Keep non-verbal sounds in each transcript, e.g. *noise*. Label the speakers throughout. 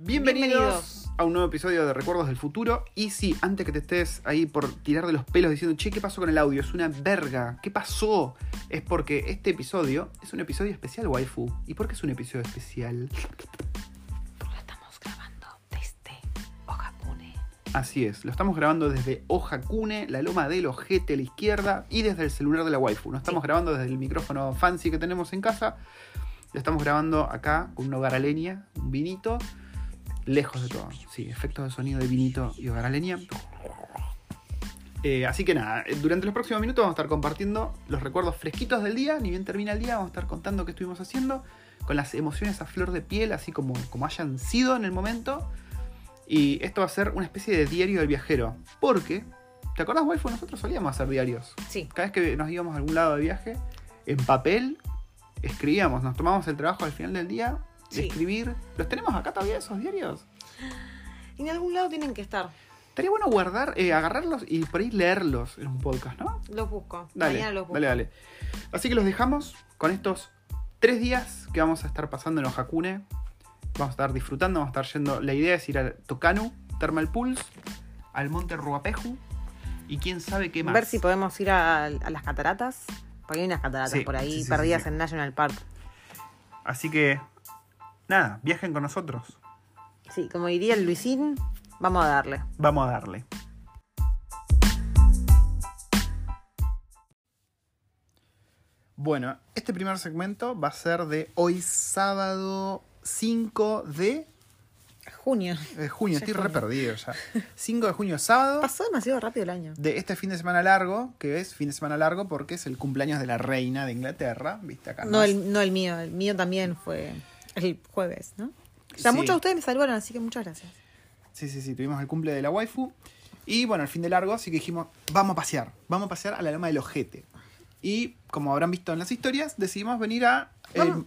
Speaker 1: Bienvenidos, a un nuevo episodio de Recuerdos del Futuro. Y sí, antes que te estés ahí por tirar de los pelos diciendo, che, ¿qué pasó con el audio? Es una verga. ¿Qué pasó? Es porque este episodio es un episodio especial, waifu. ¿Y por qué es un episodio especial?
Speaker 2: Lo estamos grabando desde Ojapune.
Speaker 1: Así es, lo estamos grabando desde Ojakune, la loma del ojete a la izquierda y desde el celular de la waifu. No estamos grabando desde el micrófono fancy que tenemos en casa. Lo estamos grabando acá con una hogar leña, un vinito, lejos de todo. Sí, efectos de sonido de vinito y hogar leña. así que nada, eh, durante los próximos minutos vamos a estar compartiendo los recuerdos fresquitos del día. Ni bien termina el día, vamos a estar contando qué estuvimos haciendo, con las emociones a flor de piel, así como, como hayan sido en el momento. Y esto va a ser una especie de diario del viajero. Porque, ¿te acordás, waifu? Nosotros solíamos hacer diarios.
Speaker 2: Sí.
Speaker 1: Cada vez que nos íbamos a algún lado de viaje, en papel, escribíamos. Nos tomábamos el trabajo al final del día de
Speaker 2: Sí.
Speaker 1: escribir. ¿Los tenemos acá todavía esos diarios?
Speaker 2: En algún lado tienen que estar.
Speaker 1: Estaría bueno guardar, eh, agarrarlos y por ahí leerlos en un podcast, ¿no?
Speaker 2: Los busco.
Speaker 1: Dale,
Speaker 2: Mañana los busco.
Speaker 1: dale, dale. Así que los dejamos con estos tres días que vamos a estar pasando en Ojakune. Vamos a estar disfrutando, vamos a estar yendo. La idea es ir a Tocanu, Thermal Pulse, al Monte Ruapeju y quién sabe qué más.
Speaker 2: Ver si podemos ir a, a las cataratas. Porque hay unas cataratas
Speaker 1: Sí,
Speaker 2: por ahí
Speaker 1: sí, sí,
Speaker 2: perdidas
Speaker 1: sí, sí.
Speaker 2: en National Park.
Speaker 1: Así que, nada, viajen con nosotros.
Speaker 2: Sí, como diría el Luisín, vamos a darle.
Speaker 1: Vamos a darle. Bueno, este primer segmento va a ser de hoy sábado 5 de
Speaker 2: Junio.
Speaker 1: Eh, junio,
Speaker 2: Ya
Speaker 1: estoy
Speaker 2: es
Speaker 1: re
Speaker 2: junio.
Speaker 1: perdido
Speaker 2: *laughs*
Speaker 1: ya. 5 de junio, sábado,
Speaker 2: Pasó demasiado rápido el año.
Speaker 1: de este fin de semana largo, que es fin de semana largo porque es el cumpleaños de la reina de Inglaterra, ¿viste? Acá
Speaker 2: No
Speaker 1: más.
Speaker 2: el, no el mío, el mío también fue el jueves, ¿no? Ya
Speaker 1: Sí.
Speaker 2: muchos de ustedes me saludaron, así que muchas gracias.
Speaker 1: Sí, sí, sí, tuvimos el cumple de la waifu. Y bueno, el fin de largo, así que dijimos, vamos a pasear, vamos a pasear a la loma del ojete. Y como habrán visto en las historias, decidimos venir a... eh,
Speaker 2: Vamos,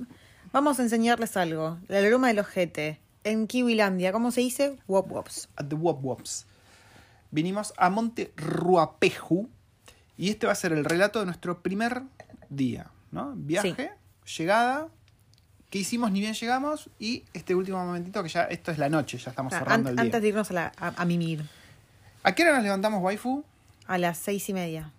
Speaker 2: vamos a enseñarles algo. La loma del ojete. En Kiwilandia, ¿cómo se dice? Wop wops.
Speaker 1: at the Wop Wops. Vinimos a Monte Ruapeju y este va a ser el relato de nuestro primer día, ¿no? Viaje, llegada, qué hicimos ni bien llegamos y este último momentito que ya esto es la noche, ya estamos
Speaker 2: Ah,
Speaker 1: cerrando
Speaker 2: an-
Speaker 1: el día.
Speaker 2: antes de irnos a, la- a- a mimir,
Speaker 1: ¿A qué hora nos levantamos, waifu?
Speaker 2: a las seis y media.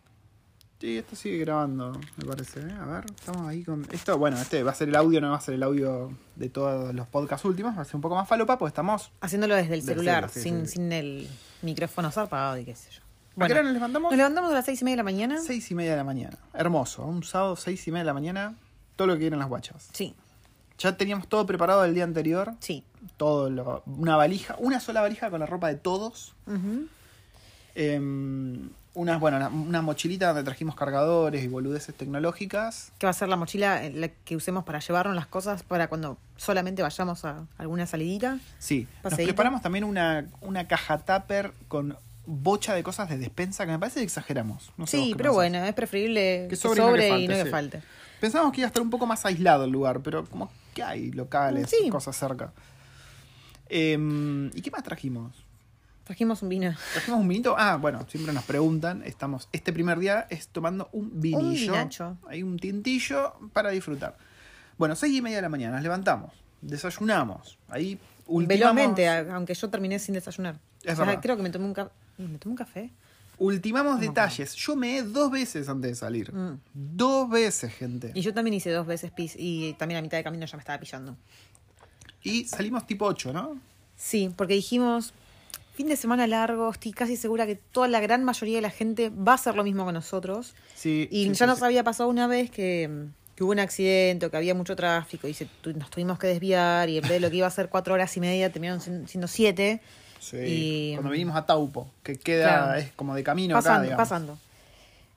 Speaker 1: Sí, esto sigue grabando, me parece. ¿eh? A ver, estamos ahí con. Esto, bueno, este va a ser el audio, no va a ser el audio de todos los podcasts últimos, va a ser un poco más falopa porque estamos.
Speaker 2: Haciéndolo desde el
Speaker 1: Del
Speaker 2: celular,
Speaker 1: celu, sí,
Speaker 2: sin,
Speaker 1: sí.
Speaker 2: sin el micrófono zarpado y qué sé yo.
Speaker 1: ¿A qué
Speaker 2: Bueno,
Speaker 1: hora nos levantamos?
Speaker 2: nos levantamos a las seis y media de la mañana.
Speaker 1: Seis y media de la mañana. Hermoso. ¿eh? Un sábado, seis y media de la mañana. Todo lo que quieren las guachas.
Speaker 2: Sí,
Speaker 1: Ya teníamos todo preparado el día anterior.
Speaker 2: sí.
Speaker 1: Todo lo- Una valija. Una sola valija con la ropa de todos.
Speaker 2: Ujú.
Speaker 1: Em, unas, bueno, una, una mochilita donde trajimos cargadores y boludeces tecnológicas.
Speaker 2: Que va a ser la mochila eh, la que usemos para llevarnos las cosas para cuando solamente vayamos a alguna salidita.
Speaker 1: Sí. Nos
Speaker 2: Paseíto.
Speaker 1: preparamos también una, una caja tupper con bocha de cosas de despensa que me parece que exageramos. No sé vos
Speaker 2: sí,
Speaker 1: qué
Speaker 2: pero
Speaker 1: pensás.
Speaker 2: bueno, es preferible
Speaker 1: Que
Speaker 2: que
Speaker 1: sobre
Speaker 2: sobre,
Speaker 1: y no que
Speaker 2: y
Speaker 1: falte,
Speaker 2: no que
Speaker 1: sí.
Speaker 2: falte.
Speaker 1: Pensábamos que iba a estar un poco más aislado el lugar, pero como que hay locales,
Speaker 2: Sí.
Speaker 1: cosas cerca. Em, ¿Y qué más trajimos?
Speaker 2: Trajimos un vino.
Speaker 1: ¿Trajimos un vinito? Ah, bueno, siempre nos preguntan. Estamos, este primer día es tomando un vinillo.
Speaker 2: vinacho.
Speaker 1: hay un tintillo para disfrutar. Bueno, seis y media de la mañana, nos levantamos, desayunamos. Ahí ultimamos,
Speaker 2: Velozmente, ah. a- aunque yo terminé sin desayunar.
Speaker 1: Es
Speaker 2: O sea,
Speaker 1: verdad.
Speaker 2: creo que me tomé un café. ¿Me tomé un café?
Speaker 1: ultimamos detalles. Yo me he dos veces antes de salir.
Speaker 2: Mm.
Speaker 1: Dos veces, gente.
Speaker 2: Y yo también hice dos veces pis y también a mitad de camino ya me estaba pillando.
Speaker 1: Y salimos tipo 8, ¿no?
Speaker 2: Sí, porque dijimos, fin de semana largo, estoy casi segura que toda la gran mayoría de la gente va a hacer lo mismo con nosotros.
Speaker 1: Sí.
Speaker 2: Y
Speaker 1: sí, sí,
Speaker 2: ya nos
Speaker 1: sí.
Speaker 2: había pasado una vez que, que hubo un accidente o que había mucho tráfico y se tu- nos tuvimos que desviar y en vez de lo que iba a ser cuatro horas y media terminaron sin- siendo siete.
Speaker 1: Sí,
Speaker 2: Y-
Speaker 1: cuando vinimos a Taupo, que queda,
Speaker 2: Claro.
Speaker 1: es como de camino acá,
Speaker 2: pasando,
Speaker 1: digamos.
Speaker 2: pasando.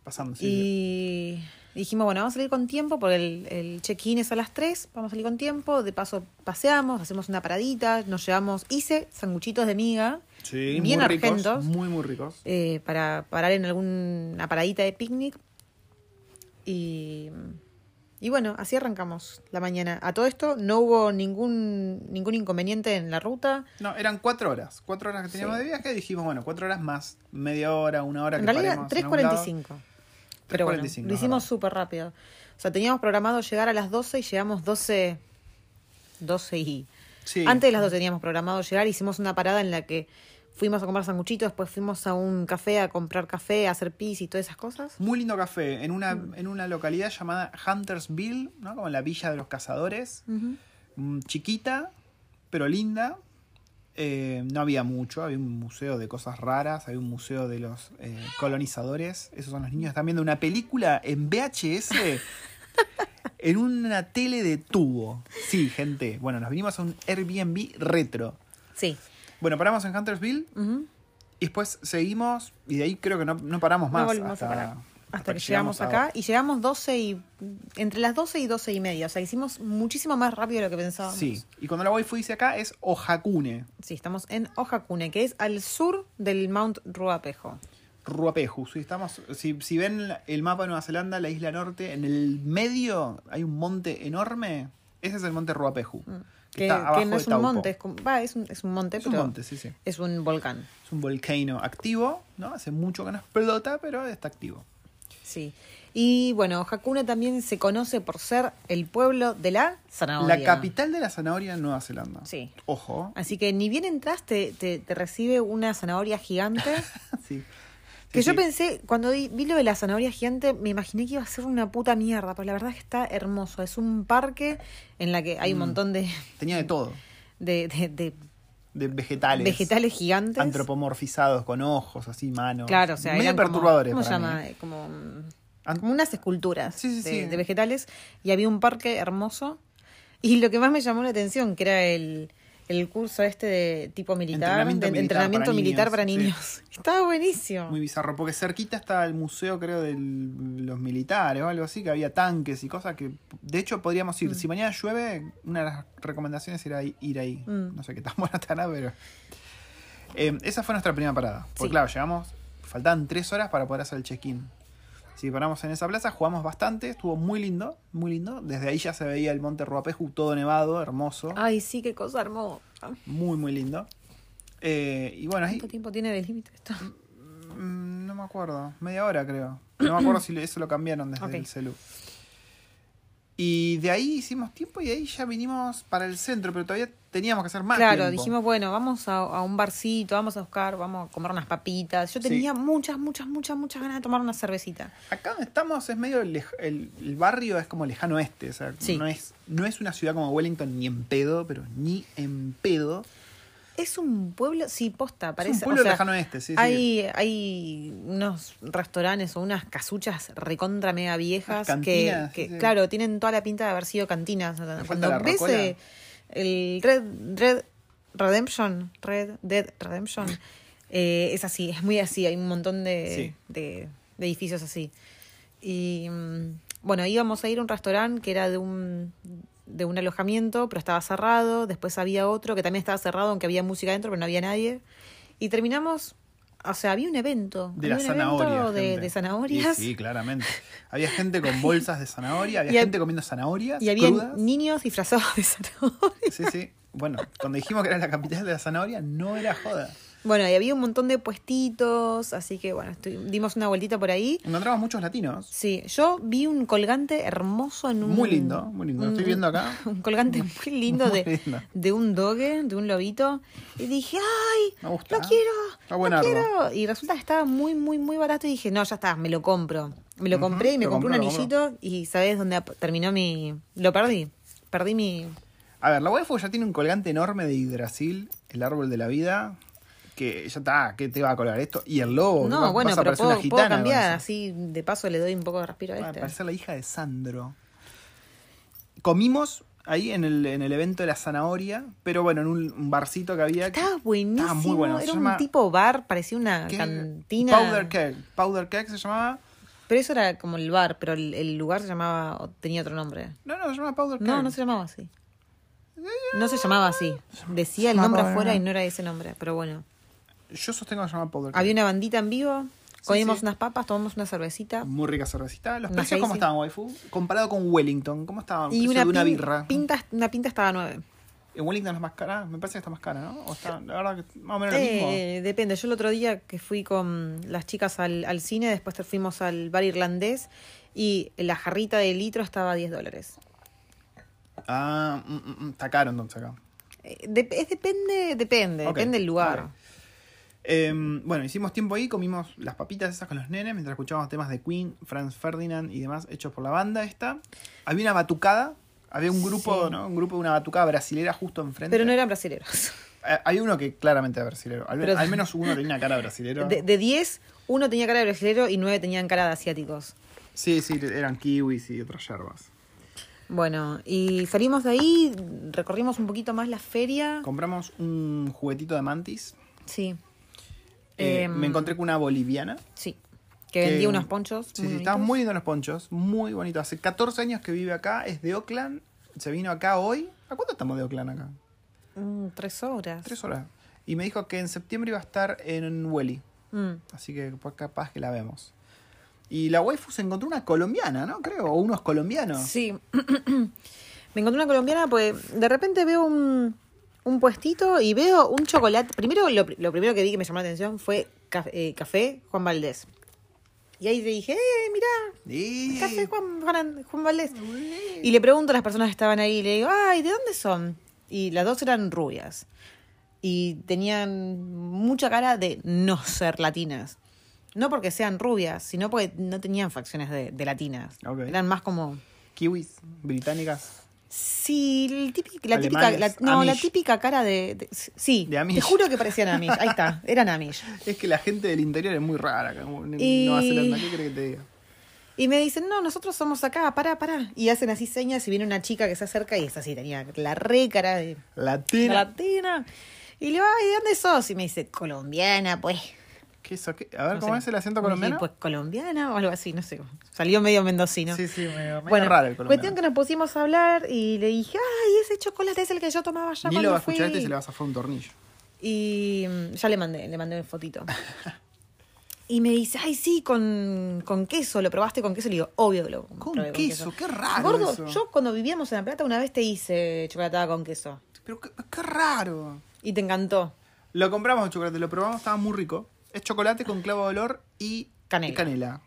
Speaker 1: Pasando, sí, sí.
Speaker 2: Y dijimos, bueno, vamos a salir con tiempo porque el, el check-in es a las 3, vamos a salir con tiempo, de paso paseamos, hacemos una paradita, nos llevamos, hice sanguchitos de miga,
Speaker 1: Sí,
Speaker 2: bien
Speaker 1: muy ricos,
Speaker 2: argentos,
Speaker 1: muy, muy ricos.
Speaker 2: eh, para parar en alguna paradita de picnic. Y, y bueno, así arrancamos la mañana. A todo esto no hubo ningún, ningún inconveniente en la ruta.
Speaker 1: No, eran cuatro horas. Cuatro horas que teníamos
Speaker 2: Sí.
Speaker 1: de viaje. Dijimos, bueno, cuatro horas más media hora, una hora.
Speaker 2: En
Speaker 1: que
Speaker 2: realidad,
Speaker 1: paremos en algún
Speaker 2: 3.45.
Speaker 1: lado.
Speaker 2: Pero bueno,
Speaker 1: 3.45,
Speaker 2: lo hicimos
Speaker 1: es
Speaker 2: súper rápido. O sea, teníamos programado llegar a las 12 y llegamos 12. 12 y.
Speaker 1: Sí.
Speaker 2: Antes de las dos teníamos programado llegar, hicimos una parada en la que fuimos a comprar sanguchitos, después fuimos a un café a comprar café, a hacer pis y todas esas cosas.
Speaker 1: Muy lindo café, en una,
Speaker 2: Mm.
Speaker 1: en una localidad llamada Huntersville, ¿no? Como la villa de los cazadores. Mm, Chiquita, pero linda. Eh, no había mucho, había un museo de cosas raras, había un museo de los eh, colonizadores. Esos son los niños. Están viendo una película en VHS
Speaker 2: *laughs*
Speaker 1: en una tele de tubo. Sí, gente. Bueno, nos vinimos a un Airbnb retro.
Speaker 2: Sí.
Speaker 1: Bueno, paramos en Huntersville
Speaker 2: Ujú.
Speaker 1: y después seguimos y de ahí creo que no, no paramos
Speaker 2: No
Speaker 1: más.
Speaker 2: volvimos a parar. Hasta, que llegamos
Speaker 1: a-
Speaker 2: acá y llegamos 12 y. entre las 12 y 12 y media. O sea, hicimos muchísimo más rápido de lo que pensábamos.
Speaker 1: Sí, y cuando la waifu dice acá es Ojakune,
Speaker 2: Sí, estamos en Ojakune, que es al sur del Mount Ruapejo.
Speaker 1: Ruapehu. Si, estamos, si, si ven el mapa de Nueva Zelanda, la isla norte, en el medio hay un monte enorme. Ese es el monte Ruapehu.
Speaker 2: Mm. Que, que no es un monte, es, como- va, es, un, es un monte,
Speaker 1: Es un
Speaker 2: pero
Speaker 1: monte, sí, sí.
Speaker 2: es un volcán.
Speaker 1: Es un volcano activo, ¿no? Hace mucho que no explota, pero está activo.
Speaker 2: Sí. Y bueno, Ojakune también se conoce por ser el pueblo de la zanahoria.
Speaker 1: La capital de la zanahoria en Nueva Zelanda.
Speaker 2: Sí. *laughs*
Speaker 1: Ojo.
Speaker 2: Así que ni bien entras, te, te- te recibe una zanahoria gigante.
Speaker 1: *laughs* Sí.
Speaker 2: que
Speaker 1: Sí,
Speaker 2: yo
Speaker 1: sí.
Speaker 2: pensé, cuando di- vi lo de la zanahoria gigante, me imaginé que iba a ser una puta mierda, pero la verdad es que está hermoso. Es un parque en la que hay
Speaker 1: Mm.
Speaker 2: un montón de,
Speaker 1: Tenía de todo.
Speaker 2: de- de- de
Speaker 1: De vegetales.
Speaker 2: vegetales gigantes.
Speaker 1: Antropomorfizados, con ojos, así, manos.
Speaker 2: Claro, o sea,
Speaker 1: Medio
Speaker 2: eran como-
Speaker 1: perturbadores.
Speaker 2: ¿Cómo se
Speaker 1: para mí.
Speaker 2: llama? Eh, Como, mm,
Speaker 1: Ant-
Speaker 2: como unas esculturas
Speaker 1: Sí, sí,
Speaker 2: de,
Speaker 1: sí.
Speaker 2: de vegetales. Y había un parque hermoso. Y lo que más me llamó la atención, que era el, el curso este de tipo militar,
Speaker 1: Entrenamiento
Speaker 2: de- de
Speaker 1: militar
Speaker 2: entrenamiento
Speaker 1: para
Speaker 2: militar
Speaker 1: niños,
Speaker 2: para
Speaker 1: sí.
Speaker 2: niños. *laughs* Estaba buenísimo.
Speaker 1: Muy bizarro, porque cerquita está el museo, creo, de los militares o algo así, que había tanques y cosas que, de hecho, podríamos
Speaker 2: Mm.
Speaker 1: ir. Si mañana llueve, una de las recomendaciones era i- ir ahí.
Speaker 2: Mm.
Speaker 1: No sé qué tan *laughs* buena estará, pero... Eh, esa fue nuestra primera parada. Porque
Speaker 2: Sí.
Speaker 1: claro, llegamos, faltaban tres horas para poder hacer el check-in. Si paramos en esa plaza, jugamos bastante, estuvo muy lindo, muy lindo. Desde ahí ya se veía el monte Ruapehu todo nevado, hermoso,
Speaker 2: Ay, sí, qué cosa hermosa.
Speaker 1: muy, muy lindo. Eh, y bueno, ahí,
Speaker 2: ¿Cuánto tiempo tiene de límite esto?
Speaker 1: Mm, No me acuerdo. Media hora, creo. No me acuerdo si lo- eso lo cambiaron desde
Speaker 2: Ok.
Speaker 1: el celu. Y de ahí hicimos tiempo y ahí ya vinimos para el centro, pero todavía teníamos que hacer más
Speaker 2: claro,
Speaker 1: tiempo.
Speaker 2: dijimos, bueno, vamos a, a un barcito, vamos a buscar, vamos a comer unas papitas. Yo
Speaker 1: Sí.
Speaker 2: tenía muchas, muchas, muchas, muchas ganas de tomar una cervecita.
Speaker 1: Acá donde estamos es medio... lej- el, el barrio es como lejano este. O sea,
Speaker 2: Sí.
Speaker 1: no, es, no es una ciudad como Wellington ni en pedo, pero ni en pedo.
Speaker 2: Es un pueblo, sí, posta, parece.
Speaker 1: es un pueblo
Speaker 2: o sea,
Speaker 1: lejano este, sí, sí.
Speaker 2: hay, hay unos restaurantes o unas casuchas recontra mega viejas
Speaker 1: Unas
Speaker 2: que,
Speaker 1: cantinas,
Speaker 2: que,
Speaker 1: sí, sí.
Speaker 2: claro, tienen toda la pinta de haber sido cantinas.
Speaker 1: falta la
Speaker 2: Cuando ves
Speaker 1: rocola.
Speaker 2: eh, el Red, Red Redemption, Red Dead
Speaker 1: *laughs*
Speaker 2: Redemption, eh, es así, es muy así, hay un montón de,
Speaker 1: Sí.
Speaker 2: de- de edificios así. Y mm, bueno, íbamos a ir a un restaurante que era de un de un alojamiento, pero estaba cerrado. Después había otro que también estaba cerrado, aunque había música adentro, pero no había nadie. Y terminamos, o sea, había un evento.
Speaker 1: De
Speaker 2: había
Speaker 1: la
Speaker 2: un
Speaker 1: zanahoria.
Speaker 2: evento de,
Speaker 1: gente.
Speaker 2: de zanahorias.
Speaker 1: Sí, sí, claramente. Había gente con bolsas de zanahoria, había
Speaker 2: *laughs* Y hab-
Speaker 1: gente comiendo zanahorias
Speaker 2: y había
Speaker 1: crudas.
Speaker 2: niños disfrazados de *laughs* zanahoria.
Speaker 1: Sí, sí. Bueno, cuando dijimos que era la capital de la zanahoria, no era joda.
Speaker 2: Bueno, y había un montón de puestitos, así que bueno, estu- dimos una vueltita por ahí.
Speaker 1: Encontramos muchos latinos.
Speaker 2: Sí, yo vi un colgante hermoso en un...
Speaker 1: Muy lindo, muy lindo. Lo estoy viendo acá.
Speaker 2: *laughs*
Speaker 1: *laughs*
Speaker 2: Un colgante muy lindo,
Speaker 1: Muy
Speaker 2: de,
Speaker 1: lindo.
Speaker 2: de un doge, de un lobito. Y dije, ¡ay!
Speaker 1: Me gusta. ¿eh?
Speaker 2: ¡Lo quiero!
Speaker 1: Está
Speaker 2: ¡Lo
Speaker 1: buenardo.
Speaker 2: quiero! Y resulta que estaba muy, muy, muy barato. Y dije, no, ya está, me lo compro. Me lo
Speaker 1: Ujú,
Speaker 2: compré y me
Speaker 1: lo
Speaker 2: compré un
Speaker 1: compró, lo compró.
Speaker 2: anillito. Y ¿sabes dónde ap- terminó mi...? Lo perdí. Perdí mi...
Speaker 1: A ver, la waifu ya tiene un colgante enorme de Yggdrasil, el árbol de la vida. Que ya está, ¿qué te va a colgar esto? Y el lobo.
Speaker 2: No,
Speaker 1: Oh, vas-
Speaker 2: bueno,
Speaker 1: vas a
Speaker 2: pero
Speaker 1: parecer una
Speaker 2: puedo, puedo
Speaker 1: gitana,
Speaker 2: cambiar.
Speaker 1: vas
Speaker 2: Así, de paso, le doy un poco de respiro
Speaker 1: a-
Speaker 2: a
Speaker 1: Va a
Speaker 2: este.
Speaker 1: parecer la hija de Sandro. Comimos ahí en el, en el evento de la zanahoria, pero bueno, en un, un barcito que había. que-
Speaker 2: Estaba buenísimo.
Speaker 1: Estaba muy bueno, se
Speaker 2: Era un
Speaker 1: llama-
Speaker 2: tipo bar, parecía una
Speaker 1: que-
Speaker 2: cantina.
Speaker 1: Powder Keg. Powder Keg se llamaba.
Speaker 2: Pero eso era como el bar, pero el, el lugar se llamaba, o tenía otro nombre.
Speaker 1: No, no, se llamaba Powder Keg.
Speaker 2: No, no se llamaba así. No se llamaba así. Decía el
Speaker 1: llamaba
Speaker 2: nombre
Speaker 1: Powder
Speaker 2: afuera y
Speaker 1: Keg.
Speaker 2: no era ese nombre, pero bueno.
Speaker 1: Yo sostengo que se llama Powder Keg.
Speaker 2: Había una bandita en vivo, comimos
Speaker 1: sí.
Speaker 2: unas papas, tomamos una cervecita
Speaker 1: Muy rica cervecita. ¿Los
Speaker 2: Una
Speaker 1: precios cómo
Speaker 2: Hazy.
Speaker 1: estaban, waifu? Comparado con Wellington, ¿cómo estaban?
Speaker 2: y
Speaker 1: Precio
Speaker 2: una,
Speaker 1: de una
Speaker 2: pin-
Speaker 1: birra.
Speaker 2: Pinta, una pinta estaba nueve.
Speaker 1: ¿En Wellington es más cara? Me parece que está más cara, ¿no? O está, la verdad que más o menos lo mismo.
Speaker 2: Eh, depende, yo el otro día que fui con las chicas al, al cine, después te fuimos al bar irlandés y la jarrita de litro estaba a 10 dólares.
Speaker 1: Ah, mm, mm, mm, está caro entonces acá.
Speaker 2: Eh, de- es depende, depende,
Speaker 1: Ok,
Speaker 2: depende del lugar.
Speaker 1: vale. Em, bueno, hicimos tiempo ahí, comimos las papitas esas con los nenes mientras escuchábamos temas de Queen, Franz Ferdinand y demás hechos por la banda esta. Había una batucada, había un grupo,
Speaker 2: Sí.
Speaker 1: ¿no? Un grupo de una batucada brasilera justo enfrente.
Speaker 2: Pero no eran brasileros.
Speaker 1: Eh, Hay uno que claramente era brasilero. Al,
Speaker 2: *laughs* Pero-
Speaker 1: al menos uno tenía una cara brasilero.
Speaker 2: De de 10, uno tenía cara de brasilero y nueve tenían cara de asiáticos.
Speaker 1: Sí, sí, eran kiwis y otras yerbas.
Speaker 2: Bueno, y salimos de ahí, recorrimos un poquito más la feria.
Speaker 1: Compramos un juguetito de mantis.
Speaker 2: Sí.
Speaker 1: Eh,
Speaker 2: Em,
Speaker 1: me encontré con una boliviana.
Speaker 2: Sí. Que vendía
Speaker 1: que-
Speaker 2: unos ponchos.
Speaker 1: Sí,
Speaker 2: muy
Speaker 1: sí, estaban
Speaker 2: bonitos.
Speaker 1: muy lindos los ponchos, muy bonito. Hace 14 años que vive acá, es de Oakland, se vino acá hoy. ¿A cuánto estamos de Oakland acá?
Speaker 2: Mm, tres horas.
Speaker 1: Tres horas. Y me dijo que en septiembre iba a estar en Welly,
Speaker 2: Mm.
Speaker 1: así que pues, capaz que la vemos. Y la waifu se encontró una colombiana, ¿no? Creo, o unos colombianos.
Speaker 2: Sí. *clears throat* Me encontré una colombiana, pues de repente veo un, un puestito y veo un chocolate. Primero, lo, pri- lo primero que vi que me llamó la atención fue ca- eh, café Juan Valdés. Y ahí dije, ¡eh, mirá!
Speaker 1: Y-
Speaker 2: Café Juan, Juan, Juan Valdés. Y le pregunto a las personas que estaban ahí, le digo, ¡ay, ¿de dónde son? Y las dos eran rubias. Y tenían mucha cara de no ser latinas. No porque sean rubias, sino porque no tenían facciones de, de latinas.
Speaker 1: Ok.
Speaker 2: Eran más como
Speaker 1: Kiwis, británicas.
Speaker 2: Sí, el típic- la típica,
Speaker 1: Alemanes,
Speaker 2: la- no, la
Speaker 1: Amish.
Speaker 2: típica cara de, de- sí,
Speaker 1: De Amish.
Speaker 2: te juro que parecían Amish, ahí
Speaker 1: *laughs*
Speaker 2: está, eran Amish.
Speaker 1: Es que la gente del interior es muy rara acá, como en
Speaker 2: Y-
Speaker 1: Nueva Zelanda, ¿qué crees que te diga?
Speaker 2: Y me dicen, no, nosotros somos acá, pará, pará. Y hacen así señas y viene una chica que se acerca y es así, tenía la re cara de
Speaker 1: Latina.
Speaker 2: latina. Y le digo, ay, ¿de dónde sos? Y me dice, colombiana, pues.
Speaker 1: ¿Qué es eso? ¿Qué- A ver,
Speaker 2: No
Speaker 1: ¿cómo
Speaker 2: sé.
Speaker 1: es el acento
Speaker 2: Y dije,
Speaker 1: colombiano?
Speaker 2: Pues colombiana o algo así, no sé. Salió medio mendocino.
Speaker 1: sí, sí, medio, medio
Speaker 2: Bueno,
Speaker 1: raro el colombiano.
Speaker 2: cuestión que nos pusimos a hablar y le dije, ay, ese chocolate es el que yo tomaba ya
Speaker 1: Ni
Speaker 2: cuando
Speaker 1: lo va a
Speaker 2: fui".
Speaker 1: escuchar este y se le va a zafar un tornillo.
Speaker 2: Y mm, ya le mandé, le mandé un fotito. *laughs* Y me dice, ay, sí, con, con queso, ¿lo probaste con queso? Le digo, obvio que lo
Speaker 1: Con
Speaker 2: probé
Speaker 1: queso, qué raro
Speaker 2: Gordo,
Speaker 1: eso.
Speaker 2: yo cuando vivíamos en La Plata una vez te hice chocolatada con queso.
Speaker 1: Pero qué, qué raro.
Speaker 2: Y te encantó.
Speaker 1: Lo compramos el chocolate, lo probamos, estaba muy rico. Es chocolate con clavo de olor y
Speaker 2: Canela.
Speaker 1: y canela.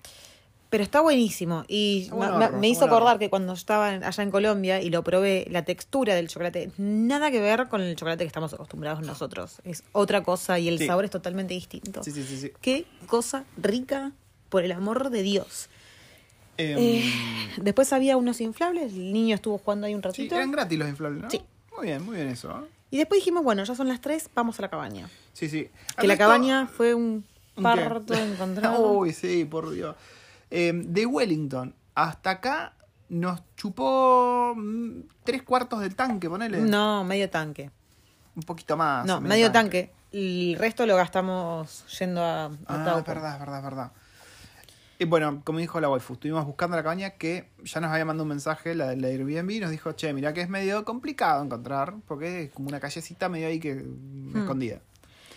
Speaker 2: Pero está buenísimo. Y
Speaker 1: Está buen
Speaker 2: me- me-
Speaker 1: horno,
Speaker 2: me
Speaker 1: está
Speaker 2: hizo
Speaker 1: buen
Speaker 2: acordar
Speaker 1: horno.
Speaker 2: que cuando estaba en- allá en Colombia y lo probé, la textura del chocolate, nada que ver con el chocolate que estamos acostumbrados nosotros. Es otra cosa y el
Speaker 1: Sí.
Speaker 2: sabor es totalmente distinto.
Speaker 1: Sí, sí, sí. sí.
Speaker 2: Qué cosa rica, por el amor de Dios.
Speaker 1: Em,
Speaker 2: Eh, después había unos inflables, el niño estuvo jugando ahí un
Speaker 1: sí, em.
Speaker 2: ratito.
Speaker 1: eran gratis los inflables, ¿no?
Speaker 2: Sí.
Speaker 1: Muy bien, muy bien eso. ¿eh?
Speaker 2: y después dijimos, bueno, ya son las 3, vamos a la cabaña.
Speaker 1: Sí, sí.
Speaker 2: Que la
Speaker 1: Ernesto-
Speaker 2: cabaña fue un
Speaker 1: ¿Un
Speaker 2: parto
Speaker 1: qué?
Speaker 2: encontrado.
Speaker 1: *laughs* Uy, sí, por Dios. Em, de Wellington hasta acá nos chupó mm, tres cuartos del tanque, ponele.
Speaker 2: no, medio tanque.
Speaker 1: Un poquito más.
Speaker 2: no, medio tanque. El resto lo gastamos yendo a, a
Speaker 1: Ah, es
Speaker 2: Taupo.
Speaker 1: verdad, es verdad, es verdad. Y bueno, como dijo la waifu, estuvimos buscando la cabaña que ya nos había mandado un mensaje la de la Airbnb y nos dijo, che, mirá que es medio complicado encontrar, porque es como una callecita medio ahí que escondida.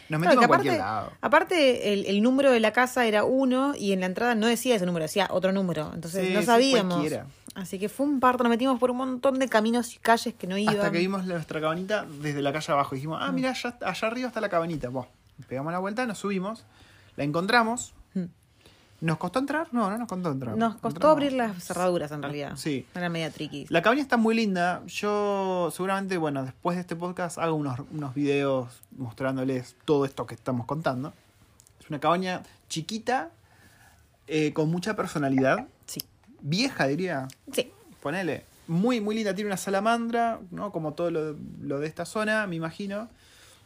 Speaker 1: Nos
Speaker 2: Claro,
Speaker 1: metimos
Speaker 2: Hmm. que
Speaker 1: a cualquier lado.
Speaker 2: aparte, aparte el, el número de la casa era uno y en la entrada no decía ese número, decía otro número. Entonces
Speaker 1: Sí,
Speaker 2: no
Speaker 1: sí,
Speaker 2: sabíamos.
Speaker 1: cualquiera.
Speaker 2: Así que fue un parto, nos metimos por un montón de caminos y calles que no iban.
Speaker 1: Hasta que vimos la- nuestra cabanita desde la calle abajo. Dijimos,
Speaker 2: Mm.
Speaker 1: ah, mirá, allá, allá arriba está la cabanita. Bueno, pegamos la vuelta, nos subimos, la encontramos.
Speaker 2: Mm.
Speaker 1: ¿Nos costó entrar? No, no nos costó entrar.
Speaker 2: Nos costó
Speaker 1: Entramos.
Speaker 2: abrir las cerraduras en realidad.
Speaker 1: Sí.
Speaker 2: Era media tricky.
Speaker 1: La cabaña está muy linda. Yo seguramente, bueno, después de este podcast hago unos, unos videos mostrándoles todo esto que estamos contando. Es una cabaña chiquita, eh, con mucha personalidad.
Speaker 2: Sí.
Speaker 1: Vieja, diría.
Speaker 2: Sí.
Speaker 1: Ponele. Muy, muy linda. Tiene una salamandra, ¿no? Como todo lo, lo de esta zona, me imagino.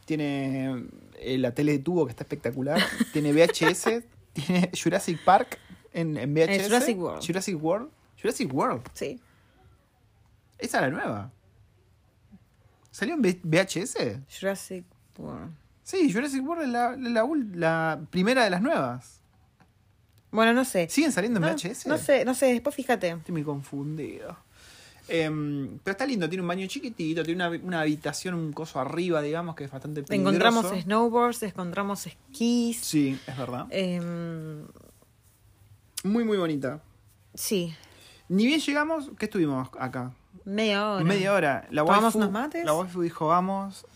Speaker 1: Tiene eh, la tele de tubo que está
Speaker 2: *laughs*
Speaker 1: espectacular. Tiene VHS. tiene Jurassic Park en, en VHS.
Speaker 2: Jurassic World.
Speaker 1: Jurassic World. Jurassic World.
Speaker 2: Sí.
Speaker 1: Esa era nueva. ¿Salió en V- VHS?
Speaker 2: Jurassic World.
Speaker 1: Sí, Jurassic World es la, la, ul- la primera de las nuevas.
Speaker 2: Bueno, no sé.
Speaker 1: ¿Siguen saliendo en
Speaker 2: no,
Speaker 1: VHS?
Speaker 2: no sé, no sé, después fíjate.
Speaker 1: Estoy muy confundido. Em, pero está lindo, tiene un baño chiquitito, tiene una, una habitación, un coso arriba, digamos, que es bastante peligroso.
Speaker 2: Encontramos snowboards, encontramos esquís.
Speaker 1: Sí, es verdad.
Speaker 2: em,
Speaker 1: Muy, muy bonita.
Speaker 2: sí,
Speaker 1: Ni bien llegamos, ¿qué estuvimos acá?
Speaker 2: media hora.
Speaker 1: Media hora. La
Speaker 2: ¿Tomamos
Speaker 1: waifu,
Speaker 2: unos mates?
Speaker 1: La waifu dijo, vamos.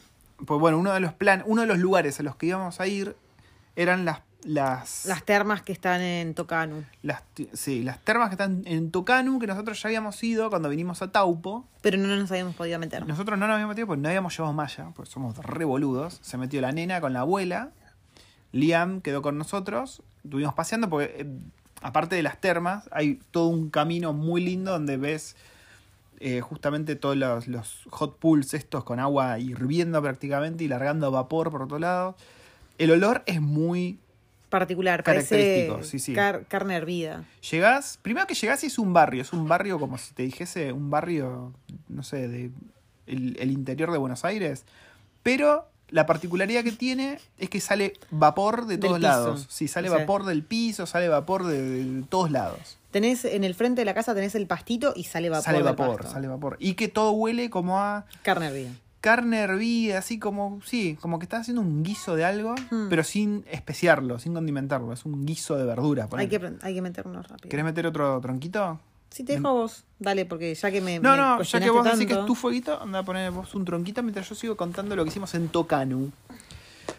Speaker 1: Pues bueno, uno de los plan, uno de los lugares a los que íbamos a ir eran las las,
Speaker 2: Las termas que están en Tocanu.
Speaker 1: las ti- sí, las termas que están en Tocanu, que nosotros ya habíamos ido cuando vinimos a Taupo.
Speaker 2: Pero no nos habíamos podido meter.
Speaker 1: Nosotros no nos habíamos metido porque no habíamos llevado malla, porque somos re boludos. Se metió la nena con la abuela. Liam quedó con nosotros. Estuvimos paseando porque, eh, aparte de las termas, hay todo un camino muy lindo donde ves eh, justamente todos los, los hot pools estos con agua hirviendo prácticamente y largando vapor por todos lados. El olor es muy
Speaker 2: Particular,
Speaker 1: Característico,
Speaker 2: parece
Speaker 1: sí, sí.
Speaker 2: car- carne hervida.
Speaker 1: Llegás, primero que llegás y es un barrio, es un barrio como si te dijese un barrio, no sé, de el, el interior de Buenos Aires, pero la particularidad que tiene es que sale vapor de
Speaker 2: Del
Speaker 1: todos
Speaker 2: piso.
Speaker 1: lados. Sí, sale
Speaker 2: O sea-
Speaker 1: vapor del piso, sale vapor de, de todos lados.
Speaker 2: Tenés en el frente de la casa tenés el pastito y sale vapor.
Speaker 1: sale
Speaker 2: del
Speaker 1: vapor,
Speaker 2: pasto.
Speaker 1: sale vapor. Y que todo huele como a
Speaker 2: Carne hervida.
Speaker 1: carne hervida, así como, sí, como que estás haciendo un guiso de algo,
Speaker 2: Hmm.
Speaker 1: pero sin especiarlo, sin condimentarlo. Es un guiso de verdura.
Speaker 2: Hay que, pre- hay que meternos rápido.
Speaker 1: ¿Querés meter otro tronquito?
Speaker 2: Si te dejo a vos, dale, porque ya que me.
Speaker 1: No,
Speaker 2: me
Speaker 1: no, ya
Speaker 2: cuestionaste
Speaker 1: que vos decís que
Speaker 2: tanto-
Speaker 1: es tu fueguito, anda a poner vos un tronquito mientras yo sigo contando lo que hicimos en Tocanu.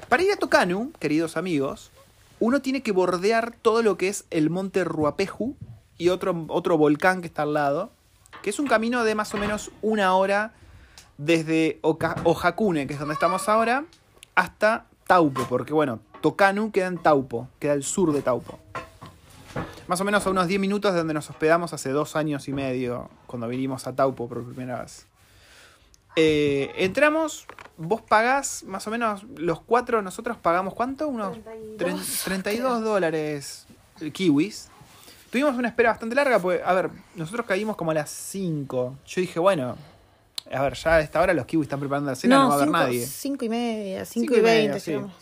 Speaker 1: Para ir a Tocanu, queridos amigos, uno tiene que bordear todo lo que es el monte Ruapeju y otro, otro volcán que está al lado, que es un camino de más o menos una hora desde Oca- Ojakune, que es donde estamos ahora, hasta Taupo, porque bueno, Tocanu queda en Taupo, queda al sur de Taupo. Más o menos a unos 10 minutos de donde nos hospedamos hace dos años y medio, cuando vinimos a Taupo por primera vez. Eh, entramos, vos pagás más o menos los cuatro, nosotros pagamos cuánto? Unos tren- 32, dólares eh, kiwis. Tuvimos una espera bastante larga, porque, a ver, nosotros caímos como a las 5. Yo dije, bueno, a ver, ya a esta hora los kiwis están preparando la cena, no, va a haber
Speaker 2: cinco-
Speaker 1: nadie.
Speaker 2: Cinco y media,
Speaker 1: Cinco
Speaker 2: cinco, y
Speaker 1: y media,
Speaker 2: veinte,
Speaker 1: sí.
Speaker 2: llegamos.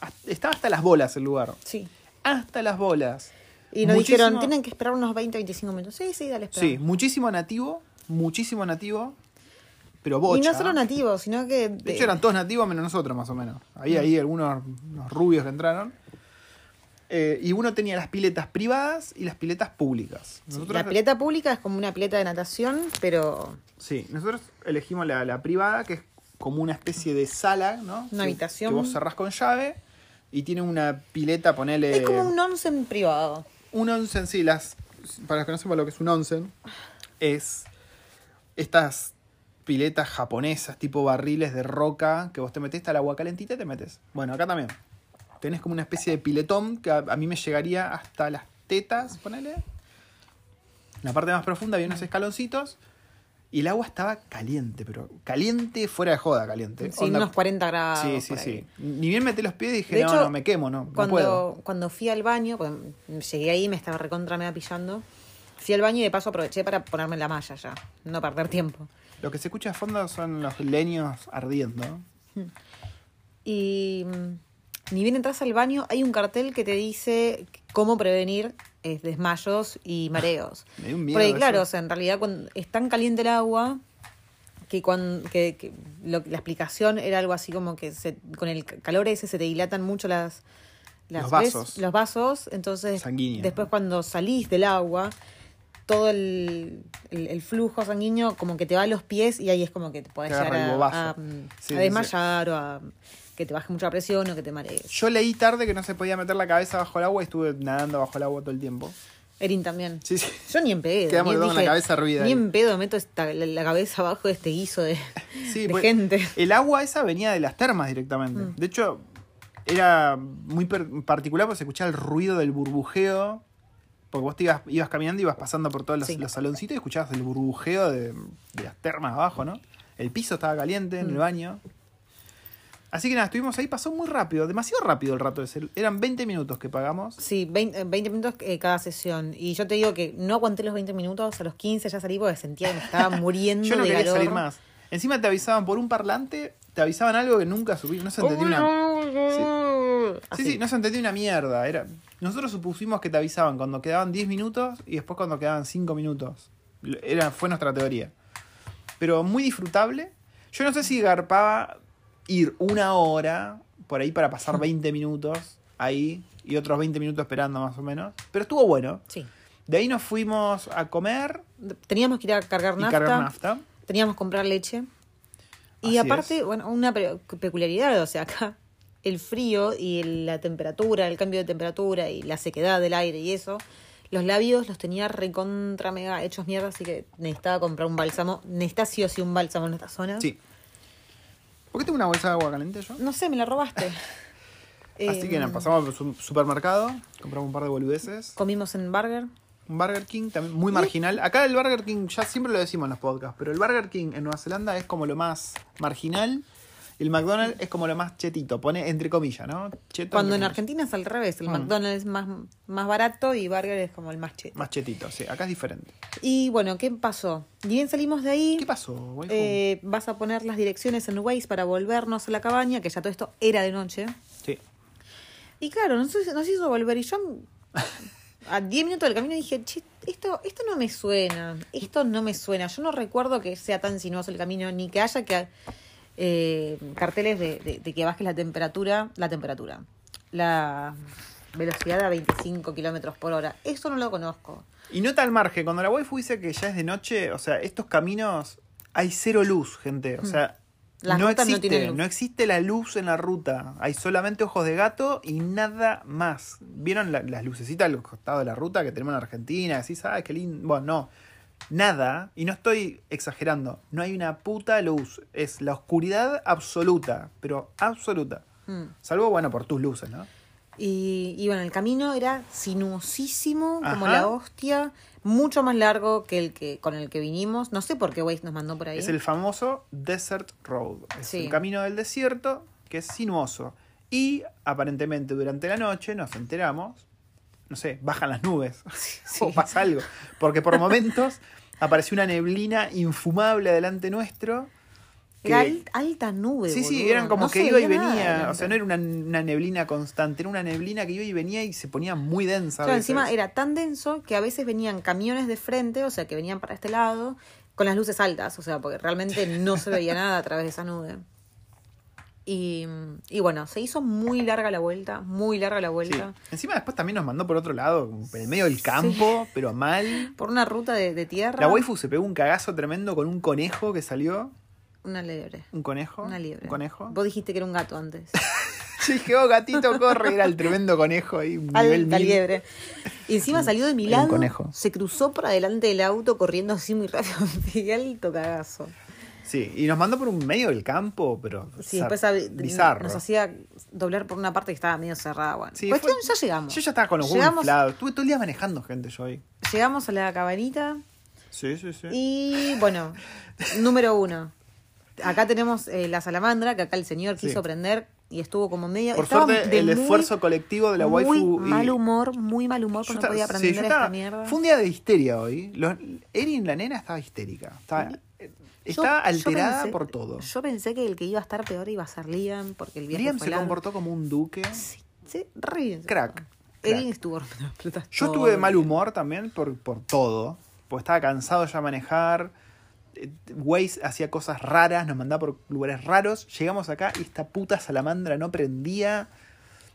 Speaker 1: Hasta- Estaba hasta las bolas el lugar.
Speaker 2: Sí.
Speaker 1: Hasta las bolas.
Speaker 2: Y nos
Speaker 1: Muchísimo-
Speaker 2: dijeron, tienen que esperar unos 20, 25 minutos. Sí, sí, dale, espera.
Speaker 1: Sí, muchísimo nativo, muchísimo nativo, pero bocha. ¿ah?
Speaker 2: Y no solo nativos, sino que.
Speaker 1: De hecho eran todos nativos menos nosotros más o menos. Había ahí algunos unos rubios que entraron. Eh, y uno tenía las piletas privadas y las piletas públicas.
Speaker 2: Sí,
Speaker 1: Nosotros,
Speaker 2: la pileta pública es como una pileta de natación, pero
Speaker 1: sí, nosotros elegimos la, la privada, que es como una especie de sala, ¿no?
Speaker 2: Una
Speaker 1: Que-
Speaker 2: habitación.
Speaker 1: Que vos cerrás con llave y tiene una pileta, ponele...
Speaker 2: es como un onsen privado.
Speaker 1: Un onsen, sí, las. Para los que no sepan lo que es un onsen, es estas piletas japonesas, tipo barriles de roca, que vos te metés, está el agua calentita y te metes. Bueno, acá también. Tenés como una especie de piletón que a, a mí me llegaría hasta las tetas, ponele. En la parte más profunda había unos escaloncitos y el agua estaba caliente, pero caliente fuera de joda, caliente.
Speaker 2: Sí,
Speaker 1: eh, Onda-
Speaker 2: unos 40 grados.
Speaker 1: sí, sí,
Speaker 2: por ahí.
Speaker 1: sí. Ni bien metí los pies y dije,
Speaker 2: De
Speaker 1: no,
Speaker 2: hecho,
Speaker 1: no, me quemo, no, no puedo.
Speaker 2: Cuando, cuando fui al baño, porque llegué ahí, me estaba recontra me pillando. Fui al baño y de paso aproveché para ponerme la malla ya, no perder tiempo.
Speaker 1: Lo que se escucha a fondo son los leños ardiendo.
Speaker 2: Y mm, ni bien entras al baño, hay un cartel que te dice cómo prevenir eh, desmayos y mareos.
Speaker 1: Me dio un miedo
Speaker 2: Porque
Speaker 1: eso.
Speaker 2: claro, o sea, en realidad cuando es tan caliente el agua que, cuando, que, que lo- la explicación era algo así como que se- con el ca- calor ese se te dilatan mucho las, las
Speaker 1: Los
Speaker 2: ves-
Speaker 1: vasos.
Speaker 2: los vasos, entonces
Speaker 1: Sanguíneos.
Speaker 2: después cuando salís del agua todo el, el- el flujo sanguíneo como que te va a los pies y ahí es como que te podés
Speaker 1: Te agarra
Speaker 2: llegar
Speaker 1: el
Speaker 2: a-
Speaker 1: bobazo.
Speaker 2: a,
Speaker 1: Sí, sí,
Speaker 2: a desmayar o a que te baje mucha la presión o que te marees.
Speaker 1: Yo leí tarde que no se podía meter la cabeza bajo el agua y estuve nadando bajo el agua todo el tiempo.
Speaker 2: Erin también.
Speaker 1: Sí, sí.
Speaker 2: Yo ni en pedo.
Speaker 1: Quedamos
Speaker 2: ni
Speaker 1: los dos con la
Speaker 2: dije,
Speaker 1: cabeza hervida
Speaker 2: Ni
Speaker 1: ahí.
Speaker 2: en pedo meto esta- la, la cabeza abajo de este guiso de,
Speaker 1: *laughs* Sí,
Speaker 2: de
Speaker 1: pues,
Speaker 2: gente.
Speaker 1: El agua esa venía de las termas directamente.
Speaker 2: Mm.
Speaker 1: De hecho, era muy per- particular porque se escuchaba el ruido del burbujeo. Porque vos te ibas, ibas caminando y ibas pasando por todos los,
Speaker 2: Sí.
Speaker 1: los saloncitos y escuchabas el burbujeo de, de las termas abajo, ¿no? El piso estaba caliente en el
Speaker 2: Mm.
Speaker 1: baño. Así que nada, estuvimos ahí, pasó muy rápido, demasiado rápido el rato ese. Eran 20 minutos que pagamos.
Speaker 2: Sí, 20, eh, 20 minutos eh, cada sesión. Y yo te digo que no aguanté los 20 minutos, a los 15 ya salí porque sentía que me
Speaker 1: *laughs*
Speaker 2: estaba muriendo
Speaker 1: Yo no
Speaker 2: de
Speaker 1: quería
Speaker 2: calor.
Speaker 1: salir más. Encima te avisaban por un parlante, te avisaban algo que nunca subí, no se entendía una. Sí,
Speaker 2: Así.
Speaker 1: sí, no se entendía una mierda. Era... Nosotros supusimos que te avisaban cuando quedaban 10 minutos y después cuando quedaban 5 minutos. Lo- Era, fue nuestra teoría. Pero muy disfrutable. Yo no sé si garpaba ir una hora por ahí para *laughs* pasar 20 minutos ahí y otros 20 minutos esperando más o menos. Pero estuvo bueno.
Speaker 2: Sí.
Speaker 1: De ahí nos fuimos a comer
Speaker 2: Teníamos que ir a cargar
Speaker 1: y
Speaker 2: nafta,
Speaker 1: cargar nafta.
Speaker 2: teníamos que comprar leche.
Speaker 1: Así
Speaker 2: Y
Speaker 1: es.
Speaker 2: aparte, bueno, una pe- peculiaridad, o sea, acá el frío y el- la temperatura, el cambio de temperatura y la sequedad del aire y eso, los labios los tenía recontra mega hechos mierda, así que necesitaba comprar un bálsamo. Necesitaba sí o sí un bálsamo en esta zona.
Speaker 1: Sí. ¿Por qué tengo una bolsa de agua caliente yo? Em.
Speaker 2: No sé, me la robaste.
Speaker 1: *laughs* Así
Speaker 2: Eh,
Speaker 1: que nada, pasamos al su- supermercado, compramos un par de boludeces.
Speaker 2: Comimos en Burger.
Speaker 1: Un Burger King también muy marginal. Acá el Burger King, ya siempre lo decimos en los podcasts, pero el Burger King en Nueva Zelanda es como lo más marginal. y El McDonald's es como lo más chetito, pone entre comillas, ¿no? Cheto,
Speaker 2: Cuando en
Speaker 1: entre
Speaker 2: Argentina es al revés, el
Speaker 1: Mm.
Speaker 2: McDonald's es más, más barato y Burger es como el más
Speaker 1: comillas.
Speaker 2: cheto.
Speaker 1: Más chetito, sí. Acá es diferente.
Speaker 2: Y bueno, ¿qué pasó? Y bien salimos de ahí.
Speaker 1: ¿Qué pasó, güey?
Speaker 2: Eh, vas a poner las direcciones en Waze para volvernos a la cabaña, que ya todo esto era de noche.
Speaker 1: Sí.
Speaker 2: Y claro, nos, hizo- nos hizo volver y yo a 10 minutos del camino dije, che, esto, esto no me suena, esto no me suena. Yo no recuerdo que sea tan sinuoso el camino, ni que haya que eh, carteles de, de- de que bajes la temperatura, la temperatura, la velocidad a 25 kilómetros por hora. Eso no lo conozco.
Speaker 1: Y nota al margen, cuando la waifu dice que ya es de noche, o sea, estos caminos hay cero luz, gente. O sea,
Speaker 2: Hmm. Las
Speaker 1: no
Speaker 2: rutas no
Speaker 1: existe,
Speaker 2: tienen luz.
Speaker 1: no existe la luz en la ruta. Hay solamente ojos de gato y nada más. ¿Vieron la- las lucecitas al costado de la ruta que tenemos en Argentina? Decís, ah, qué lindo. Bueno, no. Nada, y no estoy exagerando, no hay una puta luz. Es la oscuridad absoluta, pero absoluta.
Speaker 2: Mm.
Speaker 1: Salvo, bueno, por tus luces, ¿no?
Speaker 2: Y, y bueno, el camino era sinuosísimo, como
Speaker 1: Ajá.
Speaker 2: la hostia, mucho más largo que el que con el que vinimos. No sé por qué Waze nos mandó por ahí.
Speaker 1: Es el famoso Desert Road. Es
Speaker 2: Sí.
Speaker 1: el camino del desierto que es sinuoso. Y aparentemente durante la noche nos enteramos, no sé, bajan las
Speaker 2: *laughs*
Speaker 1: nubes *laughs* o pasa algo. Porque por momentos *laughs* apareció una neblina infumable delante nuestro. que-
Speaker 2: Era al- alta nube.
Speaker 1: Sí, sí,
Speaker 2: boludo.
Speaker 1: eran como
Speaker 2: No
Speaker 1: que
Speaker 2: se
Speaker 1: iba y
Speaker 2: veía nada
Speaker 1: venía. O
Speaker 2: adelante.
Speaker 1: sea, no era una, una neblina constante, era una neblina que iba y venía y se ponía muy densa. a
Speaker 2: Claro,
Speaker 1: veces.
Speaker 2: encima era tan denso que a veces venían camiones de frente, o sea, que venían para este lado, con las luces altas, o sea, porque realmente no
Speaker 1: *laughs*
Speaker 2: se veía nada a través de esa nube. Y, y bueno, se hizo muy larga la vuelta, muy larga la
Speaker 1: Sí.
Speaker 2: vuelta.
Speaker 1: Encima después también nos mandó por otro lado, en el medio del campo,
Speaker 2: *laughs*
Speaker 1: pero mal.
Speaker 2: Por una ruta de, de tierra.
Speaker 1: La waifu se pegó un cagazo tremendo con un conejo que salió.
Speaker 2: Una liebre.
Speaker 1: ¿Un conejo?
Speaker 2: Una liebre.
Speaker 1: ¿Un conejo? *laughs*
Speaker 2: Vos dijiste que era un gato antes.
Speaker 1: Yo dije, oh, gatito, corre. Era el tremendo conejo ahí. un *laughs* nivel
Speaker 2: *laughs* Alta
Speaker 1: mil.
Speaker 2: liebre. Y encima salió de mi
Speaker 1: Era un
Speaker 2: lado,
Speaker 1: conejo.
Speaker 2: se cruzó para delante del auto corriendo así muy rápido. *laughs* Y alto cagazo.
Speaker 1: Sí, y nos mandó por un medio del campo, pero
Speaker 2: Sí,
Speaker 1: zar-
Speaker 2: después hab-
Speaker 1: bizarro.
Speaker 2: nos hacía doblar por una parte que estaba medio cerrada. Bueno,
Speaker 1: Sí,
Speaker 2: cuestión,
Speaker 1: fue-
Speaker 2: ya llegamos.
Speaker 1: Yo ya estaba con los huevos
Speaker 2: llegamos,
Speaker 1: inflados. Estuve todo el día manejando gente yo ahí.
Speaker 2: llegamos a la cabanita
Speaker 1: Sí, sí, sí.
Speaker 2: y bueno, número uno. Acá tenemos eh, la salamandra que acá el señor
Speaker 1: Sí.
Speaker 2: quiso prender y estuvo como medio.
Speaker 1: Por
Speaker 2: estaba
Speaker 1: suerte,
Speaker 2: de
Speaker 1: el
Speaker 2: muy-
Speaker 1: esfuerzo colectivo de la waifu.
Speaker 2: Muy
Speaker 1: y-
Speaker 2: mal humor, muy mal humor,
Speaker 1: Yo
Speaker 2: porque
Speaker 1: estaba-
Speaker 2: no podía
Speaker 1: sí, yo
Speaker 2: aprender esta
Speaker 1: estaba-
Speaker 2: mierda.
Speaker 1: Fue un día de histeria hoy. Los, Erin, la nena, estaba histérica. Estaba,
Speaker 2: Yo-
Speaker 1: estaba
Speaker 2: yo
Speaker 1: alterada
Speaker 2: pensé-
Speaker 1: por todo.
Speaker 2: Yo pensé que el que iba a estar peor iba a ser Liam, porque el viaje
Speaker 1: Liam
Speaker 2: fue
Speaker 1: se
Speaker 2: largo.
Speaker 1: comportó como un duque.
Speaker 2: Sí, sí, re bien se
Speaker 1: Crack,
Speaker 2: portó.
Speaker 1: crack.
Speaker 2: Erin estuvo rompiendo las pelotas
Speaker 1: Yo
Speaker 2: todo
Speaker 1: estuve de
Speaker 2: el
Speaker 1: mal
Speaker 2: día.
Speaker 1: humor también por, por todo. Porque estaba cansado ya de manejar. Eh, Waze hacía cosas raras, nos mandaba por lugares raros. Llegamos acá y esta puta salamandra no prendía.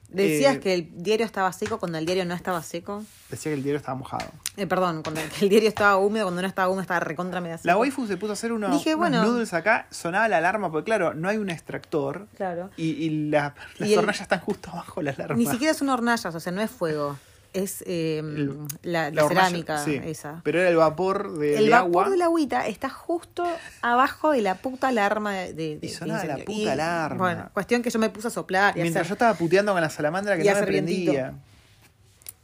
Speaker 2: Decías
Speaker 1: Eh,
Speaker 2: que el diario estaba seco cuando el diario no estaba seco.
Speaker 1: Decía que el diario estaba mojado.
Speaker 2: Eh, perdón, cuando el, *laughs* que el diario estaba húmedo, cuando no estaba húmedo estaba recontra media seco.
Speaker 1: La waifu se puso a hacer unos,
Speaker 2: Dije,
Speaker 1: unos
Speaker 2: bueno.
Speaker 1: noodles acá. Sonaba la alarma, porque claro, no hay un extractor.
Speaker 2: Claro.
Speaker 1: Y, y la- las
Speaker 2: Y el-
Speaker 1: hornallas están justo abajo de la alarma.
Speaker 2: Ni siquiera son hornallas, o sea, no es fuego. Es eh,
Speaker 1: El-
Speaker 2: la, la
Speaker 1: hornalla,
Speaker 2: cerámica
Speaker 1: sí.
Speaker 2: esa.
Speaker 1: Pero era el vapor de,
Speaker 2: el
Speaker 1: de
Speaker 2: vapor
Speaker 1: agua.
Speaker 2: de la agüita está justo abajo de la puta alarma de, de- de-
Speaker 1: Y sonaba
Speaker 2: de
Speaker 1: la
Speaker 2: incendio.
Speaker 1: puta alarma.
Speaker 2: Bueno, cuestión que yo me puse a soplar y a
Speaker 1: Mientras yo
Speaker 2: hacer-
Speaker 1: estaba puteando con la salamandra que
Speaker 2: y
Speaker 1: no me
Speaker 2: hacer vientito.
Speaker 1: prendía.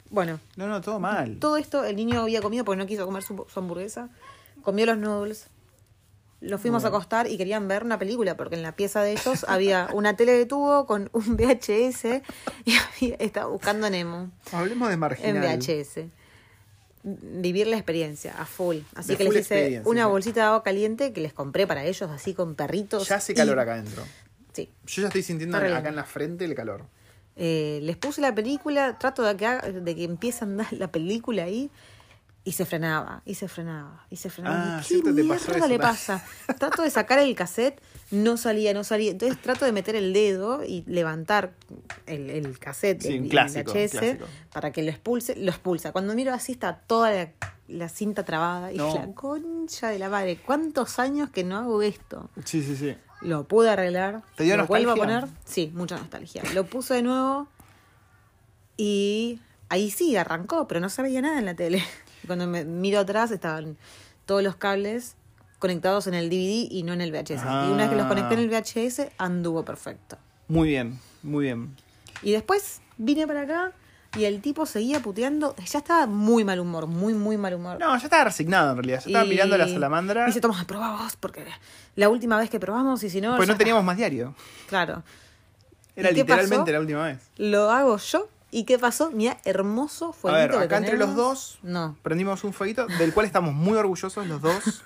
Speaker 2: Bueno,
Speaker 1: No, no, todo mal.
Speaker 2: todo esto el niño había comido porque no quiso comer su, su hamburguesa. Comió los noodles. Los fuimos a acostar y querían ver una película porque en la pieza de ellos había una tele de tubo con un VHS y *laughs* había- estaba buscando a Nemo
Speaker 1: Hablemos de marginal.
Speaker 2: en VHS. Vivir la experiencia a full. Así
Speaker 1: De
Speaker 2: que
Speaker 1: full
Speaker 2: les hice
Speaker 1: experiencia,
Speaker 2: una
Speaker 1: sí.
Speaker 2: bolsita de agua caliente que les compré para ellos así con perritos.
Speaker 1: Ya hace
Speaker 2: y-
Speaker 1: calor acá adentro.
Speaker 2: Sí.
Speaker 1: Yo ya estoy sintiendo
Speaker 2: Está re
Speaker 1: acá
Speaker 2: bien.
Speaker 1: en la frente el calor.
Speaker 2: Eh, les puse la película, trato de que, haga- de que empiece a andar la película ahí y se frenaba, y se frenaba, y se
Speaker 1: Ah,
Speaker 2: frenaba. Y, ¿Qué
Speaker 1: siempre te pasó
Speaker 2: mierda
Speaker 1: eso,
Speaker 2: le
Speaker 1: ¿no?
Speaker 2: pasa? Trato de sacar el cassette, no salía, no salía. Entonces trato de meter el dedo y levantar el, el cassette,
Speaker 1: Sí,
Speaker 2: el-
Speaker 1: un
Speaker 2: el
Speaker 1: clásico,
Speaker 2: VHS,
Speaker 1: un clásico.
Speaker 2: para que lo expulse, lo expulsa. Cuando miro así está toda la, la cinta trabada y
Speaker 1: No.
Speaker 2: la concha de la madre, ¿cuántos años que no hago esto?
Speaker 1: Sí, sí, sí.
Speaker 2: Lo pude arreglar.
Speaker 1: ¿Te dio
Speaker 2: lo vuelvo a
Speaker 1: nostalgia?
Speaker 2: poner. Sí, mucha nostalgia. Lo puse de nuevo y ahí sí, arrancó, pero no se veía nada en la tele. *laughs* Y Cuando me miro atrás estaban todos los cables conectados en el DVD y no en el VHS. Y una vez que los
Speaker 1: Ah.
Speaker 2: conecté en el VHS, anduvo perfecto.
Speaker 1: Muy bien, muy bien.
Speaker 2: Y después vine para acá y el tipo seguía puteando. Ya estaba muy mal humor, muy, muy mal humor.
Speaker 1: No, ya estaba resignado en realidad. Ya estaba
Speaker 2: Y-
Speaker 1: mirando la salamandra.
Speaker 2: y Dice, toma, probá vos, porque la última vez que probamos y si no...
Speaker 1: pues
Speaker 2: ya
Speaker 1: no teníamos más diario.
Speaker 2: está". Claro.
Speaker 1: Era
Speaker 2: ¿Y qué
Speaker 1: literalmente
Speaker 2: pasó?
Speaker 1: la última vez.
Speaker 2: Lo hago yo. ¿Y qué pasó? Mira, hermoso fue
Speaker 1: A ver, acá entre los dos-
Speaker 2: No.
Speaker 1: Prendimos un fueguito del cual estamos muy orgullosos los
Speaker 2: *laughs*
Speaker 1: dos.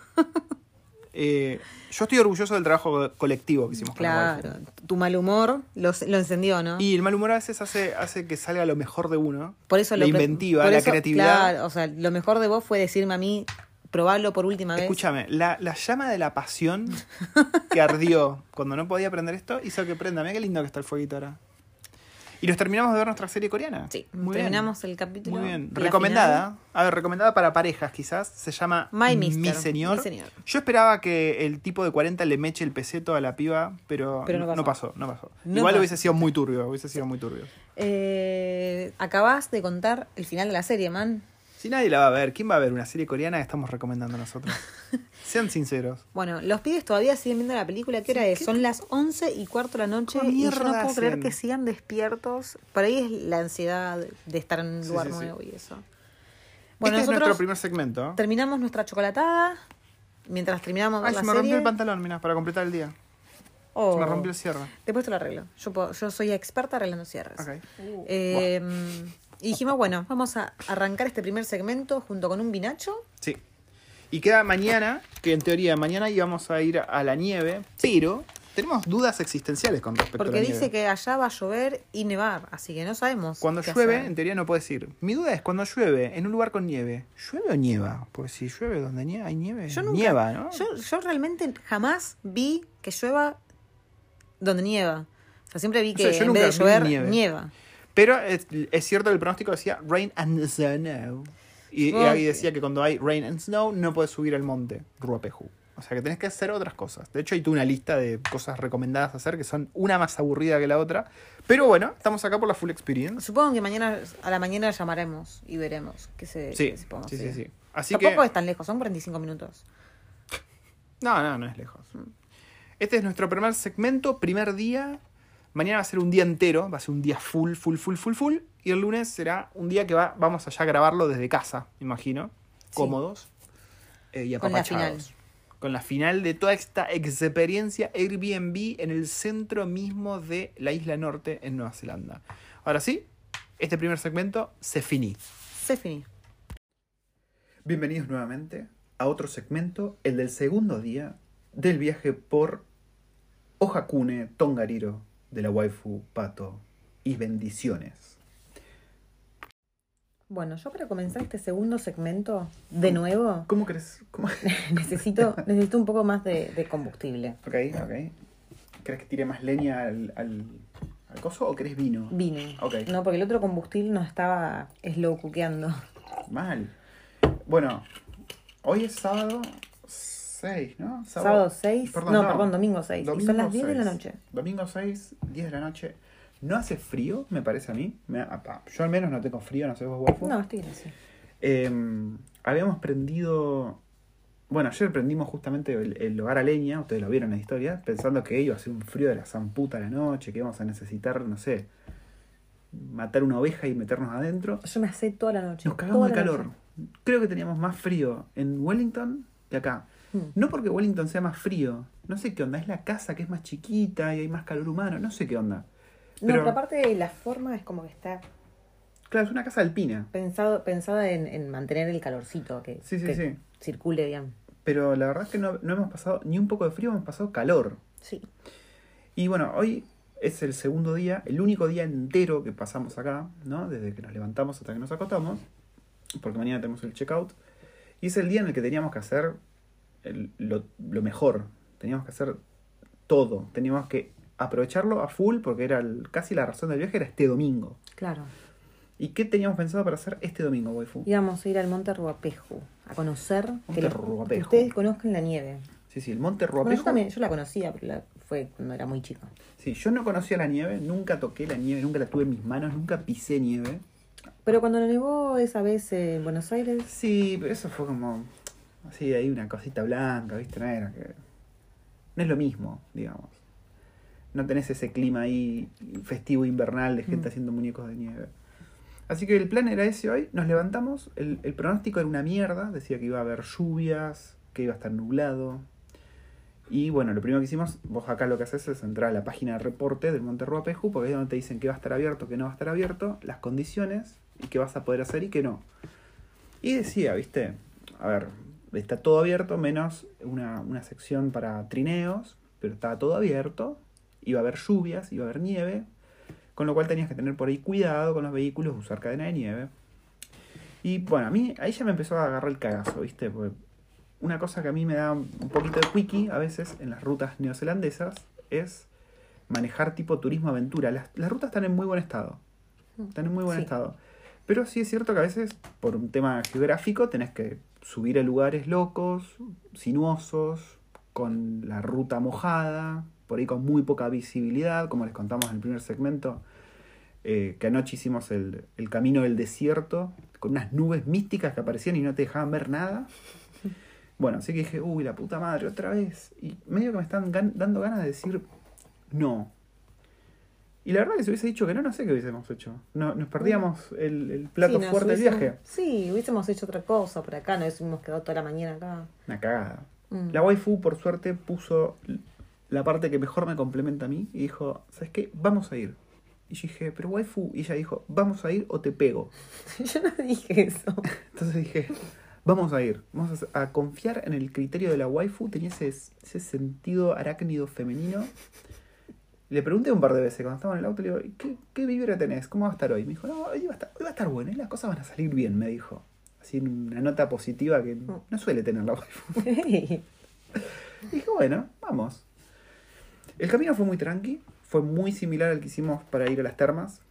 Speaker 1: Eh, yo estoy orgulloso del trabajo colectivo que hicimos con la waifu.
Speaker 2: Claro. Tu mal humor lo, lo encendió, ¿no?
Speaker 1: Y el mal humor a veces hace, hace que salga lo mejor de uno.
Speaker 2: por eso
Speaker 1: la
Speaker 2: lo pre-
Speaker 1: inventiva,
Speaker 2: por
Speaker 1: la
Speaker 2: eso,
Speaker 1: creatividad.
Speaker 2: Claro, o sea, lo mejor de vos fue decirme a mí, probarlo por última vez.
Speaker 1: Escúchame, la, la llama de la pasión que ardió cuando no podía prender esto hizo que prenda. Mira qué lindo que está el fueguito ahora. Y nos terminamos de ver nuestra serie coreana.
Speaker 2: Sí,
Speaker 1: Muy bien.
Speaker 2: terminamos el capítulo.
Speaker 1: Muy bien.
Speaker 2: La
Speaker 1: Recomendada.
Speaker 2: final.
Speaker 1: A ver, recomendada para parejas quizás. Se llama
Speaker 2: My
Speaker 1: Mi
Speaker 2: Mister,
Speaker 1: Señor.
Speaker 2: Mi Señor.
Speaker 1: Yo esperaba que el tipo de 40 le meche el peseto a la piba, pero,
Speaker 2: Pero no
Speaker 1: no
Speaker 2: pasó.
Speaker 1: no pasó. No pasó.
Speaker 2: No
Speaker 1: Igual
Speaker 2: pasó.
Speaker 1: hubiese sido muy turbio, hubiese sido muy turbio.
Speaker 2: Eh, acabas de contar el final de la serie, man.
Speaker 1: Si nadie la va a ver, ¿quién va a ver una serie coreana que estamos recomendando
Speaker 2: *laughs*
Speaker 1: nosotros? Sean sinceros.
Speaker 2: Bueno, los pibes todavía siguen viendo la película. ¿Qué hora es? Son las 11 y cuarto de la noche.
Speaker 1: ¿Cómo
Speaker 2: Y yo no
Speaker 1: mierda
Speaker 2: puedo creer
Speaker 1: hacen?
Speaker 2: que sigan despiertos. Por ahí es la ansiedad de estar en un
Speaker 1: Sí,
Speaker 2: lugar
Speaker 1: sí, sí.
Speaker 2: nuevo y eso. Bueno,
Speaker 1: Bueno, este es
Speaker 2: nosotros
Speaker 1: nuestro primer segmento.
Speaker 2: terminamos nuestra chocolatada. Mientras terminamos de ver
Speaker 1: Ay,
Speaker 2: la
Speaker 1: se me
Speaker 2: serie.
Speaker 1: rompió el pantalón, mira, para completar el día.
Speaker 2: Oh.
Speaker 1: Se me rompió el cierre.
Speaker 2: Después te lo arreglo. Yo, puedo- yo soy experta arreglando cierres.
Speaker 1: Ok.
Speaker 2: Eh, y dijimos, bueno, vamos a arrancar este primer segmento junto con un vinacho.
Speaker 1: Sí. Y queda mañana, que en teoría mañana íbamos a ir a la nieve, pero tenemos dudas existenciales con respecto a
Speaker 2: Porque
Speaker 1: la nieve.
Speaker 2: dice que allá va a llover y nevar. Así que no sabemos.
Speaker 1: Cuando
Speaker 2: qué
Speaker 1: llueve,
Speaker 2: hacer.
Speaker 1: en teoría no puedes ir. Mi duda es, cuando llueve, en un lugar con nieve, ¿llueve o nieva? Porque si llueve donde nie- hay nieve,
Speaker 2: Yo nunca-
Speaker 1: nieva, ¿no?
Speaker 2: Yo, yo realmente jamás vi que llueva donde nieva. O sea, siempre vi
Speaker 1: No
Speaker 2: que
Speaker 1: sé, yo
Speaker 2: en
Speaker 1: nunca
Speaker 2: vez de
Speaker 1: vi
Speaker 2: llover,
Speaker 1: nieve.
Speaker 2: nieva.
Speaker 1: Pero es, es cierto que el pronóstico decía rain and snow. Y, y
Speaker 2: Oh.
Speaker 1: ahí decía que cuando hay rain and snow no puedes subir al monte Ruapehu. O sea que tenés que hacer otras cosas. De hecho, hay tú una lista de cosas recomendadas hacer que son una más aburrida que la otra. Pero bueno, estamos acá por la full experience.
Speaker 2: Supongo que mañana a la mañana llamaremos y veremos qué se,
Speaker 1: Sí,
Speaker 2: qué se podemos
Speaker 1: sí, sí,
Speaker 2: hacer.
Speaker 1: sí. Así
Speaker 2: Tampoco
Speaker 1: que.
Speaker 2: es tan lejos, son 45 minutos.
Speaker 1: No, no, no es lejos. Este es nuestro primer segmento, primer día. Mañana va a ser un día entero, va a ser un día full, full, full, full, full. Y el lunes será un día que va, vamos allá a grabarlo desde casa, me imagino. Cómodos eh, y
Speaker 2: Con la
Speaker 1: apapachados. Con la final de toda esta experiencia Airbnb en el centro mismo de la isla norte en Nueva Zelanda. Ahora sí, este primer segmento se finí.
Speaker 2: Se finí.
Speaker 1: Bienvenidos nuevamente a otro segmento, el del segundo día del viaje por Ojakune Tongariro de la waifu Pato y bendiciones.
Speaker 2: Bueno, yo para comenzar este segundo segmento, de nuevo,
Speaker 1: ¿Cómo crees?
Speaker 2: *laughs*
Speaker 1: ¿Cómo? *laughs*
Speaker 2: necesito, necesito un poco más de, de combustible.
Speaker 1: Ok, ok. ¿Crees que tire más leña al, al, al coso o crees vino?
Speaker 2: Vino.
Speaker 1: Ok.
Speaker 2: No, porque el otro combustible nos estaba slow cookeando.
Speaker 1: Mal. Bueno, hoy es sábado 6, ¿no?
Speaker 2: Sábado 6. no, perdón, domingo 6. Y
Speaker 1: Domingo
Speaker 2: son las 10 de la
Speaker 1: 6.
Speaker 2: noche.
Speaker 1: Domingo 6, 10 de la noche. ¿No hace frío, me parece a mí? Me- apa, yo al menos no tengo frío, no sé vos, guapo.
Speaker 2: No, estoy gracias.
Speaker 1: Em, habíamos prendido... Bueno, ayer prendimos justamente el, el hogar a leña, ustedes lo vieron en la historia, pensando que iba a ser un frío de la zamputa a la noche, que íbamos a necesitar, no sé, matar una oveja y meternos adentro.
Speaker 2: Yo me asé toda la noche.
Speaker 1: Nos cagamos
Speaker 2: toda
Speaker 1: de
Speaker 2: la
Speaker 1: calor.
Speaker 2: noche.
Speaker 1: Creo que teníamos más frío en Wellington que acá.
Speaker 2: Mm.
Speaker 1: No porque Wellington sea más frío. No sé qué onda. Es la casa que es más chiquita y hay más calor humano. No sé qué onda.
Speaker 2: no,
Speaker 1: Pero-
Speaker 2: pero aparte la forma es como que está
Speaker 1: Claro, es una casa alpina.
Speaker 2: pensado, pensada en, en mantener el calorcito que,
Speaker 1: Sí, sí,
Speaker 2: que
Speaker 1: sí.
Speaker 2: circule bien.
Speaker 1: Pero la verdad es que no, no hemos pasado ni un poco de frío, hemos pasado calor.
Speaker 2: Sí.
Speaker 1: Y bueno, hoy es el segundo día, el único día entero que pasamos acá, ¿no? Desde que nos levantamos hasta que nos acostamos, porque mañana tenemos el checkout. Y es el día en el que teníamos que hacer el- lo, lo mejor, teníamos que hacer todo, teníamos que aprovecharlo a full porque era el- casi la razón del viaje era este domingo.
Speaker 2: Claro.
Speaker 1: ¿Y qué teníamos pensado para hacer este domingo, waifu?
Speaker 2: Íbamos a ir al Monte Ruapeju a conocer
Speaker 1: Monte
Speaker 2: los-
Speaker 1: Ruapeju.
Speaker 2: ustedes conozcan la nieve.
Speaker 1: Sí, sí, el monte
Speaker 2: Bueno, yo
Speaker 1: Ruapejo.
Speaker 2: también, yo la conocía, pero la- fue cuando era muy chica.
Speaker 1: sí, yo no conocía la nieve, nunca toqué la nieve, nunca la tuve en mis manos, nunca pisé nieve.
Speaker 2: Pero cuando lo nevó esa vez en Buenos Aires,
Speaker 1: Sí, pero eso fue como. Así, ahí una cosita blanca, ¿viste? No, era que- no es lo mismo, digamos. No tenés ese clima ahí festivo invernal de gente
Speaker 2: Mm.
Speaker 1: haciendo muñecos de nieve. Así que el plan era ese hoy. Nos levantamos. El, el pronóstico era una mierda. Decía que iba a haber lluvias, que iba a estar nublado. Y bueno, lo primero que hicimos, vos acá lo que haces es entrar a la página de reporte del Monte Ruapeju, porque ahí es donde te dicen que va a estar abierto, que no va a estar abierto, las condiciones y qué vas a poder hacer y qué no. Y decía, viste, a ver, está todo abierto, menos una, una sección para trineos, pero estaba todo abierto, iba a haber lluvias, iba a haber nieve, con lo cual tenías que tener por ahí cuidado con los vehículos, usar cadena de nieve. Y bueno, a mí ahí ya me empezó a agarrar el cagazo, viste, porque una cosa que a mí me da un poquito de wiki a veces en las rutas neozelandesas es manejar tipo turismo aventura. Las, las rutas están en muy buen estado. Están en muy buen
Speaker 2: Sí.
Speaker 1: estado. Pero sí es cierto que a veces, por un tema geográfico, tenés que subir a lugares locos, sinuosos, con la ruta mojada, por ahí con muy poca visibilidad, como les contamos en el primer segmento, eh, que anoche hicimos el, el camino del desierto, con unas nubes místicas que aparecían y no te dejaban ver
Speaker 2: *laughs*
Speaker 1: nada. Bueno, así que dije, uy, la puta madre, otra vez. Y medio que me están gan- dando ganas de decir no. Y la verdad que si hubiese dicho que no, no sé qué hubiésemos hecho. No, nos perdíamos el, el plato
Speaker 2: Sí, nos
Speaker 1: fuerte del
Speaker 2: hubiésemos-
Speaker 1: viaje.
Speaker 2: Sí, hubiésemos hecho otra cosa por acá, nos hubiésemos quedado toda la mañana acá.
Speaker 1: Una cagada.
Speaker 2: Mm.
Speaker 1: La waifu, por suerte, puso la parte que mejor me complementa a mí y dijo, ¿sabes qué? Vamos a ir. Y yo dije, pero waifu, y ella dijo, vamos a ir o te pego.
Speaker 2: *laughs* Yo no
Speaker 1: *laughs*
Speaker 2: dije eso.
Speaker 1: Entonces dije, vamos a ir, vamos a, a confiar en el criterio de la waifu, tenía ese, ese sentido arácnido femenino. Le pregunté un par de veces cuando estaba en el auto, le digo, "¿Y ¿qué, qué vibra tenés? ¿Cómo va a estar hoy? Me dijo, no, hoy va a estar, hoy va a estar bueno, y las cosas van a salir bien, me dijo. Así una nota positiva que
Speaker 2: Mm.
Speaker 1: no suele tener la waifu.
Speaker 2: Hey.
Speaker 1: Y dije, bueno, vamos. El camino fue muy tranqui, fue muy similar al que hicimos para ir a las termas.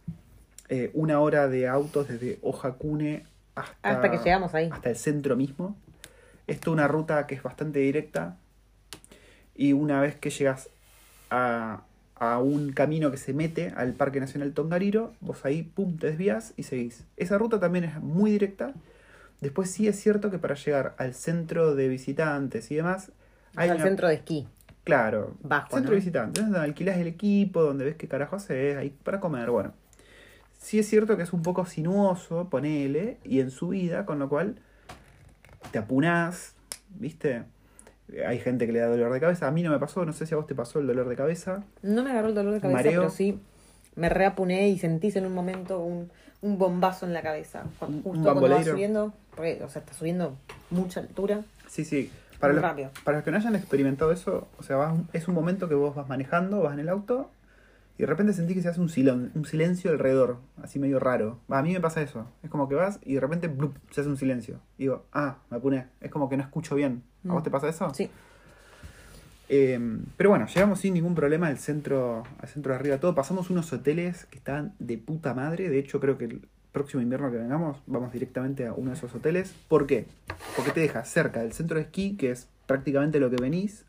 Speaker 1: Eh, una hora de autos desde Ojakune hasta,
Speaker 2: Hasta que llegamos ahí.
Speaker 1: hasta el centro mismo. Esto es una ruta que es bastante directa. Y una vez que llegas a, a un camino que se mete al Parque Nacional Tongariro, vos ahí, pum, te desvías y seguís. Esa ruta también es muy directa. Después sí es cierto que para llegar al centro de visitantes y demás, hay
Speaker 2: Al
Speaker 1: una-
Speaker 2: centro de esquí.
Speaker 1: Claro.
Speaker 2: Bajo,
Speaker 1: Centro
Speaker 2: ¿no?
Speaker 1: visitante. Donde alquilás el equipo, donde ves qué carajo haces, ahí para comer, bueno. Sí es cierto que es un poco sinuoso, ponele, y en subida, con lo cual te apunás, ¿viste? Hay gente que le da dolor de cabeza. A mí no me pasó, no sé si a vos te pasó el dolor de cabeza.
Speaker 2: No me agarró el dolor de cabeza,
Speaker 1: Mareo.
Speaker 2: pero sí me reapuné y sentís en un momento un, un bombazo en la cabeza. Ju-
Speaker 1: Un- un
Speaker 2: Justo cuando vas
Speaker 1: bamboleiro.
Speaker 2: subiendo, porque, o sea, está subiendo mucha altura.
Speaker 1: Sí, sí. Para
Speaker 2: Muy
Speaker 1: los,
Speaker 2: rápido.
Speaker 1: para los que no hayan experimentado eso, o sea, vas- es un momento que vos vas manejando, vas en el auto y de repente sentís que se hace un, silon- un silencio alrededor, así medio raro. A mí me pasa eso. Es como que vas y de repente blup, se hace un silencio. Y digo, ah, me apune. Es como que no escucho bien. ¿A vos
Speaker 2: Mm.
Speaker 1: te pasa eso?
Speaker 2: Sí.
Speaker 1: Eh, pero bueno, llegamos sin ningún problema al centro, al centro de arriba todo. Pasamos unos hoteles que estaban de puta madre. De hecho, creo que el próximo invierno que vengamos, vamos directamente a uno de esos hoteles. ¿Por qué? Porque te deja cerca del centro de esquí, que es prácticamente lo que venís.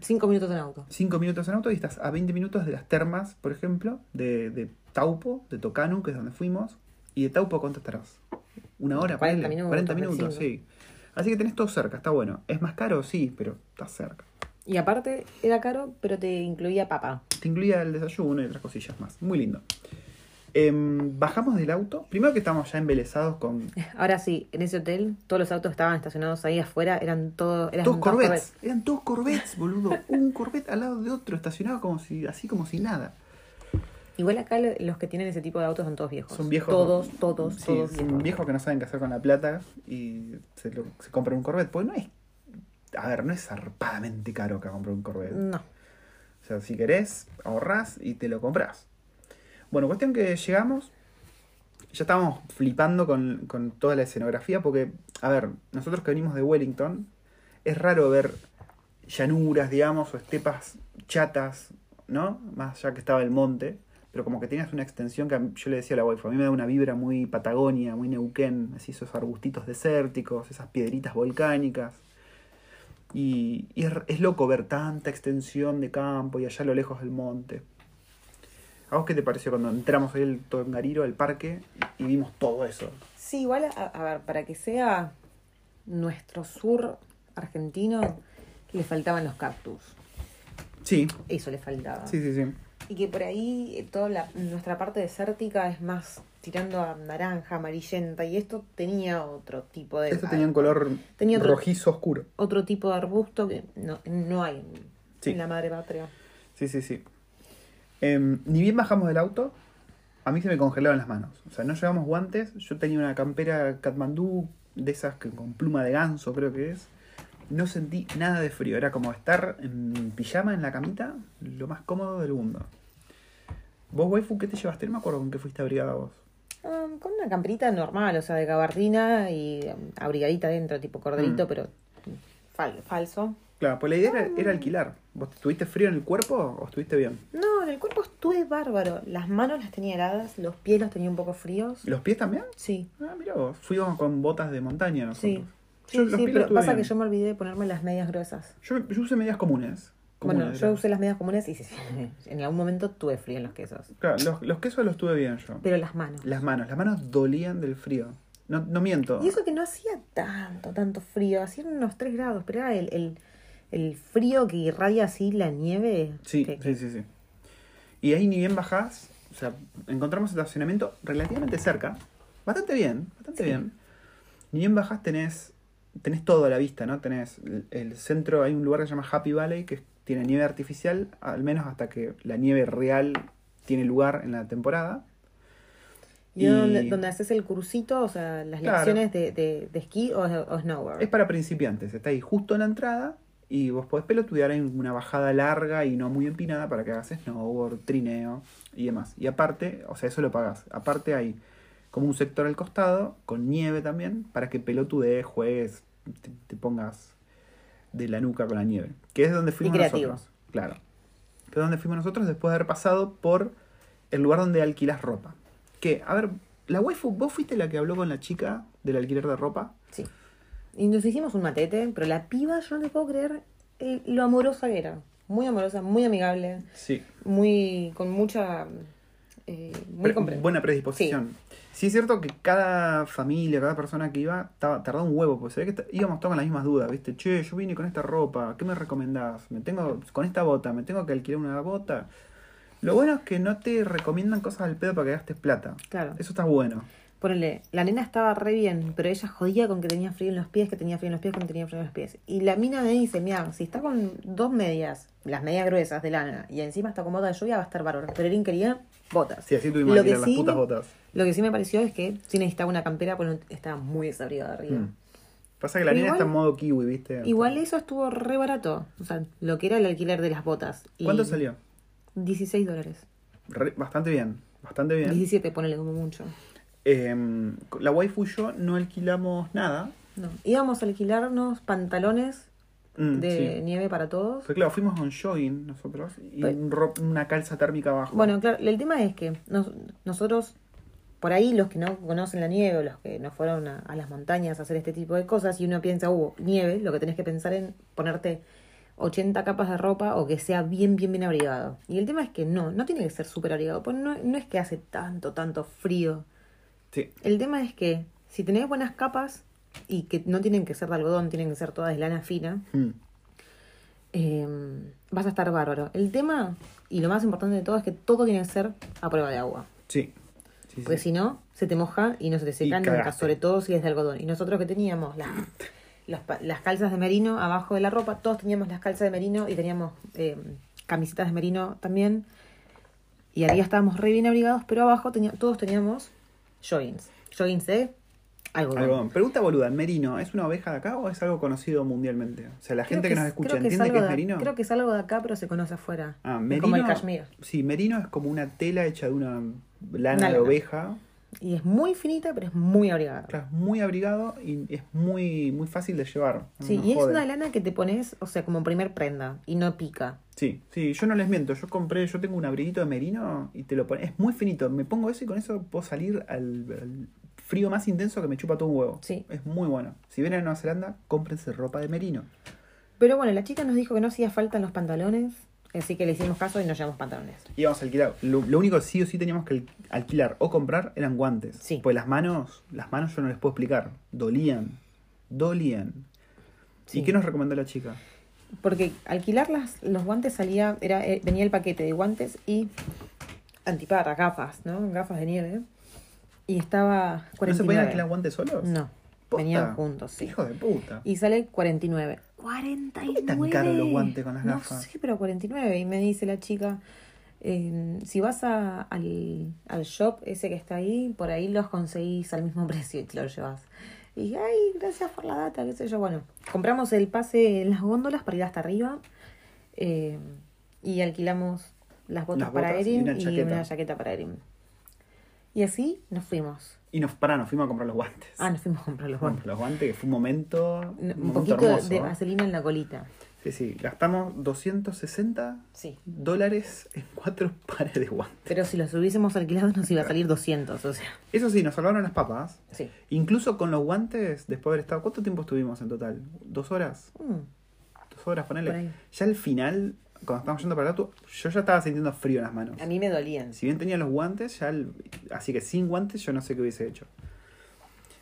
Speaker 2: Cinco minutos en auto.
Speaker 1: 5 minutos en auto y estás a 20 minutos de las termas, por ejemplo, de, de Taupo, de Tocanu, que es donde fuimos. ¿Y de Taupo cuánto estarás? ¿Una hora?
Speaker 2: 40
Speaker 1: ponele.
Speaker 2: minutos,
Speaker 1: 40 minutos, sí.
Speaker 2: 45.
Speaker 1: Así que tenés todo cerca, está bueno. ¿Es más caro? Sí, pero está cerca.
Speaker 2: Y aparte, era caro, pero te incluía papá.
Speaker 1: Te incluía el desayuno y otras cosillas más. Muy lindo. Em, bajamos del auto. Primero que estamos ya embelesados *laughs* con
Speaker 2: Ahora sí, en ese hotel, todos los autos estaban estacionados ahí afuera, eran todos... Eran
Speaker 1: dos
Speaker 2: todos
Speaker 1: Corvettes. Eran dos Corvettes, boludo. Un Corvette al lado de otro, estacionado como si, así como si nada.
Speaker 2: Igual acá lo- los que tienen ese tipo de autos son todos viejos.
Speaker 1: Son viejos.
Speaker 2: Todos, todos,
Speaker 1: Sí,
Speaker 2: todos
Speaker 1: son
Speaker 2: viejos.
Speaker 1: viejos que no saben qué hacer con la plata y se, lo- se compran un Corvette. Pues no es. A ver, no es zarpadamente caro que comprar un Corvette.
Speaker 2: No.
Speaker 1: O sea, si querés, ahorrás y te lo compras. Bueno, cuestión que llegamos. Ya estábamos flipando con, con toda la escenografía porque, a ver, nosotros que venimos de Wellington, es raro ver llanuras, digamos, o estepas chatas, ¿no? Más allá que estaba el monte, pero como que tenías una extensión que a mí- yo le decía a la wife, a mí me da una vibra muy Patagonia, muy Neuquén, así esos arbustitos desérticos, esas piedritas volcánicas. Y, y es, es loco ver tanta extensión de campo y allá a lo lejos del monte. ¿A vos qué te pareció cuando entramos ahí al Tongariro, al parque, y vimos todo eso?
Speaker 2: Sí, igual, a, a ver, para que sea nuestro sur argentino, le faltaban los cactus.
Speaker 1: Sí,
Speaker 2: Eso le faltaba.
Speaker 1: sí, sí, sí.
Speaker 2: Y que por ahí eh, toda la- nuestra parte desértica es más tirando a naranja, amarillenta, y esto tenía otro tipo de...
Speaker 1: Esto tenía un color
Speaker 2: Tenía otro-
Speaker 1: rojizo oscuro.
Speaker 2: Otro tipo de arbusto que no, no hay en,
Speaker 1: Sí.
Speaker 2: en la madre patria.
Speaker 1: Sí, sí, sí. Em, ni bien bajamos del auto, a mí se me congelaron las manos. O sea, no llevamos guantes. Yo tenía una campera Katmandú, de esas que con pluma de ganso, creo que es. No sentí nada de frío. Era como estar en pijama en la camita, lo más cómodo del mundo. ¿Vos, waifu, qué te llevaste? No me acuerdo con qué fuiste abrigada vos.
Speaker 2: Ah, con una camperita normal, o sea, de gabardina y um, abrigadita dentro, tipo corderito,
Speaker 1: Mm.
Speaker 2: pero fal- falso.
Speaker 1: Claro, pues la idea era, era alquilar. ¿Vos tuviste frío en el cuerpo o estuviste bien?
Speaker 2: No, en el cuerpo estuve bárbaro. Las manos las tenía heladas, los pies los tenía un poco fríos.
Speaker 1: ¿Los pies también?
Speaker 2: Sí,
Speaker 1: Ah, mira vos. Fuimos con botas de montaña
Speaker 2: sí.
Speaker 1: nosotros.
Speaker 2: Sí,
Speaker 1: Yo los
Speaker 2: sí,
Speaker 1: pies los
Speaker 2: pero
Speaker 1: tuve
Speaker 2: pasa
Speaker 1: bien.
Speaker 2: que yo me olvidé de ponerme las medias gruesas.
Speaker 1: Yo, yo usé medias comunes.
Speaker 2: Bueno,
Speaker 1: Comunes,
Speaker 2: yo
Speaker 1: era.
Speaker 2: usé las medias comunes y sí, *laughs* sí, en algún momento tuve frío en los quesos.
Speaker 1: Claro, los, los quesos los tuve bien yo.
Speaker 2: Pero las manos.
Speaker 1: Las manos, las manos dolían del frío. No, no miento.
Speaker 2: Y eso que no hacía tanto, tanto frío, hacían unos 3 grados, pero era el, el, el frío que irradia así la nieve.
Speaker 1: Sí,
Speaker 2: que-
Speaker 1: sí, sí, sí. Y ahí ni bien bajás, o sea, encontramos estacionamiento relativamente cerca. Bastante bien, bastante bien. Ni bien bajás tenés, tenés todo a la vista, ¿no? Tenés el, el centro, hay un lugar que se llama Happy Valley que tiene nieve artificial, al menos hasta que la nieve real tiene lugar en la temporada.
Speaker 2: Y,
Speaker 1: Y-
Speaker 2: Donde, donde haces el cursito, o sea, las
Speaker 1: Claro.
Speaker 2: lecciones de, de, de esquí o, o snowboard.
Speaker 1: Es para principiantes, está ahí justo en la entrada y vos podés pelotudear en una bajada larga y no muy empinada para que hagas snowboard, trineo y demás. Y aparte, o sea, eso lo pagás. Aparte hay como un sector al costado con nieve también para que pelotudees, juegues, te, te pongas de la nuca con la nieve. Que es donde fuimos
Speaker 2: creativo.
Speaker 1: nosotros. Claro. Que es donde fuimos nosotros después de haber pasado por el lugar donde alquilas ropa. Que, a ver, la waifu, vos fuiste la que habló con la chica del alquiler de ropa.
Speaker 2: Sí. Y nos hicimos un matete, pero la piba, yo no te puedo creer eh, lo amorosa que era. Muy amorosa, muy amigable,
Speaker 1: Sí.
Speaker 2: muy con mucha... eh, muy
Speaker 1: Pre-
Speaker 2: compren-
Speaker 1: buena predisposición. Sí. es cierto que cada familia, cada persona que iba, taba- tardaba un huevo, porque se ve que t- íbamos todos con las mismas dudas, ¿viste? Che, yo vine con esta ropa, ¿qué me recomendás? ¿Me tengo con esta bota? ¿Me tengo que alquilar una bota? Lo bueno es que no te recomiendan cosas al pedo para que gastes plata.
Speaker 2: Claro.
Speaker 1: Eso está bueno.
Speaker 2: Ponele, la nena estaba re bien, pero ella jodía con que tenía frío en los pies, que tenía frío en los pies, que tenía frío en los pies. Y la mina me dice, mira, si está con dos medias, las medias gruesas de lana, y encima está con botas de lluvia, va a estar bárbaro. Pero Erin quería botas.
Speaker 1: Sí, así tuvimos
Speaker 2: Lo
Speaker 1: que
Speaker 2: que
Speaker 1: alquilar las
Speaker 2: sí
Speaker 1: putas
Speaker 2: me-
Speaker 1: botas.
Speaker 2: Lo que sí me pareció es que sí necesitaba una campera porque no- estaba muy desabrigada arriba.
Speaker 1: Mm. Pasa que la
Speaker 2: Pero
Speaker 1: nena
Speaker 2: igual-
Speaker 1: está en modo kiwi, ¿viste?
Speaker 2: Igual eso estuvo re barato. O sea, lo que era el alquiler de las botas. Y
Speaker 1: ¿Cuánto salió?
Speaker 2: 16 dólares.
Speaker 1: Re- bastante bien, bastante bien.
Speaker 2: 17, ponele como mucho.
Speaker 1: Em, la waifu y yo no alquilamos nada.
Speaker 2: No. Íbamos a alquilarnos pantalones
Speaker 1: Mm,
Speaker 2: de
Speaker 1: sí.
Speaker 2: nieve para todos.
Speaker 1: Fue claro, fuimos con jogging nosotros y
Speaker 2: Pero-
Speaker 1: un ro- una calza térmica abajo.
Speaker 2: Bueno, claro, el tema es que nos- nosotros, por ahí los que no conocen la nieve o los que no fueron a, a las montañas a hacer este tipo de cosas, y uno piensa, uh, nieve, lo que tenés que pensar en ponerte 80 capas de ropa o que sea bien, bien, bien abrigado. Y el tema es que no, no tiene que ser súper abrigado, porque no, no es que hace tanto, tanto frío.
Speaker 1: Sí,
Speaker 2: El tema es que si tenés buenas capas y que no tienen que ser de algodón, tienen que ser todas de lana fina,
Speaker 1: Mm.
Speaker 2: eh, vas a estar bárbaro. El tema, y lo más importante de todo, es que todo tiene que ser a prueba de agua.
Speaker 1: sí. Sí,
Speaker 2: Porque
Speaker 1: sí.
Speaker 2: si no, se te moja y no se te seca
Speaker 1: Y
Speaker 2: nunca,
Speaker 1: cagaste.
Speaker 2: sobre todo si es de algodón. Y nosotros que teníamos las, las, pa- las calzas de merino abajo de la ropa, todos teníamos las calzas de merino y teníamos eh, camisetas de merino también. Y arriba estábamos re bien abrigados, pero abajo tenía- todos teníamos joggings. Joggings de algodón.
Speaker 1: Algodón. Pregunta boluda, ¿merino es una oveja de acá o es algo conocido mundialmente? O sea, la
Speaker 2: Creo
Speaker 1: gente que, nos
Speaker 2: es-
Speaker 1: escucha
Speaker 2: creo
Speaker 1: entiende
Speaker 2: es
Speaker 1: que
Speaker 2: algo
Speaker 1: es
Speaker 2: de-
Speaker 1: merino.
Speaker 2: Creo que es algo de acá, pero se conoce afuera.
Speaker 1: Ah,
Speaker 2: Es
Speaker 1: merino.
Speaker 2: Como el cashmere.
Speaker 1: Sí, merino es como una tela hecha de una lana de
Speaker 2: Una lana. Ah.
Speaker 1: oveja.
Speaker 2: Y es muy finita, pero es muy abrigada.
Speaker 1: Claro, es muy abrigado y es muy, muy fácil de llevar. No
Speaker 2: Sí,
Speaker 1: nos
Speaker 2: y es
Speaker 1: jode.
Speaker 2: una lana que te pones, o sea, como primer prenda y no pica.
Speaker 1: Sí, sí, yo no les miento. Yo compré, yo tengo un abriguito de merino y te lo pones. Es muy finito. Me pongo eso y con eso puedo salir al, al frío más intenso que me chupa todo un huevo.
Speaker 2: Sí.
Speaker 1: Es muy bueno. Si vienen a Nueva Zelanda, cómprense ropa de merino.
Speaker 2: Pero bueno, la chica nos dijo que no hacía falta en los pantalones, así que le hicimos caso y nos llevamos pantalones.
Speaker 1: Íbamos alquilados. Lo, lo único que sí o sí teníamos que al- alquilar o comprar eran guantes.
Speaker 2: Sí.
Speaker 1: Pues las manos, las manos yo no les puedo explicar. Dolían. Dolían.
Speaker 2: Sí.
Speaker 1: ¿Y qué nos recomendó la chica?
Speaker 2: Porque alquilar las, los guantes salía, era, eh, venía el paquete de guantes y antiparras, gafas, ¿no? Gafas de nieve. Y estaba 49.
Speaker 1: ¿No se podían alquilar guantes solos?
Speaker 2: No,
Speaker 1: Posta.
Speaker 2: venían juntos, sí.
Speaker 1: Hijo de puta.
Speaker 2: Y sale 49. 49.
Speaker 1: qué tan caros los guantes con las
Speaker 2: No
Speaker 1: gafas?
Speaker 2: sé, pero 49. Y me dice la chica, eh, si vas a- al, al shop ese que está ahí, por ahí los conseguís al mismo *laughs* precio y te los llevas. Y dije, ay, gracias por la data, qué sé yo. Bueno, compramos el pase en las góndolas para ir hasta arriba eh, y alquilamos las botas
Speaker 1: Las
Speaker 2: para
Speaker 1: botas y
Speaker 2: Erin
Speaker 1: una
Speaker 2: y,
Speaker 1: chaqueta.
Speaker 2: una chaqueta para Erin. Y así nos fuimos.
Speaker 1: Y nos, pará, nos fuimos a comprar los guantes.
Speaker 2: Ah, nos fuimos a comprar los guantes.
Speaker 1: Los guantes, que fue un momento, un
Speaker 2: Un
Speaker 1: momento
Speaker 2: poquito
Speaker 1: hermoso. ¿eh?
Speaker 2: de vaselina en la colita.
Speaker 1: Sí, sí. Gastamos 260
Speaker 2: Sí.
Speaker 1: dólares en cuatro *laughs* pares de guantes.
Speaker 2: Pero si los hubiésemos alquilado nos iba a salir 200, o sea.
Speaker 1: Eso sí, nos salvaron las papas.
Speaker 2: Sí.
Speaker 1: Incluso con los guantes, después de haber estado. ¿Cuánto tiempo estuvimos en total? ¿Dos horas?
Speaker 2: Mm,
Speaker 1: ¿Dos horas? Ponele.
Speaker 2: Por ahí.
Speaker 1: Ya al final, cuando estábamos yendo para el auto, yo ya estaba sintiendo frío en las manos.
Speaker 2: a mí me dolían.
Speaker 1: Si bien tenía los guantes, ya. el- Así que sin guantes, yo no sé qué hubiese hecho.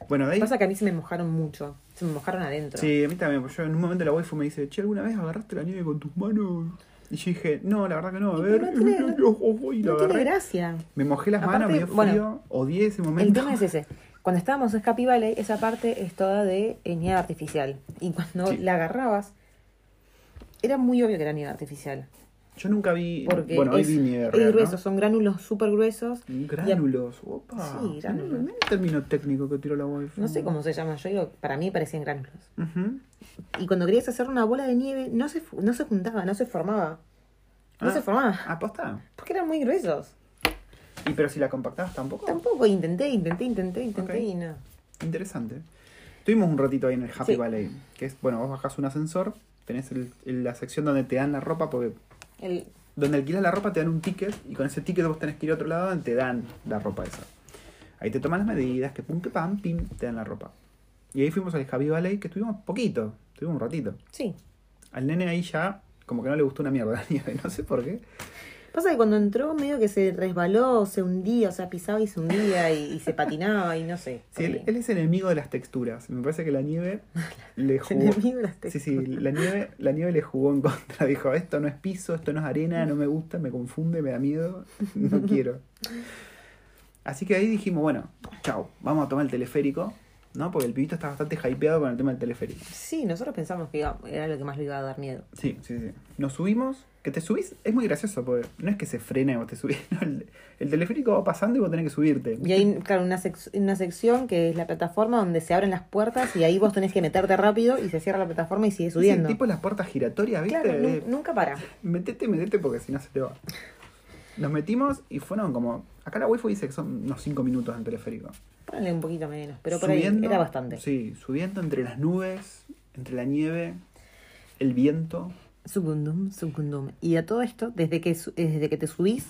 Speaker 1: Bueno, de ahí.
Speaker 2: Pasa que a mí se me mojaron mucho. Se me mojaron adentro.
Speaker 1: Sí, a mí también. porque Yo en un momento la waifu me dice, che, ¿alguna vez agarraste la nieve con tus manos? Y yo dije, no, la verdad que *laughs* no, a
Speaker 2: Y
Speaker 1: ver.
Speaker 2: pero no tiene-
Speaker 1: y ojo, ojo, y la
Speaker 2: No tiene
Speaker 1: agarré.
Speaker 2: gracia.
Speaker 1: Me mojé las
Speaker 2: Aparte,
Speaker 1: manos, me dio
Speaker 2: bueno,
Speaker 1: frío, odié ese momento.
Speaker 2: El tema es ese. Cuando estábamos en Happy Valley, esa parte es toda de eh, nieve artificial. Y cuando
Speaker 1: Sí.
Speaker 2: la agarrabas, era muy obvio que era nieve artificial.
Speaker 1: Yo nunca vi.
Speaker 2: Porque
Speaker 1: bueno,
Speaker 2: es,
Speaker 1: hoy vi nieve
Speaker 2: es
Speaker 1: real,
Speaker 2: grueso,
Speaker 1: ¿no?
Speaker 2: son granulos súper gruesos. y a-
Speaker 1: Gránulos, opa.
Speaker 2: Sí, gránulos.
Speaker 1: Mira el término técnico que tiró la waifu.
Speaker 2: No sé cómo se llama, yo digo, para mí parecían granulos.
Speaker 1: Ujú.
Speaker 2: Y cuando querías hacer una bola de nieve, no se, fu- no se juntaba, no se formaba. No
Speaker 1: Ah.
Speaker 2: se formaba.
Speaker 1: Aposta.
Speaker 2: Porque eran muy gruesos.
Speaker 1: Y pero si la compactabas tampoco.
Speaker 2: Tampoco intenté, intenté, intenté, intenté
Speaker 1: Oh. Ok.
Speaker 2: y no.
Speaker 1: Interesante. Tuvimos un ratito ahí en el Happy
Speaker 2: Sí.
Speaker 1: Valley. Que es, bueno, vos bajás un ascensor, tenés el- el- la sección donde te dan la ropa porque
Speaker 2: El,
Speaker 1: Donde alquilas la ropa te dan un ticket y con ese ticket vos tenés que ir a otro lado donde te dan la ropa esa. Ahí te toman las medidas, que pum, que pam, pim, te dan la ropa. Y ahí fuimos al Javi Valley, que estuvimos poquito, estuvimos un ratito.
Speaker 2: sí.
Speaker 1: Al nene ahí ya, como que no le gustó una mierda *laughs* la nieve, no sé por qué.
Speaker 2: Pasa que cuando entró medio que se resbaló, se hundía, o sea, pisaba y se hundía y, y se patinaba y no sé.
Speaker 1: Sí, él,
Speaker 2: Sí.
Speaker 1: él es enemigo de las texturas. Me parece que la nieve le jugó.
Speaker 2: Enemigo de las
Speaker 1: Sí, sí, la nieve, la nieve le jugó en contra. *laughs* Dijo, esto no es piso, esto no es arena, no me gusta, me confunde, me da miedo,
Speaker 2: *laughs*
Speaker 1: no quiero. Así que ahí dijimos, bueno, chao, vamos a tomar el teleférico, ¿no? Porque el pibito está bastante hypeado con el tema del teleférico.
Speaker 2: Sí, nosotros pensamos que iba- era lo que más le iba a dar miedo.
Speaker 1: Sí, sí, sí. Nos subimos, que te subís, es muy gracioso, porque no es que se frena y vos te subís, *laughs* no, el, el teleférico va pasando y vos tenés que subirte.
Speaker 2: Y hay, claro, una, sec- una sección que es la plataforma donde se abren las puertas y ahí vos tenés que meterte rápido y se cierra la plataforma y sigue
Speaker 1: Sí,
Speaker 2: subiendo.
Speaker 1: tipo las puertas giratorias, ¿viste?
Speaker 2: claro, nu-
Speaker 1: Eh,
Speaker 2: nunca para.
Speaker 1: Metete, metete porque si no se te va. Nos metimos y fueron como. Acá la wifi dice que son unos 5 minutos en teleférico.
Speaker 2: Ponle un poquito menos, pero por ahí era bastante.
Speaker 1: Sí, subiendo entre las nubes, entre la nieve, el viento.
Speaker 2: Sucundum, sucundum. Y a todo esto, desde que, su- eh, desde que te subís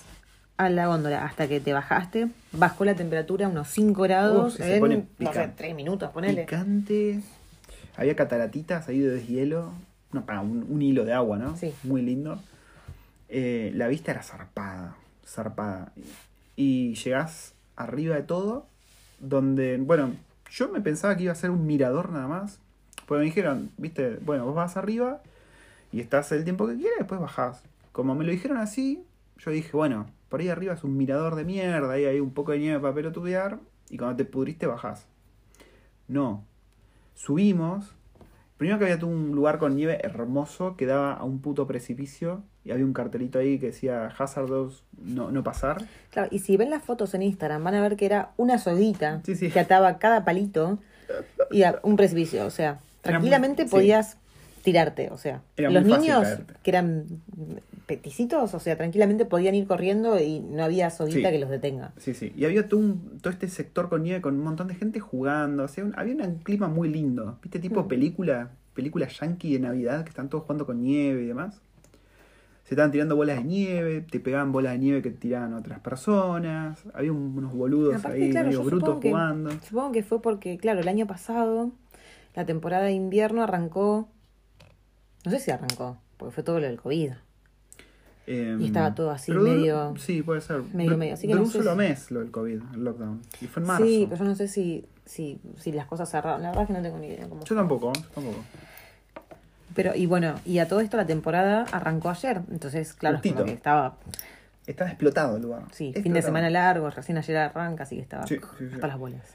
Speaker 2: a la góndola hasta que te bajaste, bajó la temperatura a unos 5 grados
Speaker 1: Uf, se
Speaker 2: en,
Speaker 1: pone
Speaker 2: no sé,
Speaker 1: picante.
Speaker 2: 3 minutos, ponele.
Speaker 1: Picante. Había cataratitas ahí de deshielo. No, para un, un hilo de agua, ¿no?
Speaker 2: Sí.
Speaker 1: Muy lindo. Eh, la vista era zarpada. Zarpada. Y llegás arriba de todo. Donde, bueno, yo me pensaba que iba a ser un mirador nada más. Porque me dijeron, viste, bueno, vos vas arriba y estás el tiempo que quieras, después bajás. Como me lo dijeron así, yo dije, bueno, por ahí arriba es un mirador de mierda, ahí hay un poco de nieve para pelotudear, y cuando te pudriste bajás. No. Subimos. Primero que había tu- un lugar con nieve hermoso que daba a un puto precipicio y había un cartelito ahí que decía Hazardos no, no pasar.
Speaker 2: Claro, y si ven las fotos en Instagram, van a ver que era una soguita
Speaker 1: Sí, sí.
Speaker 2: que ataba cada palito y a un precipicio. O sea,
Speaker 1: Era muy-
Speaker 2: tranquilamente
Speaker 1: sí.
Speaker 2: podías tirarte. O sea,
Speaker 1: Era
Speaker 2: los
Speaker 1: muy fácil
Speaker 2: niños
Speaker 1: caerte.
Speaker 2: que eran peticitos, o sea, tranquilamente podían ir corriendo y no había soguita
Speaker 1: Sí.
Speaker 2: que los detenga.
Speaker 1: Sí, sí. Y había todo, un- todo este sector con nieve con un montón de gente jugando. O sea, un- había un clima muy lindo. ¿Viste? Tipo
Speaker 2: Mm.
Speaker 1: película, película yankee de Navidad que están todos jugando con nieve y demás. Se estaban tirando bolas de nieve, te pegaban bolas de nieve que tiraban otras personas. Había un- unos boludos
Speaker 2: Aparte,
Speaker 1: ahí,
Speaker 2: claro,
Speaker 1: medio
Speaker 2: yo
Speaker 1: brutos
Speaker 2: supongo que-
Speaker 1: jugando.
Speaker 2: Supongo que fue porque, claro, el año pasado la temporada de invierno arrancó No sé si arrancó, porque fue todo lo del COVID.
Speaker 1: Eh,
Speaker 2: Y estaba todo así,
Speaker 1: pero duró-
Speaker 2: medio-
Speaker 1: Sí, puede ser.
Speaker 2: medio,
Speaker 1: Dur-
Speaker 2: medio, así que
Speaker 1: duró
Speaker 2: no
Speaker 1: un
Speaker 2: sé
Speaker 1: solo
Speaker 2: si-
Speaker 1: mes lo del COVID, el lockdown. Y fue en marzo.
Speaker 2: Sí, pero yo no sé si, si, si las cosas cerraron. La verdad es que no tengo ni idea. Cómo.
Speaker 1: Yo tampoco, yo tampoco.
Speaker 2: Pero, y bueno, y a todo esto la temporada arrancó ayer. Entonces, claro, es como
Speaker 1: Justito.
Speaker 2: que estaba.
Speaker 1: Estaba explotado el lugar.
Speaker 2: Sí, fin de
Speaker 1: Explotado.
Speaker 2: semana largo, recién ayer arranca, así que estaba
Speaker 1: Sí, sí, sí.
Speaker 2: hasta las bolas.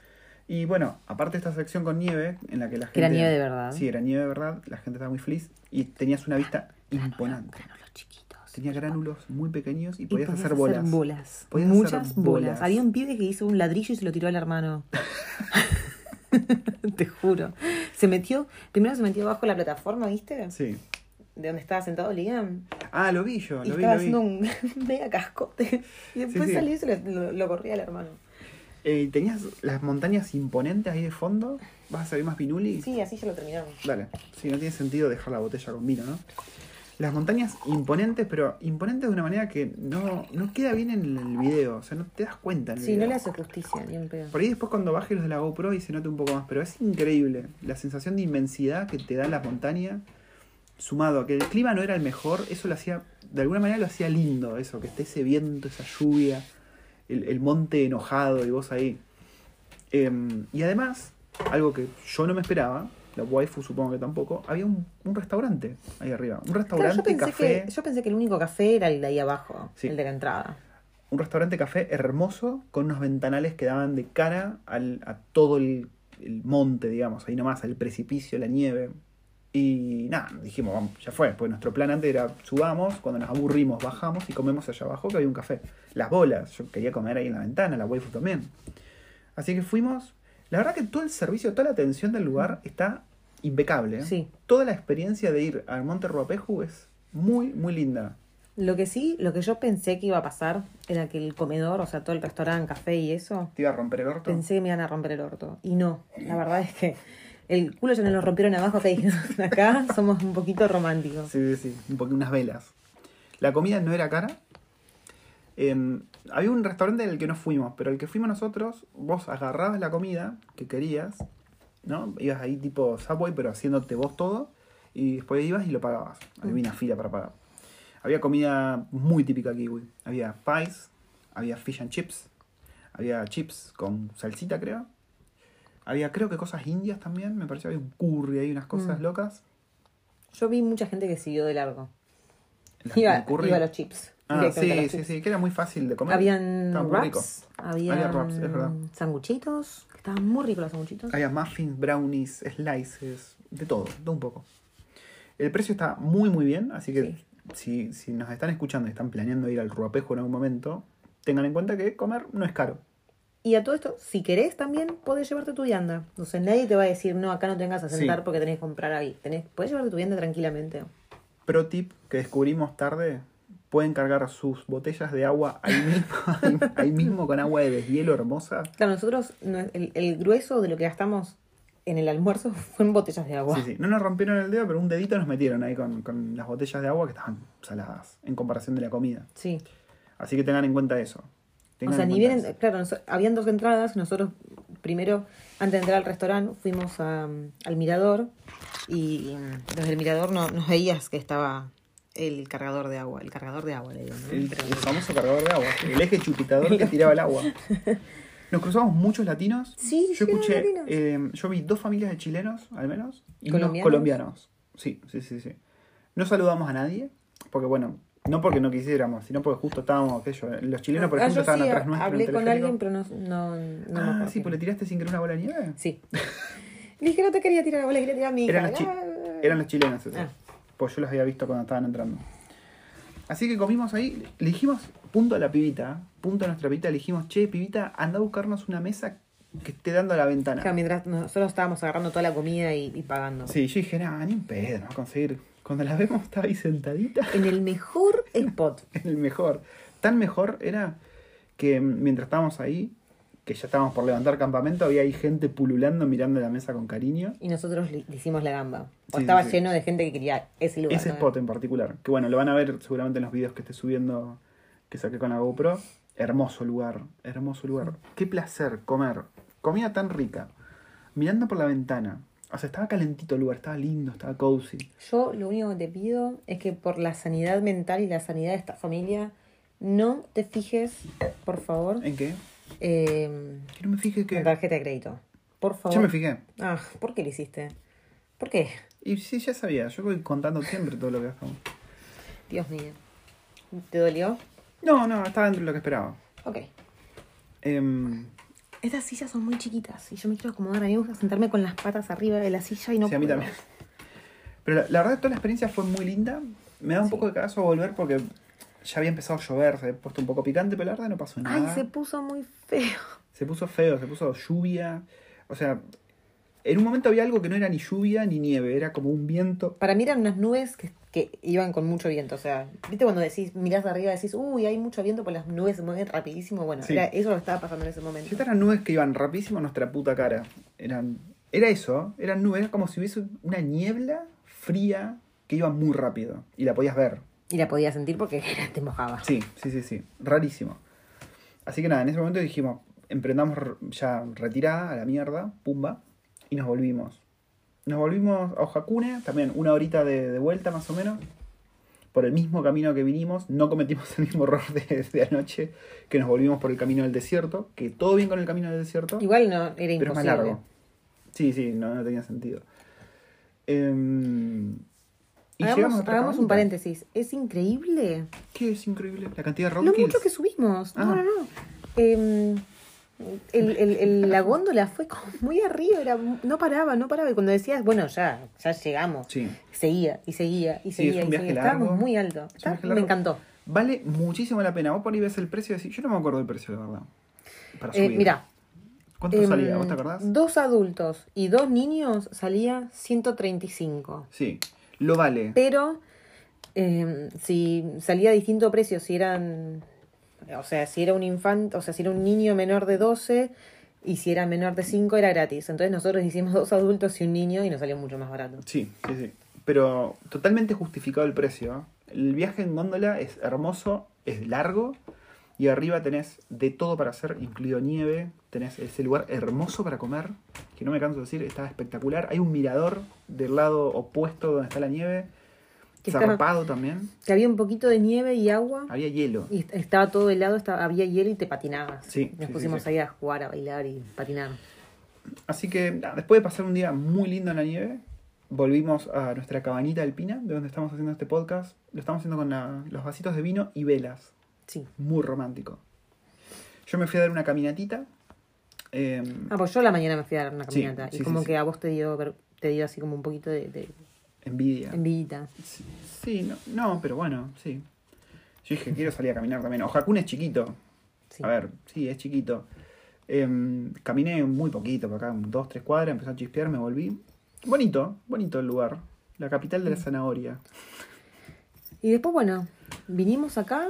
Speaker 1: Y bueno, aparte esta sección con nieve, en la que la gente.
Speaker 2: Que era nieve de verdad.
Speaker 1: Sí, era nieve de verdad, la gente estaba muy feliz y tenías una
Speaker 2: Ah,
Speaker 1: vista imponente.
Speaker 2: Los chiquitos.
Speaker 1: Tenía gránulos muy pequeños y
Speaker 2: Y
Speaker 1: podías, hacer bolas. Podías
Speaker 2: Muchas
Speaker 1: hacer
Speaker 2: bolas.
Speaker 1: bolas.
Speaker 2: Había un pibe que hizo un ladrillo y se lo tiró
Speaker 1: *laughs*
Speaker 2: al hermano. Te juro. Se metió, primero se metió abajo de la plataforma, ¿viste?
Speaker 1: Sí.
Speaker 2: De donde estaba sentado Liam.
Speaker 1: Ah, lo vi yo,
Speaker 2: Y
Speaker 1: lo vi,
Speaker 2: estaba
Speaker 1: lo vi.
Speaker 2: haciendo un *laughs* mega cascote. Y después
Speaker 1: sí.
Speaker 2: salió y se lo, lo- lo corría al hermano.
Speaker 1: Eh, tenías las montañas imponentes ahí de fondo. ¿Vas a ver más pinuli?
Speaker 2: Sí, así ya lo terminaron.
Speaker 1: Dale. Sí, no tiene sentido dejar la botella con vino, ¿no? Las montañas imponentes, pero imponentes de una manera que no, no queda bien en el video. O sea, no te das cuenta. En el
Speaker 2: Sí, no
Speaker 1: video.
Speaker 2: le hace justicia, ni un pedo.
Speaker 1: Por ahí después cuando bajes los de la GoPro y se note un poco más, pero es increíble la sensación de inmensidad que te da la montaña, sumado a que el clima no era el mejor, eso lo hacía, de alguna manera lo hacía lindo, eso, que esté ese viento, esa lluvia, el, el monte enojado y vos ahí. Em, y además, algo que yo no me esperaba, la waifu supongo que tampoco, había un, un restaurante ahí arriba, un
Speaker 2: Claro,
Speaker 1: restaurante
Speaker 2: yo, pensé
Speaker 1: café,
Speaker 2: que, yo pensé que el único café era el de ahí abajo,
Speaker 1: Sí.
Speaker 2: el de la entrada.
Speaker 1: un restaurante café hermoso con unos ventanales que daban de cara al, a todo el, el monte, digamos, ahí nomás, al precipicio, la nieve. Y nada, dijimos, vamos, ya fue, pues nuestro plan antes era subamos, cuando nos aburrimos bajamos y comemos allá abajo que había un café. Las bolas, yo quería comer ahí en la ventana, la waifu también. Así que fuimos. La verdad que todo el servicio, toda la atención del lugar está impecable. ¿eh?
Speaker 2: Sí.
Speaker 1: Toda la experiencia de ir al Monte Ruapeju es muy, muy linda.
Speaker 2: Lo que sí, lo que yo pensé que iba a pasar era que el comedor, o sea, todo el restaurante, café y eso,
Speaker 1: Te iba a romper el orto.
Speaker 2: pensé que me iban a romper el orto. Y no, la verdad es que el culo ya nos lo rompieron abajo, acá dijimos, *laughs* acá somos un poquito románticos.
Speaker 1: Sí, sí, sí. Un poqu- unas velas. La comida no era cara. Em, había un restaurante en el que no fuimos, pero el que fuimos nosotros, vos agarrabas la comida que querías, ¿no? Ibas ahí tipo Subway, pero haciéndote vos todo, y después ibas y lo pagabas.
Speaker 2: Mm.
Speaker 1: Había una fila para pagar. Había comida muy típica kiwi. Había pies, había fish and chips, había chips con salsita, creo. Había, creo que cosas indias también, me pareció. Había un curry, hay unas cosas
Speaker 2: Mm.
Speaker 1: locas.
Speaker 2: Yo vi mucha gente que siguió de largo.
Speaker 1: Las-
Speaker 2: Iba,
Speaker 1: el curry.
Speaker 2: iba a los chips.
Speaker 1: Ah,
Speaker 2: directamente a
Speaker 1: sí,
Speaker 2: los
Speaker 1: sí,
Speaker 2: chips.
Speaker 1: sí, que era muy fácil de comer.
Speaker 2: Habían
Speaker 1: Estaba muy rico.
Speaker 2: wraps, habían
Speaker 1: Había wraps, es verdad.
Speaker 2: sanguchitos, que estaban muy ricos los sanguchitos.
Speaker 1: Había muffins, brownies, slices, de todo, de un poco. El precio está muy, muy bien, así que si, si nos están escuchando y están planeando ir al Ruapejo en algún momento, tengan en cuenta que comer no es caro.
Speaker 2: Y a todo esto, si querés también, podés llevarte tu vianda. O sea, nadie te va a decir, no, acá no tengas a
Speaker 1: Sí.
Speaker 2: sentar porque tenés que comprar ahí. Tenés, podés llevarte tu vianda tranquilamente.
Speaker 1: Pro tip que descubrimos tarde, pueden cargar sus botellas de agua ahí mismo, *laughs* ahí, ahí mismo con agua de deshielo hermosa.
Speaker 2: Claro, nosotros, no- el, el grueso de lo que gastamos en el almuerzo *laughs* fue en botellas de agua.
Speaker 1: Sí, sí. No nos rompieron el dedo, pero un dedito nos metieron ahí con, con las botellas de agua que estaban saladas en comparación de la comida.
Speaker 2: Sí.
Speaker 1: Así que tengan en cuenta eso.
Speaker 2: O
Speaker 1: Tengan
Speaker 2: sea,
Speaker 1: en
Speaker 2: ni
Speaker 1: cuenta
Speaker 2: bien,
Speaker 1: eso.
Speaker 2: en- claro, nos- habían dos entradas. Nosotros, primero, antes de entrar al restaurante, fuimos a, mm, al mirador y mm, desde el mirador no, nos veías que estaba el cargador de agua. El cargador de agua, le digo. ¿no?
Speaker 1: El, el famoso cargador de agua, el eje chupitador que tiraba el
Speaker 2: *laughs*
Speaker 1: agua. Nos cruzamos muchos latinos.
Speaker 2: Sí,
Speaker 1: yo
Speaker 2: llegaron
Speaker 1: escuché,
Speaker 2: latinos.
Speaker 1: eh, yo vi dos familias de chilenos, al menos, y unos
Speaker 2: ¿Colombianos?
Speaker 1: colombianos. Sí, sí, sí, sí. No saludamos a nadie, porque bueno, no porque no quisiéramos, sino porque justo estábamos, qué sé yo, los chilenos, por
Speaker 2: Ah,
Speaker 1: ejemplo,
Speaker 2: yo
Speaker 1: estaban
Speaker 2: sí,
Speaker 1: atrás nuestro. en el
Speaker 2: Hablé con
Speaker 1: teleférico.
Speaker 2: alguien, pero no, no, no me
Speaker 1: Ah,
Speaker 2: acuerdo.
Speaker 1: sí, pues le tiraste sin querer una bola de nieve. *laughs*
Speaker 2: Sí. Le dije, no te quería tirar, vos le quería tirar a mi hija.
Speaker 1: Eran los, chi-
Speaker 2: Ah.
Speaker 1: eran los chilenos esos.
Speaker 2: Ah.
Speaker 1: Pues yo los había visto cuando estaban entrando. Así que comimos ahí, le dijimos, punto a la pibita, punto a nuestra pibita, le dijimos, che, pibita, anda a buscarnos una mesa que esté dando a la ventana.
Speaker 2: Claro, mientras nosotros estábamos agarrando toda la comida y, y pagando.
Speaker 1: Sí, yo dije, nada, ni un pedo, no va a conseguir. Cuando la vemos estaba ahí sentadita, *laughs*
Speaker 2: En el mejor spot.
Speaker 1: el mejor. Tan mejor era que mm, mientras estábamos ahí, que ya estábamos por levantar campamento, había ahí gente pululando, mirando la mesa con cariño.
Speaker 2: Y nosotros le le hicimos la gamba. O
Speaker 1: Sí,
Speaker 2: estaba
Speaker 1: sí, sí.
Speaker 2: lleno de gente que quería ese lugar.
Speaker 1: Ese
Speaker 2: ¿no?
Speaker 1: spot en particular, que bueno, lo van a ver seguramente en los videos que esté subiendo, que saqué con la GoPro. Hermoso lugar, hermoso lugar. Qué placer comer. Comida tan rica. Mirando por la ventana, O sea, estaba calentito el lugar, estaba lindo, estaba cozy.
Speaker 2: Yo lo único que te pido es que por la sanidad mental y la sanidad de esta familia, no te fijes, por favor,
Speaker 1: ¿En qué?
Speaker 2: eh,
Speaker 1: Que no me fijé que.
Speaker 2: en tarjeta de crédito. Por favor.
Speaker 1: Ya me fijé.
Speaker 2: Ah, ¿por qué lo hiciste? ¿Por qué?
Speaker 1: Y sí, ya sabía, yo voy contando siempre todo lo que gastamos.
Speaker 2: Dios mío. ¿Te dolió?
Speaker 1: No, no, estaba dentro de lo que esperaba.
Speaker 2: Ok.
Speaker 1: Em,
Speaker 2: Estas sillas son muy chiquitas y yo me quiero acomodar. A mí me gusta sentarme con las patas arriba de la silla y no
Speaker 1: sí, a mí
Speaker 2: puedo.
Speaker 1: también. Pero la, la verdad, toda la experiencia fue muy linda. Me da un poco de cagazo volver porque ya había empezado a llover, se había puesto un poco picante, pero la verdad no pasó
Speaker 2: Ay,
Speaker 1: nada.
Speaker 2: se puso muy feo.
Speaker 1: Se puso feo, se puso lluvia. O sea, en un momento había algo que no era ni lluvia ni nieve, era como un viento.
Speaker 2: Para mí eran unas nubes que, que iban con mucho viento. O sea, ¿viste cuando decís, mirás de arriba y decís, uy, hay mucho viento, pues las nubes se mueven rapidísimo? Bueno,
Speaker 1: Sí.
Speaker 2: era eso lo que estaba pasando en ese momento.
Speaker 1: Estas eran nubes que iban rapidísimo a nuestra puta cara. Eran, era eso, eran nubes, era como si hubiese una niebla fría que iba muy rápido y la podías ver.
Speaker 2: Y la podía sentir porque *laughs* te mojaba.
Speaker 1: Sí, sí, sí, sí. Rarísimo. Así que nada, en ese momento dijimos, emprendamos r- ya retirada a la mierda, pumba, y nos volvimos. Nos volvimos a Ojakune, también una horita de, de vuelta más o menos, por el mismo camino que vinimos. No cometimos *laughs* el mismo error de, de anoche, que nos volvimos por el camino del desierto, que todo bien con el camino del desierto,
Speaker 2: Igual no, era
Speaker 1: pero es más
Speaker 2: imposible.
Speaker 1: largo. Sí, sí, no, no tenía sentido. Em, y llegamos a
Speaker 2: Hagamos,
Speaker 1: otra
Speaker 2: hagamos un
Speaker 1: cabañita.
Speaker 2: paréntesis. Es increíble
Speaker 1: Que es increíble la cantidad de
Speaker 2: lo
Speaker 1: roadkills.
Speaker 2: mucho que subimos. No,
Speaker 1: Ah.
Speaker 2: no, no. Em, el- el-
Speaker 1: *laughs*
Speaker 2: el- la góndola fue como muy arriba, era, no paraba, no paraba. Y cuando decías, bueno, ya, ya llegamos,
Speaker 1: Sí.
Speaker 2: seguía y seguía
Speaker 1: Sí,
Speaker 2: y
Speaker 1: es
Speaker 2: seguía.
Speaker 1: un
Speaker 2: y
Speaker 1: viaje
Speaker 2: seguía.
Speaker 1: largo.
Speaker 2: Estábamos muy alto.
Speaker 1: Es un viaje
Speaker 2: me
Speaker 1: largo.
Speaker 2: encantó.
Speaker 1: Vale muchísimo la pena. Vos por ahí ves el precio y decís, yo no me acuerdo del precio, la verdad. Para
Speaker 2: Eh,
Speaker 1: subir.
Speaker 2: mirá,
Speaker 1: ¿Cuánto
Speaker 2: em,
Speaker 1: salía? ¿Vos te acordás?
Speaker 2: dos adultos y dos niños salía 135.
Speaker 1: Sí. Lo vale.
Speaker 2: Pero eh, si salía a distinto precio, si eran. O sea, si era un infante, o sea, si era un niño menor de 12 y si era menor de 5 era gratis. Entonces nosotros hicimos dos adultos y un niño y nos salió mucho más barato.
Speaker 1: Sí, sí, sí. Pero totalmente justificado el precio. ¿eh? El viaje en góndola es hermoso, es largo. Y arriba tenés de todo para hacer, incluido nieve. Tenés ese lugar hermoso para comer, que no me canso de decir, está espectacular. Hay un mirador del lado opuesto donde está la nieve.
Speaker 2: Que está-
Speaker 1: Zarpado también.
Speaker 2: Que había un poquito de nieve y agua
Speaker 1: Había hielo.
Speaker 2: y est- estaba todo helado, estaba, había hielo y te patinabas.
Speaker 1: Sí, sí,
Speaker 2: Nos
Speaker 1: sí,
Speaker 2: pusimos
Speaker 1: sí.
Speaker 2: ahí a jugar, a bailar y patinar.
Speaker 1: Así que nada, después de pasar un día muy lindo en la nieve, volvimos a nuestra cabañita alpina, de donde estamos haciendo este podcast. Lo estamos haciendo con la- los vasitos de vino y velas.
Speaker 2: Sí.
Speaker 1: Muy romántico. Yo me fui a dar una caminatita. eh,
Speaker 2: Ah, pues yo a la mañana me fui a dar una
Speaker 1: Sí,
Speaker 2: caminata.
Speaker 1: sí,
Speaker 2: y
Speaker 1: sí,
Speaker 2: como
Speaker 1: sí.
Speaker 2: que a vos te dio, ver- te dio así como un poquito de, de
Speaker 1: envidia.
Speaker 2: envidia.
Speaker 1: Sí, sí, no, no, pero bueno, sí. Yo dije, quiero salir a caminar también. Ojakun es chiquito.
Speaker 2: Sí.
Speaker 1: A ver, sí, es chiquito. Em, caminé muy poquito, por acá, dos, tres cuadras, empezó a chispear, me volví. Bonito, bonito el lugar. La capital de la zanahoria.
Speaker 2: Y después, bueno, vinimos acá,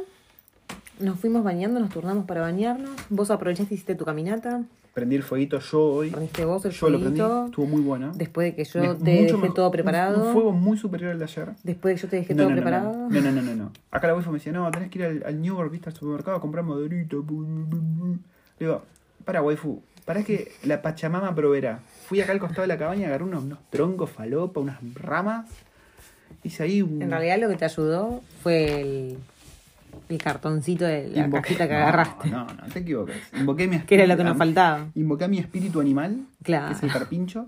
Speaker 2: nos fuimos bañando, nos turnamos para bañarnos. Vos aprovechaste y hiciste tu caminata,
Speaker 1: Prendí el fueguito yo hoy.
Speaker 2: prendiste vos el
Speaker 1: Yo lo prendí,
Speaker 2: fueguito.
Speaker 1: estuvo muy bueno.
Speaker 2: Después de que yo
Speaker 1: Me-
Speaker 2: te dejé
Speaker 1: mucho mejor-
Speaker 2: todo
Speaker 1: un-
Speaker 2: preparado.
Speaker 1: Un, fuego muy superior al de ayer.
Speaker 2: Después de que yo te dejé
Speaker 1: No,
Speaker 2: todo
Speaker 1: no, no,
Speaker 2: preparado.
Speaker 1: no, no, no, no, no, no. Acá la wifi me decía, no, tenés que ir al, al New York, viste, al supermercado a comprar maderita. bu, bu, bu, bu". Le digo, para waifu, para que la Pachamama proveerá. Fui acá al costado de la cabaña, agarré unos, unos troncos falopa, unas ramas. Hice ahí un...
Speaker 2: En realidad lo que te ayudó fue el, el cartoncito de la
Speaker 1: invoqué-
Speaker 2: cajita que
Speaker 1: No,
Speaker 2: agarraste.
Speaker 1: No, no, te equivocas. Invoqué mi
Speaker 2: Que era lo que
Speaker 1: espíritu-
Speaker 2: nos faltaba.
Speaker 1: Invoqué a mi espíritu animal, que
Speaker 2: Claro.
Speaker 1: es el carpincho.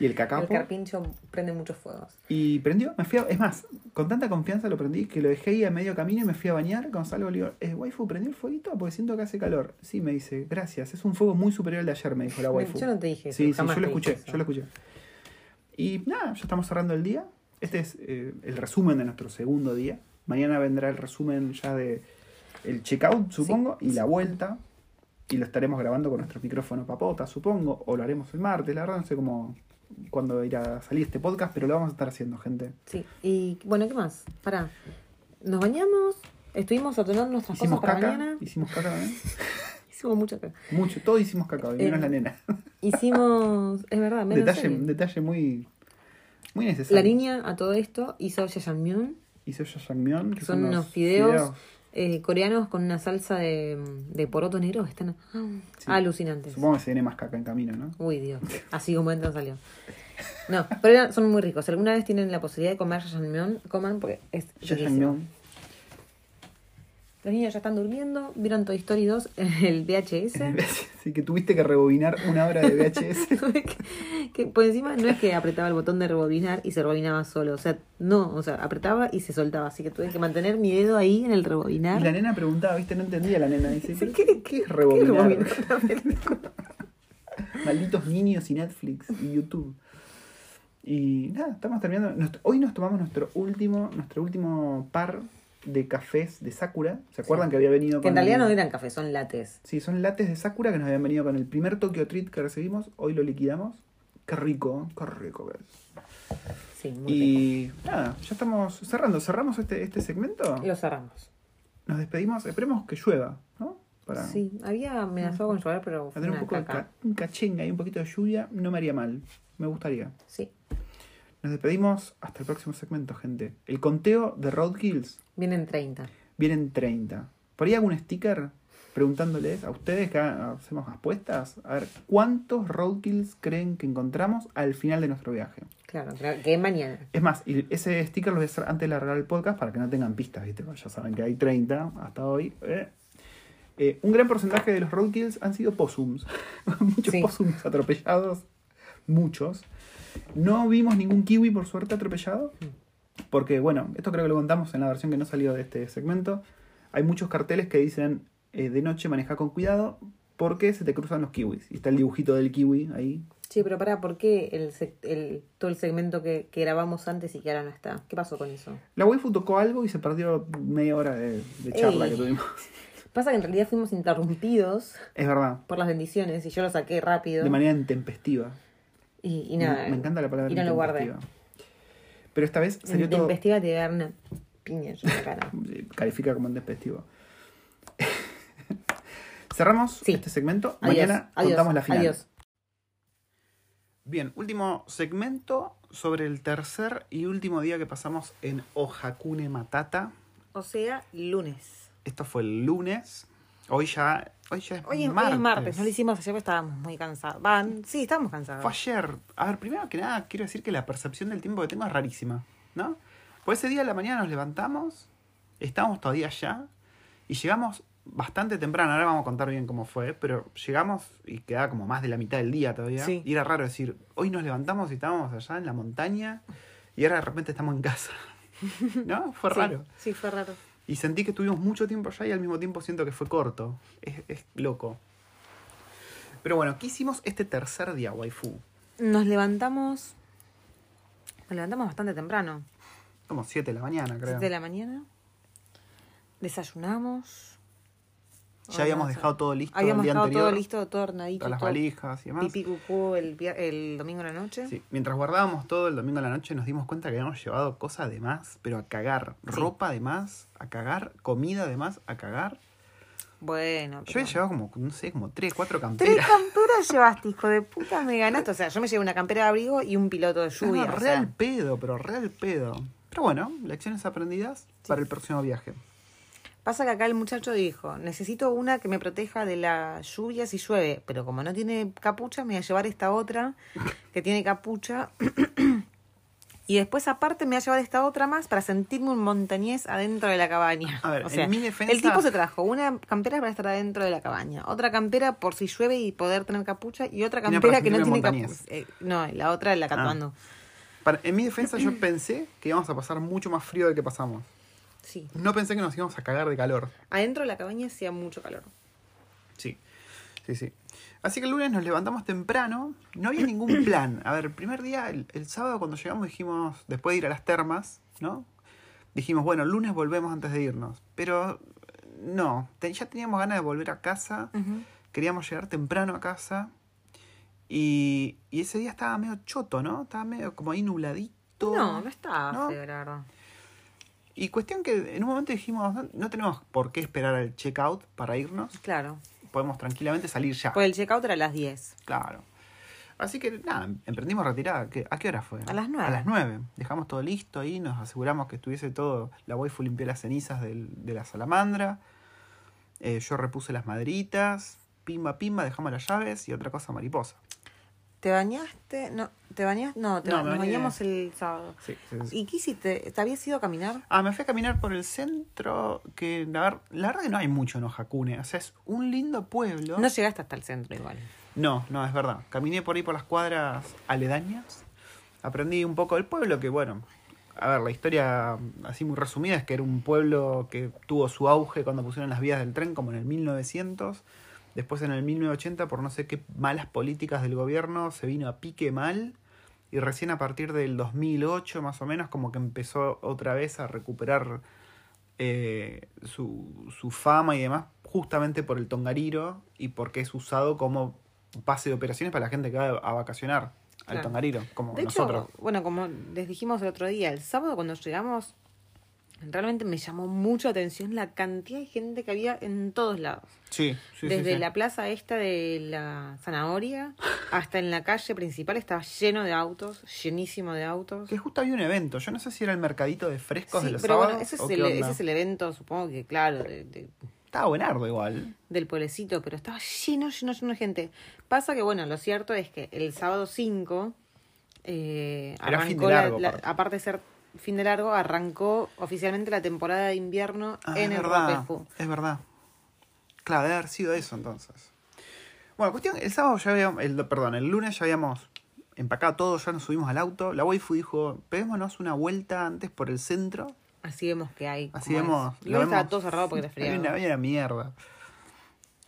Speaker 1: Y el
Speaker 2: El
Speaker 1: cacapo.
Speaker 2: carpincho prende muchos fuegos.
Speaker 1: Y prendió, me fui a, Es más, con tanta confianza lo prendí que lo dejé ahí a medio camino y me fui a bañar. Gonzalo le digo, ¿es waifu prendió el fueguito? Porque siento que hace calor. Sí, me dice, gracias. Es un fuego muy superior al de ayer, me dijo la waifu.
Speaker 2: Yo no te dije eso,
Speaker 1: Sí, sí,
Speaker 2: jamás
Speaker 1: yo lo
Speaker 2: te dije
Speaker 1: escuché,
Speaker 2: eso.
Speaker 1: yo lo escuché. Y nada, ya estamos cerrando el día. Este es eh, el resumen de nuestro segundo día. Mañana vendrá el resumen ya de el checkout, supongo, y la vuelta. Y lo estaremos grabando con nuestro micrófono papota, supongo, o lo haremos el martes, la verdad no sé cómo cuándo irá a salir este podcast, pero lo vamos a estar haciendo, gente.
Speaker 2: Sí. Y bueno, ¿qué más? Pará. Nos bañamos, estuvimos ordenando nuestras
Speaker 1: Hicimos
Speaker 2: cosas para
Speaker 1: caca,
Speaker 2: mañana.
Speaker 1: hicimos caca también.
Speaker 2: Hicimos mucho caca.
Speaker 1: Mucho, todos hicimos caca, hoy,
Speaker 2: Eh,
Speaker 1: menos la nena.
Speaker 2: Hicimos, es verdad, menos
Speaker 1: Detalle,
Speaker 2: serie.
Speaker 1: detalle muy, muy necesario.
Speaker 2: La niña a todo esto hizo Yayamyun,
Speaker 1: Hizo Yayangmyeon,
Speaker 2: que son unos fideos
Speaker 3: eh, coreanos con una salsa de, de poroto negro que están
Speaker 1: Sí.
Speaker 3: alucinantes.
Speaker 1: Supongo que se viene más caca en camino, ¿no?
Speaker 3: Uy, Dios. Así como entra salió. No, pero eran- son muy ricos. Si alguna vez tienen la posibilidad de comer jajangmyeon, coman porque es riquísimo.
Speaker 1: Jajangmyeon.
Speaker 3: Los niños ya están durmiendo, vieron Toy Story 2 en *laughs* el VHS.
Speaker 1: *laughs* Sí, que tuviste que rebobinar una hora de VHS.
Speaker 3: *laughs* que, que por encima no es que apretaba el botón de rebobinar y se rebobinaba solo. O sea, no, o sea, apretaba y se soltaba. Así que tuve que mantener mi dedo ahí en el
Speaker 1: Y la
Speaker 3: rebobinar.
Speaker 1: nena preguntaba, ¿viste? No entendía la nena. Dice,
Speaker 3: Sí,
Speaker 1: "¿Pero
Speaker 3: ¿qué- qué-
Speaker 1: ¿qué, qué es
Speaker 3: qué
Speaker 1: rebobinar?
Speaker 3: rebobinar *laughs* la película?
Speaker 1: Malditos niños y Netflix y YouTube. Y nada, estamos terminando. Nos- hoy nos tomamos nuestro último, nuestro último par de cafés de Sakura. ¿Se acuerdan que había venido
Speaker 3: Que en
Speaker 1: con
Speaker 3: realidad
Speaker 1: el-
Speaker 3: no eran café, son lates.
Speaker 1: Sí, son lates de Sakura que nos habían venido con el primer Tokyo Treat que recibimos. Hoy lo liquidamos. Qué rico, qué rico que es.
Speaker 3: Sí, muy rico.
Speaker 1: Y nada, ya estamos cerrando. ¿Cerramos este, este segmento?
Speaker 3: Lo cerramos.
Speaker 1: Nos despedimos. Esperemos que llueva, ¿no? Para
Speaker 3: Sí, había amenazado con llover, pero
Speaker 1: para
Speaker 3: fue
Speaker 1: tener un
Speaker 3: una
Speaker 1: poco de
Speaker 3: caca.
Speaker 1: ca- un cachenga y un poquito de lluvia. No me haría mal. Me gustaría.
Speaker 3: Sí.
Speaker 1: Nos despedimos hasta el próximo segmento, gente. El conteo de Roadkills
Speaker 3: Vienen 30.
Speaker 1: vienen 30. Por ahí hago un sticker preguntándoles a ustedes que ha- hacemos apuestas, a ver cuántos roadkills creen que encontramos al final de nuestro viaje.
Speaker 3: Claro, claro, que es mañana.
Speaker 1: Es más, y ese sticker lo voy a hacer antes de largar el podcast para que no tengan pistas, ¿viste? Porque Ya saben que hay 30 hasta hoy. eh. Eh, un gran porcentaje de los roadkills han sido possums. *laughs* muchos
Speaker 3: Sí.
Speaker 1: possums atropellados. Muchos. No vimos ningún kiwi, por suerte, atropellado. Porque, bueno, esto creo que lo contamos en la versión que no salió de este segmento. Hay muchos carteles que dicen eh, de noche maneja con cuidado porque se te cruzan los kiwis. Y está el dibujito del kiwi ahí.
Speaker 3: Sí, pero pará, ¿por qué el, sec- el, todo el segmento que, que grabamos antes y que ahora no está? ¿Qué pasó con eso?
Speaker 1: La waifu tocó algo y se perdió media hora de, de charla
Speaker 3: Ey.
Speaker 1: que tuvimos.
Speaker 3: Pasa que en realidad fuimos interrumpidos
Speaker 1: Es verdad.
Speaker 3: por las bendiciones y yo lo saqué rápido.
Speaker 1: De manera intempestiva.
Speaker 3: Y, y nada.
Speaker 1: me, me encanta la palabra
Speaker 3: Y no lo guardé.
Speaker 1: intempestiva. Pero esta vez salió
Speaker 3: Te
Speaker 1: todo.
Speaker 3: investiga te voy a dar una piña yo en la cara.
Speaker 1: eh, Califica como intempestivo. *laughs* Cerramos
Speaker 3: Sí.
Speaker 1: este segmento.
Speaker 3: Adiós,
Speaker 1: *laughs* Mañana
Speaker 3: adiós,
Speaker 1: contamos la final.
Speaker 3: Adiós.
Speaker 1: Bien, último segmento sobre el tercer y último día que pasamos en Ojakune Matata.
Speaker 3: O sea, lunes.
Speaker 1: Esto fue el lunes. Hoy ya, hoy ya es
Speaker 2: Hoy es
Speaker 1: martes.
Speaker 2: martes. Hoy es martes, no lo hicimos ayer porque estábamos muy cansados. Van, sí, estábamos cansados.
Speaker 1: Fue ayer. A ver, primero que nada, quiero decir que la percepción del tiempo que tengo es rarísima, ¿no? Por ese día de la mañana nos levantamos, estábamos todavía allá y llegamos bastante temprano. Ahora vamos a contar bien cómo fue, pero llegamos y quedaba como más de la mitad del día todavía.
Speaker 2: Sí.
Speaker 1: Y era raro decir, hoy nos levantamos y estábamos allá en la montaña y ahora de repente estamos en casa, *laughs* ¿no? Fue
Speaker 2: Sí,
Speaker 1: raro.
Speaker 2: Sí, fue raro.
Speaker 1: Y sentí que estuvimos mucho tiempo allá y al mismo tiempo siento que fue corto. Es, es loco. Pero bueno, ¿qué hicimos este tercer día, waifu?
Speaker 2: Nos levantamos. Nos levantamos bastante temprano.
Speaker 1: Como 7 de la mañana, creo.
Speaker 2: Siete de la mañana. Desayunamos.
Speaker 1: Ya habíamos dejado todo listo
Speaker 2: Habíamos
Speaker 1: el día
Speaker 2: dejado
Speaker 1: anterior.
Speaker 2: todo listo, todo ordenadito.
Speaker 1: Todas las
Speaker 2: todo
Speaker 1: valijas y demás.
Speaker 2: Pipí cucú el, vier- el domingo a la noche.
Speaker 1: Sí, Mientras guardábamos todo el domingo a la noche nos dimos cuenta que habíamos llevado cosas de más, pero a cagar.
Speaker 2: Sí.
Speaker 1: Ropa de más, a cagar. Comida de más, a cagar.
Speaker 2: Bueno.
Speaker 1: Yo
Speaker 2: pero-
Speaker 1: había llevado como, no sé, como 3, 4
Speaker 2: Tres
Speaker 1: camperas.
Speaker 2: camperas llevaste, hijo de puta, me ganaste. O sea, yo me llevé una campera de abrigo y un piloto de
Speaker 1: *laughs* No,
Speaker 2: lluvia. o sea.
Speaker 1: real pedo, pero real pedo. Pero bueno, lecciones aprendidas para el próximo viaje.
Speaker 2: Pasa que acá el muchacho dijo, necesito una que me proteja de la lluvia si llueve, pero como no tiene capucha, me voy a llevar esta otra que tiene capucha. *clears throat* y después aparte me voy a llevar esta otra más para sentirme un montañés adentro de la cabaña.
Speaker 1: A ver,
Speaker 2: O
Speaker 1: en
Speaker 2: sea,
Speaker 1: mi defensa-
Speaker 2: el tipo se trajo una campera para estar adentro de la cabaña, otra campera por si llueve y poder tener capucha y otra
Speaker 1: Una
Speaker 2: campera
Speaker 1: para
Speaker 2: que no
Speaker 1: sentirme
Speaker 2: tiene
Speaker 1: montañés.
Speaker 2: capucha. Eh, no, la otra la catuando.
Speaker 1: Para- en mi defensa
Speaker 2: *clears throat*
Speaker 1: yo pensé que íbamos a pasar mucho más frío de que pasamos.
Speaker 2: Sí.
Speaker 1: No pensé que nos íbamos a cagar de calor.
Speaker 2: Adentro de la cabaña hacía mucho calor.
Speaker 1: Sí, sí, sí. Así que el lunes nos levantamos temprano, no había
Speaker 2: *clears throat*
Speaker 1: ningún plan. A ver, el primer día, el, el sábado cuando llegamos dijimos, después de ir a las termas, ¿no? Dijimos, bueno, el lunes volvemos antes de irnos. Pero no, te- ya teníamos ganas de volver a casa, queríamos llegar temprano a casa. Y, y ese día estaba medio choto, ¿no? Estaba medio como ahí nubladito.
Speaker 2: No, no estaba
Speaker 1: No.
Speaker 2: feo, la verdad.
Speaker 1: Y cuestión que en un momento dijimos, no, no tenemos por qué esperar al checkout para irnos,
Speaker 2: Claro.
Speaker 1: podemos tranquilamente salir ya.
Speaker 2: Pues el checkout era a las 10.
Speaker 1: Claro. Así que nada, emprendimos retirada. ¿Qué- ¿A qué hora fue?
Speaker 2: A las nueve.
Speaker 1: A las 9. Dejamos todo listo ahí, nos aseguramos que estuviese todo. La waifu limpió las cenizas del- de la salamandra. Eh, yo repuse las maderitas. Pimba, pimba, dejamos las llaves y otra cosa mariposa.
Speaker 2: ¿Te bañaste? No, ¿te bañaste? No, te
Speaker 1: No,
Speaker 2: ba-
Speaker 1: me
Speaker 2: nos
Speaker 1: bañé.
Speaker 2: bañamos el sábado.
Speaker 1: Sí, sí, sí.
Speaker 2: ¿Y qué hiciste? ¿Te habías ido a caminar?
Speaker 1: Ah, me fui a caminar por el centro, que la, ver- la verdad que no hay mucho en Ojakune. O sea, es un lindo pueblo.
Speaker 2: No llegaste hasta el centro igual.
Speaker 1: No, no, es verdad. Caminé por ahí por las cuadras aledañas. Aprendí un poco del pueblo, que bueno, a ver, la historia así muy resumida es que era un pueblo que tuvo su auge cuando pusieron las vías del tren, como en el 1900. Después en el 1980, por no sé qué malas políticas del gobierno, se vino a pique mal. Y recién a partir del 2008, más o menos, como que empezó otra vez a recuperar eh, su, su fama y demás, justamente por el tongariro y porque es usado como base de operaciones para la gente que va a vacacionar al
Speaker 2: Claro.
Speaker 1: tongariro, como
Speaker 2: De
Speaker 1: nosotros.
Speaker 2: hecho, bueno, como les dijimos el otro día, el sábado cuando llegamos, realmente me llamó mucho la atención la cantidad de gente que había en todos lados.
Speaker 1: Sí, sí, sí,
Speaker 2: Desde
Speaker 1: sí.
Speaker 2: la plaza esta de la zanahoria hasta en la calle principal estaba lleno de autos, llenísimo de autos.
Speaker 1: Que justo había un evento, yo no sé si era el mercadito de frescos
Speaker 2: Sí,
Speaker 1: de los
Speaker 2: pero
Speaker 1: sábados.
Speaker 2: bueno, ese
Speaker 1: o
Speaker 2: es,
Speaker 1: qué
Speaker 2: el,
Speaker 1: onda.
Speaker 2: ese es el evento, supongo que, claro, de- de-
Speaker 1: Estaba buenardo igual.
Speaker 2: del pueblecito, pero estaba lleno, lleno, lleno de gente. Pasa que, bueno, lo cierto es que el sábado 5, eh,
Speaker 1: Era fin de
Speaker 2: arrancó la-
Speaker 1: largo,
Speaker 2: la-
Speaker 1: aparte.
Speaker 2: aparte de ser fin de largo, arrancó oficialmente la temporada de invierno
Speaker 1: Ah,
Speaker 2: en
Speaker 1: es
Speaker 2: el
Speaker 1: verdad.
Speaker 2: Roquefú.
Speaker 1: Es verdad. Claro, debe haber sido eso entonces. Bueno, cuestión, el sábado ya habíamos, el, perdón, el lunes ya habíamos empacado todo, ya nos subimos al auto. La waifu dijo, peguémonos una vuelta antes por el centro.
Speaker 2: Así vemos que hay.
Speaker 1: Así
Speaker 2: como es.
Speaker 1: vemos.
Speaker 2: Igual estaba todo cerrado porque era frío.
Speaker 1: Una, una mierda.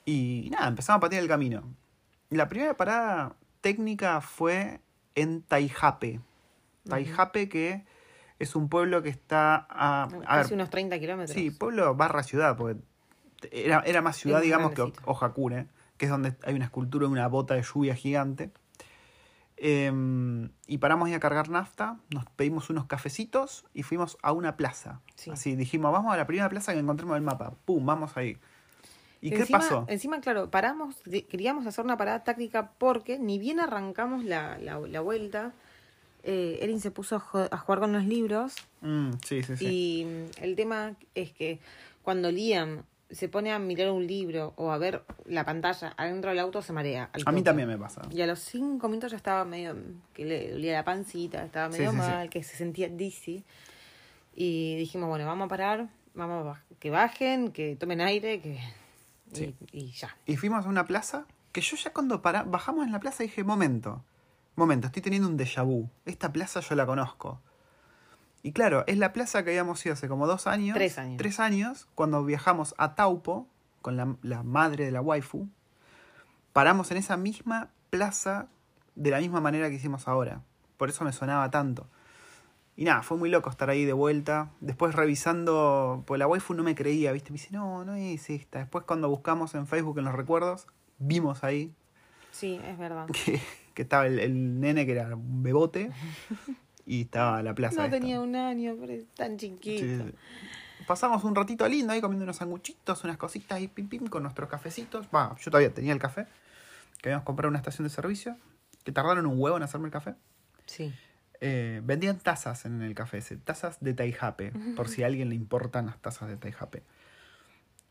Speaker 1: Y nada, empezamos a patear el camino. La primera parada técnica fue en Taijape. Taijape que es un pueblo que está a... a
Speaker 2: Casi
Speaker 1: ver,
Speaker 2: unos 30 kilómetros.
Speaker 1: Sí, pueblo barra ciudad, porque era, era más ciudad,
Speaker 2: Es
Speaker 1: digamos, que
Speaker 2: grandecito.
Speaker 1: O- Ohakune, que es donde hay una escultura de una bota de lluvia gigante. Em, y paramos ahí a cargar nafta, nos pedimos unos cafecitos y fuimos a una plaza.
Speaker 2: Sí.
Speaker 1: Así dijimos, vamos a la primera plaza que encontremos en el mapa. ¡Pum! Vamos ahí. ¿Y
Speaker 2: Encima-
Speaker 1: qué pasó?
Speaker 2: Encima, claro, paramos, de- queríamos hacer una parada táctica porque ni bien arrancamos la, la, la vuelta, eh, Erin se puso a, jo- a jugar con los libros
Speaker 1: Mm, sí, sí, sí.
Speaker 2: y mm, el tema es que cuando Liam se pone a mirar un libro o a ver la pantalla adentro del auto se marea. al
Speaker 1: a mí
Speaker 2: toque.
Speaker 1: también me pasa.
Speaker 2: Y a los cinco minutos ya estaba medio. que le dolía la pancita, estaba
Speaker 1: Sí,
Speaker 2: medio
Speaker 1: sí, sí.
Speaker 2: mal, que se sentía dizzy. Y dijimos, bueno, vamos a parar, vamos a baj- que bajen, que tomen aire, que. y-
Speaker 1: Sí.
Speaker 2: Y, ya.
Speaker 1: Y fuimos a una plaza que yo ya cuando para, bajamos en la plaza dije, momento, momento, estoy teniendo un déjà vu. Esta plaza yo la conozco. Y claro, es la plaza que habíamos ido hace como dos años.
Speaker 2: Tres años.
Speaker 1: Tres años, cuando viajamos a Taupo con la, la madre de la waifu. Paramos en esa misma plaza de la misma manera que hicimos ahora. Por eso me sonaba tanto. Y nada, fue muy loco estar ahí de vuelta. Después revisando, pues la waifu no me creía, ¿viste? Me dice, no, no es esta. Después cuando buscamos en Facebook en los recuerdos, vimos ahí
Speaker 2: Sí, es verdad.
Speaker 1: que, que estaba el, el nene que era un bebote y estaba la plaza.
Speaker 2: No
Speaker 1: esta.
Speaker 2: tenía un año, pero es tan chiquito.
Speaker 1: Sí, sí, sí. Pasamos un ratito lindo ahí comiendo unos sanguchitos, unas cositas y pim pim con nuestros cafecitos. Va, yo todavía tenía el café, que habíamos comprado en una estación de servicio, que tardaron un huevo en hacerme el café.
Speaker 2: Sí.
Speaker 1: Eh, vendían tazas en el café ese, tazas de Taijape, por si a alguien le importan las tazas de Taijape.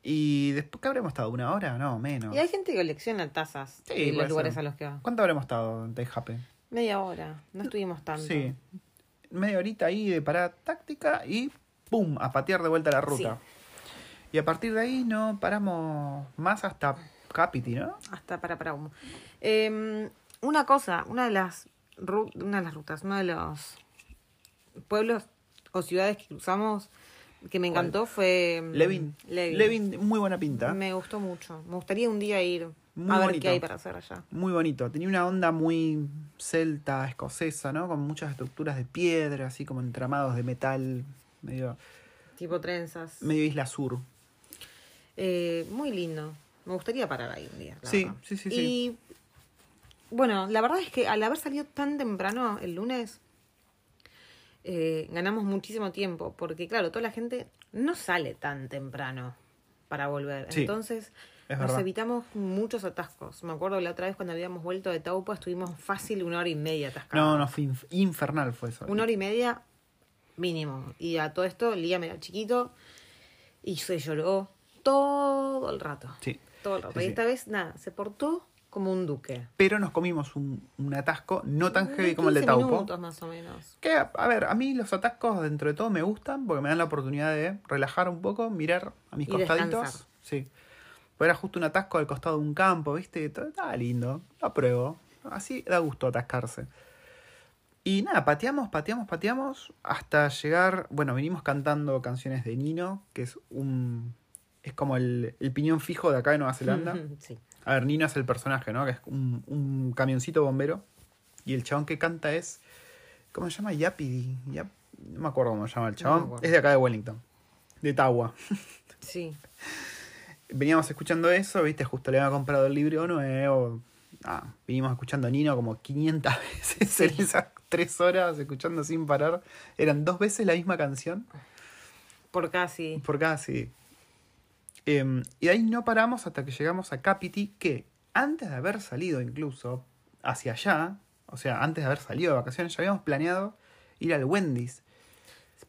Speaker 1: Y después, ¿qué habremos estado? ¿Una hora? No, menos.
Speaker 2: Y hay gente que colecciona tazas
Speaker 1: Sí,
Speaker 2: en
Speaker 1: puede
Speaker 2: los lugares
Speaker 1: ser.
Speaker 2: a los que va.
Speaker 1: ¿Cuánto habremos estado en Taijape?
Speaker 2: Media hora, no estuvimos tanto.
Speaker 1: Sí. Media horita ahí de parada táctica y ¡pum! a patear de vuelta la ruta. Y a partir de ahí no paramos más hasta Capiti, ¿no?
Speaker 2: Hasta para para humo. Eh, una cosa, una de las ru- una de las rutas, uno de los pueblos o ciudades que cruzamos que me encantó fue mm,
Speaker 1: Levin.
Speaker 2: Levin.
Speaker 1: muy buena pinta.
Speaker 2: Me gustó mucho. Me gustaría un día ir
Speaker 1: Muy
Speaker 2: a ver
Speaker 1: bonito.
Speaker 2: qué hay para hacer allá.
Speaker 1: Muy bonito. Tenía una onda muy celta, escocesa, ¿no? Con muchas estructuras de piedra, así como entramados de metal, medio,
Speaker 2: Tipo trenzas.
Speaker 1: medio isla sur.
Speaker 2: Eh, muy lindo. Me gustaría parar ahí un día. la
Speaker 1: Sí,
Speaker 2: verdad.
Speaker 1: sí, sí,
Speaker 2: Y,
Speaker 1: sí.
Speaker 2: bueno, la verdad es que al haber salido tan temprano el lunes, eh, ganamos muchísimo tiempo. Porque, claro, toda la gente no sale tan temprano para volver.
Speaker 1: Sí.
Speaker 2: Entonces,
Speaker 1: Es
Speaker 2: Nos
Speaker 1: verdad.
Speaker 2: evitamos muchos atascos. Me acuerdo la otra vez cuando habíamos vuelto de Taupo, estuvimos fácil una hora y media atascados.
Speaker 1: No, no, fue inf- infernal fue eso.
Speaker 2: Una hora y media mínimo. Y a todo esto, Lía me era chiquito y se lloró todo el rato.
Speaker 1: Sí.
Speaker 2: Todo el
Speaker 1: Sí,
Speaker 2: rato. y
Speaker 1: sí.
Speaker 2: esta vez, nada, se portó como un duque.
Speaker 1: Pero nos comimos un, un atasco no tan
Speaker 2: Unos
Speaker 1: heavy como el de
Speaker 2: 15
Speaker 1: Taupo.
Speaker 2: minutos más o menos.
Speaker 1: Que, a ver, a mí los atascos dentro de todo me gustan porque me dan la oportunidad de relajar un poco, mirar a mis
Speaker 2: Y
Speaker 1: costaditos.
Speaker 2: descansar.
Speaker 1: Sí. Pues era justo un atasco al costado de un campo, ¿viste? Todo- Estaba lindo. Lo apruebo. Así da gusto atascarse. Y nada, pateamos, pateamos, pateamos hasta llegar. Bueno, venimos cantando canciones de Nino, que es un. Es como el, el piñón fijo de acá de Nueva Zelanda.
Speaker 2: *laughs* Sí.
Speaker 1: A ver, Nino es el personaje, ¿no? Que es un, un camioncito bombero. Y el chabón que canta es. ¿Cómo se llama? Yapidi. Yap- No me acuerdo cómo se llama el chabón.
Speaker 2: acuerdo.
Speaker 1: es de acá de Wellington. De Tawa.
Speaker 2: Sí.
Speaker 1: Veníamos escuchando eso, ¿viste? Justo le había comprado el libro nuevo. Ah, vinimos escuchando a Nino como 500 *laughs* veces en esas tres horas, escuchando sin parar. Eran dos veces la misma canción.
Speaker 2: Por casi.
Speaker 1: Por cada CD. Em, y de ahí no paramos hasta que llegamos a Capiti, que antes de haber salido incluso hacia allá, o sea, antes de haber salido de vacaciones, ya habíamos planeado ir al Wendy's.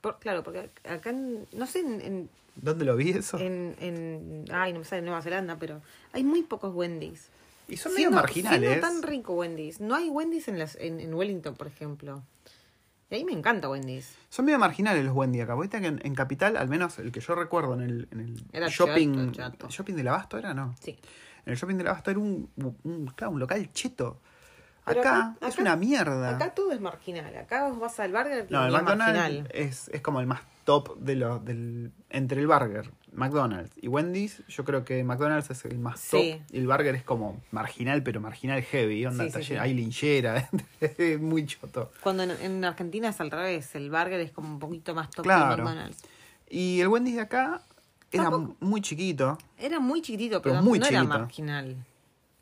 Speaker 2: Por- claro, porque acá, en- no sé, en, en,
Speaker 1: ¿Dónde lo vi eso?
Speaker 2: en- en- Ay, no me sale en Nueva Zelanda, pero hay muy pocos Wendy's.
Speaker 1: y son medio
Speaker 2: Siendo-
Speaker 1: marginales.
Speaker 2: siendo tan rico Wendy's. No hay Wendy's en, las, en, en Wellington, por ejemplo. Y ahí me encanta Wendy's.
Speaker 1: Son medio marginales los Wendy acá. Viste que en, en Capital, al menos el que yo recuerdo en el, en el
Speaker 2: Era
Speaker 1: shopping.
Speaker 2: chato, chato.
Speaker 1: ¿el shopping del abasto era, ¿no?
Speaker 2: Sí.
Speaker 1: En el shopping del abasto era un, un- claro, un local cheto.
Speaker 2: Pero
Speaker 1: Acá,
Speaker 2: acá-
Speaker 1: es
Speaker 2: acá-
Speaker 1: una mierda.
Speaker 2: Acá todo es marginal. Acá vos vas al burger
Speaker 1: Ah. No,
Speaker 2: y
Speaker 1: el
Speaker 2: es
Speaker 1: McDonald's
Speaker 2: marginal.
Speaker 1: es, es como el más top de los del entre el burger, McDonald's y Wendy's, yo creo que McDonald's es el más
Speaker 2: Sí.
Speaker 1: top. y El burger es como marginal, pero marginal heavy, onda
Speaker 2: Sí, sí,
Speaker 1: taller-
Speaker 2: sí.
Speaker 1: hay linchera, *laughs* es muy choto.
Speaker 2: Cuando en, en Argentina es al revés. El burger es como un poquito más top que
Speaker 1: Claro.
Speaker 2: McDonald's.
Speaker 1: Y el Wendy's de acá era
Speaker 2: Tampoco-
Speaker 1: muy chiquito,
Speaker 2: Era muy chiquitito, pero,
Speaker 1: Pero muy
Speaker 2: no
Speaker 1: chiquito.
Speaker 2: era marginal.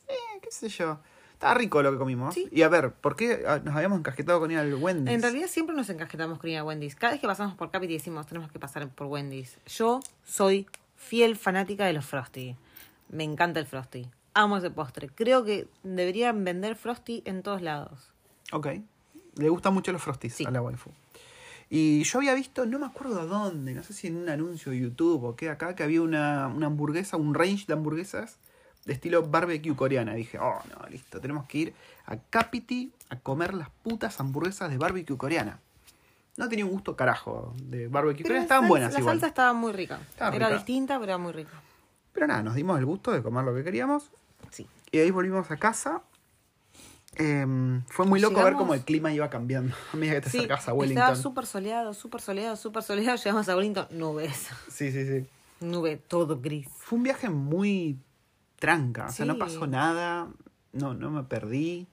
Speaker 1: eh, qué sé yo. Estaba rico lo que comimos.
Speaker 2: Sí.
Speaker 1: Y a ver, ¿por qué ah, nos habíamos encajetado con ir al Wendy's?
Speaker 2: En realidad siempre nos encajetamos con ir a Wendy's. Cada vez que pasamos por Capity decimos, tenemos que pasar por Wendy's. Yo soy fiel fanática de los Frosty. Me encanta el Frosty. Amo ese postre. Creo que deberían vender Frosty en todos lados.
Speaker 1: Ok. Le gustan mucho los frosties
Speaker 2: Sí.
Speaker 1: a la waifu. Y yo había visto, no me acuerdo a dónde, no sé si en un anuncio de YouTube o qué acá, que había una, una hamburguesa, un range de hamburguesas de estilo barbecue coreana. Dije, oh no, listo, tenemos que ir a Capiti a comer las putas hamburguesas de barbecue coreana. No tenía un gusto carajo de barbecue
Speaker 2: Pero
Speaker 1: coreana,
Speaker 2: la
Speaker 1: estaban
Speaker 2: salsa-
Speaker 1: buenas
Speaker 2: La
Speaker 1: igual.
Speaker 2: salsa estaba muy rica.
Speaker 1: Estaba
Speaker 2: era
Speaker 1: rica.
Speaker 2: distinta, pero era muy rica.
Speaker 1: Pero nada, nos dimos el gusto de comer lo que queríamos.
Speaker 2: Sí.
Speaker 1: Y ahí volvimos a casa. Em, fue muy loco ver
Speaker 2: Llegamos-
Speaker 1: cómo el clima iba cambiando a medida que te
Speaker 2: Sí,
Speaker 1: acercabas a
Speaker 2: estaba
Speaker 1: Wellington.
Speaker 2: súper soleado, súper soleado, súper soleado. *laughs* Llegamos a Wellington, nubes.
Speaker 1: Sí, sí, sí.
Speaker 2: Nube, todo gris.
Speaker 1: Fue un viaje muy tranca. O sea, no
Speaker 2: Sí.
Speaker 1: pasó nada. No, no me perdí.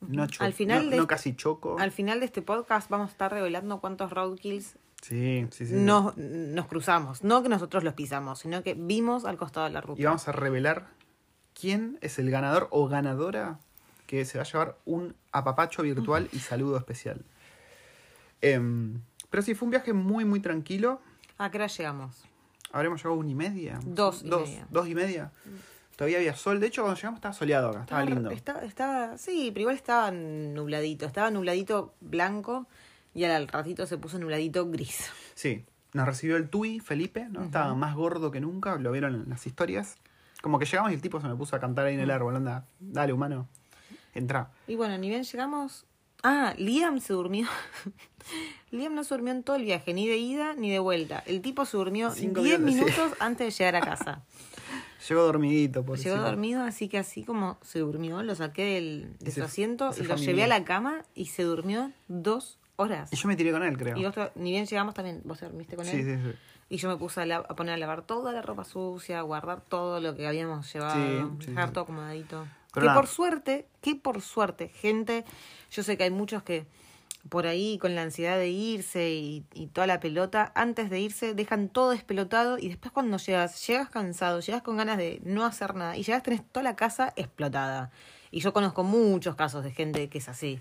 Speaker 1: No, cho-
Speaker 2: Al final
Speaker 1: no,
Speaker 2: de
Speaker 1: no
Speaker 2: este-
Speaker 1: casi choco.
Speaker 2: Al final de este podcast vamos a estar revelando cuántos roadkills
Speaker 1: Sí, sí, sí.
Speaker 2: nos, nos cruzamos. No que nosotros los pisamos, sino que vimos al costado de la ruta.
Speaker 1: Y vamos a revelar quién es el ganador o ganadora que se va a llevar un apapacho virtual y saludo especial. Em, pero sí, fue un viaje muy, muy tranquilo.
Speaker 2: ¿A qué hora llegamos?
Speaker 1: Habremos llegado a una y media.
Speaker 2: Dos y
Speaker 1: dos,
Speaker 2: media.
Speaker 1: dos y media. Todavía había sol. De hecho, cuando llegamos estaba soleado acá. Estaba lindo.
Speaker 2: Estaba, estaba- sí, pero igual estaba nubladito. Estaba nubladito blanco y al ratito se puso nubladito gris.
Speaker 1: Sí, nos recibió el Tui, Felipe, ¿no? Estaba más gordo que nunca, lo vieron en las historias. Como que llegamos y el tipo se me puso a cantar ahí
Speaker 2: Mm.
Speaker 1: en el árbol, anda, dale, humano, entra.
Speaker 2: Y bueno, ni bien llegamos. Ah, Liam se durmió. *laughs* Liam no se durmió en todo el viaje, ni de ida ni de vuelta. El tipo se durmió
Speaker 1: Cinco
Speaker 2: 10
Speaker 1: minutos,
Speaker 2: minutos
Speaker 1: sí.
Speaker 2: antes de llegar a casa.
Speaker 1: Llegó dormidito, por
Speaker 2: Pues Llegó dormido, así que así como se durmió, lo saqué del, de
Speaker 1: Y se-
Speaker 2: su asiento
Speaker 1: se
Speaker 2: y
Speaker 1: fue
Speaker 2: lo
Speaker 1: a mi
Speaker 2: llevé a
Speaker 1: vida.
Speaker 2: la cama y se durmió dos horas.
Speaker 1: Y yo me tiré con él, creo.
Speaker 2: Y vos, te- ni bien llegamos también, vos te dormiste con él.
Speaker 1: sí, sí, sí.
Speaker 2: Y yo me puse a, la- a poner a lavar toda la ropa sucia, a guardar todo lo que habíamos llevado,
Speaker 1: Sí, sí,
Speaker 2: dejar
Speaker 1: sí.
Speaker 2: todo acomodadito.
Speaker 1: Pero
Speaker 2: que
Speaker 1: nada.
Speaker 2: por suerte, que por suerte, gente, yo sé que hay muchos que por ahí con la ansiedad de irse y, y toda la pelota, antes de irse dejan todo despelotado y después cuando llegas, llegas cansado, llegas con ganas de no hacer nada y llegas tenés toda la casa explotada. Y yo conozco muchos casos de gente que es así.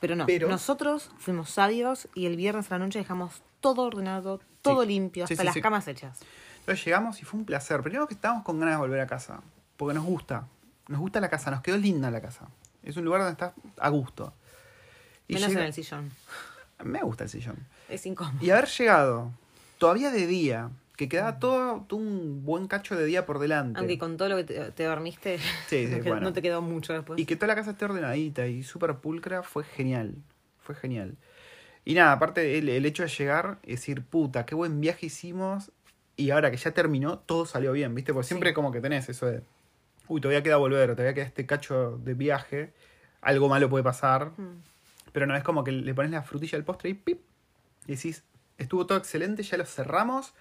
Speaker 2: Pero no,
Speaker 1: Pero-
Speaker 2: nosotros fuimos sabios y el viernes a la noche dejamos todo ordenado, todo
Speaker 1: Sí.
Speaker 2: limpio,
Speaker 1: Sí,
Speaker 2: hasta
Speaker 1: sí,
Speaker 2: las
Speaker 1: sí.
Speaker 2: camas hechas.
Speaker 1: Entonces llegamos y fue un placer. Primero que estábamos con ganas de volver a casa, porque nos gusta. Nos gusta la casa, nos quedó linda la casa. Es un lugar donde estás a gusto. Y
Speaker 2: Menos
Speaker 1: llega-
Speaker 2: en el sillón.
Speaker 1: Me gusta el sillón.
Speaker 2: Es incómodo.
Speaker 1: Y haber llegado todavía de día, que
Speaker 2: Mm.
Speaker 1: quedaba todo, todo un buen cacho de día por delante.
Speaker 2: Aunque con todo lo que te, te dormiste,
Speaker 1: Sí, sí,
Speaker 2: *laughs* no, que-
Speaker 1: bueno.
Speaker 2: no te quedó mucho después.
Speaker 1: Y que toda la casa esté ordenadita y súper pulcra fue genial. Fue genial. Y nada, aparte el, el hecho de llegar y decir, puta, qué buen viaje hicimos. Y ahora que ya terminó, todo salió bien, ¿viste? Porque siempre como que tenés eso de, uy, todavía queda volver, todavía queda este cacho de viaje. Algo malo puede pasar.
Speaker 2: Mm.
Speaker 1: Pero no es como que le pones la frutilla al postre y pip. Y decís, estuvo todo excelente, ya lo cerramos,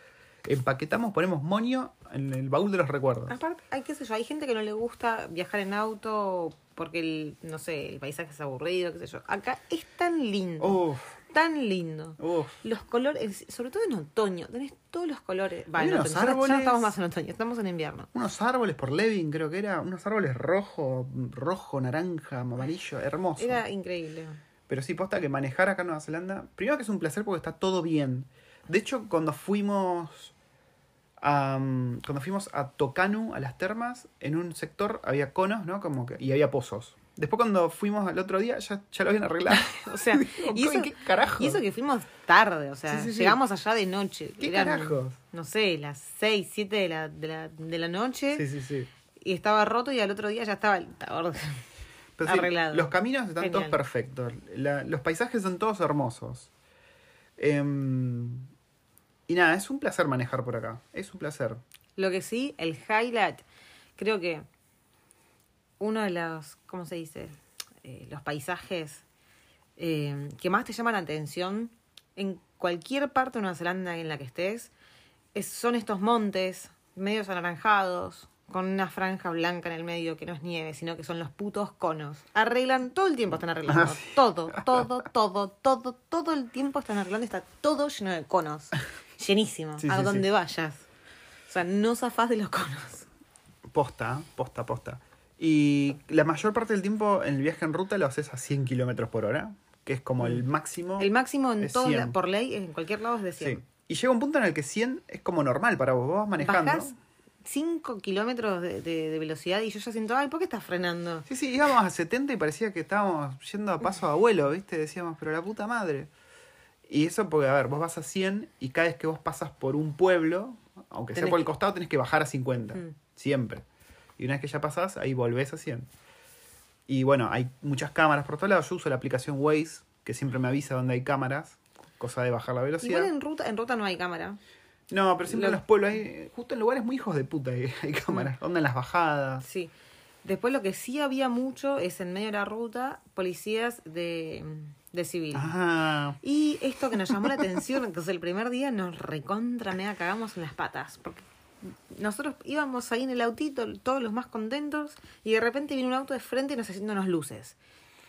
Speaker 1: empaquetamos, ponemos moño en el baúl de los recuerdos.
Speaker 2: Aparte, hay qué sé yo, hay gente que no le gusta viajar en auto porque el, no sé, el paisaje es aburrido, qué sé yo. Acá es tan lindo,
Speaker 1: Uf,
Speaker 2: tan lindo.
Speaker 1: uf.
Speaker 2: Los colores, sobre todo en otoño, tenés todos los colores. Va,
Speaker 1: Hay
Speaker 2: en
Speaker 1: unos
Speaker 2: otoño, ya- ya
Speaker 1: árboles.
Speaker 2: no estamos más en otoño, estamos en invierno.
Speaker 1: Unos árboles por Levin, creo que era. Unos árboles rojo, rojo, naranja, amarillo, hermoso.
Speaker 2: Era increíble.
Speaker 1: Pero sí, posta que manejar acá en Nueva Zelanda. Primero que es un placer porque está todo bien. De hecho, cuando fuimos. a, mm, cuando fuimos a Tocanu, a las termas, en un sector había conos, ¿no? Como que, y había pozos. Después cuando fuimos al otro día, ya, ya lo habían
Speaker 2: *laughs*
Speaker 1: arreglado. *laughs*
Speaker 2: O sea, y
Speaker 1: Digo,
Speaker 2: eso,
Speaker 1: ¿qué carajo?
Speaker 2: y eso que fuimos tarde, o sea,
Speaker 1: Sí, sí, sí.
Speaker 2: llegamos allá de noche.
Speaker 1: ¿Qué
Speaker 2: Eran,
Speaker 1: carajos?
Speaker 2: No sé, las 6, 7 de la, de la, de la noche.
Speaker 1: Sí, sí, sí.
Speaker 2: Y estaba roto y al otro día ya estaba el tabor.
Speaker 1: Pero sí,
Speaker 2: Arreglado.
Speaker 1: los caminos están todos
Speaker 2: Genial.
Speaker 1: perfectos. La- los paisajes son todos hermosos. Em, y nada, es un placer manejar por acá. Es un placer.
Speaker 2: Lo que sí, el highlight, creo que uno de los, ¿cómo se dice? Eh, los paisajes eh, que más te llaman la atención en cualquier parte de Nueva Zelanda en la que estés, es- son estos montes medios anaranjados, con una franja blanca en el medio que no es nieve, sino que son los putos conos. Arreglan, todo el tiempo están arreglando.
Speaker 1: Ah, sí.
Speaker 2: Todo, todo, todo, todo, todo el tiempo están arreglando, está todo lleno de conos. Llenísimo,
Speaker 1: Sí,
Speaker 2: a
Speaker 1: sí, sí.
Speaker 2: donde vayas. O sea, no zafás de los conos.
Speaker 1: Posta, posta, posta. Y la mayor parte del tiempo en el viaje en ruta lo haces a 100 kilómetros por hora, que es como el máximo.
Speaker 2: Mm. El máximo en
Speaker 1: Es
Speaker 2: todos
Speaker 1: 100.
Speaker 2: la- por ley, en cualquier lado es de 100.
Speaker 1: Sí. Y llega un punto en el que 100 es como normal para vos. Vos vas manejando.
Speaker 2: Bajás 5 kilómetros de, de- de velocidad y yo ya siento, ay, ¿por qué estás frenando?
Speaker 1: Sí, sí, íbamos a 70 y parecía que estábamos yendo a paso de abuelo, ¿viste? Decíamos, pero la puta madre. Y eso porque, a ver, vos vas a 100 y cada vez que vos pasas por un pueblo, aunque sea
Speaker 2: Tenés
Speaker 1: por el
Speaker 2: que-
Speaker 1: costado, tenés que bajar a 50.
Speaker 2: Mm.
Speaker 1: Siempre. Y una vez que ya pasás, ahí volvés a 100. Y bueno, hay muchas cámaras por todos lados. Yo uso la aplicación Waze, que siempre me avisa dónde hay cámaras. Cosa de bajar la velocidad.
Speaker 2: Igual en ruta, en ruta no hay cámara.
Speaker 1: No, pero siempre
Speaker 2: lo- Mm.
Speaker 1: en los pueblos hay... Justo en lugares muy hijos de puta hay, hay cámaras. Onda en las bajadas.
Speaker 2: Sí. Después lo que sí había mucho es en medio de la ruta policías de, de civil.
Speaker 1: Ah,
Speaker 2: Y esto que nos llamó la atención, que es el primer día nos recontra mega cagamos en las patas. Porque nosotros íbamos ahí en el autito, todos los más contentos, y de repente viene un auto de frente y nos haciéndonos luces.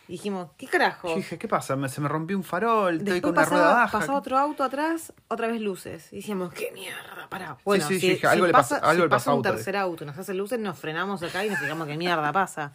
Speaker 2: Y dijimos, ¿qué carajo?
Speaker 1: Yo dije, ¿qué pasa? Me- se me rompió un farol, estoy
Speaker 2: Después
Speaker 1: con
Speaker 2: pasaba,
Speaker 1: la rueda baja.
Speaker 2: pasaba otro auto atrás, otra vez luces. Y decíamos, ¿qué mierda? Pará. Bueno,
Speaker 1: sí, yo
Speaker 2: si,
Speaker 1: dije,
Speaker 2: si
Speaker 1: algo le pasa-
Speaker 2: pasa,
Speaker 1: algo
Speaker 2: si
Speaker 1: le pasa
Speaker 2: pasa
Speaker 1: a
Speaker 2: un
Speaker 1: auto,
Speaker 2: tercer auto, nos hace luces, nos frenamos acá y nos fijamos qué mierda pasa.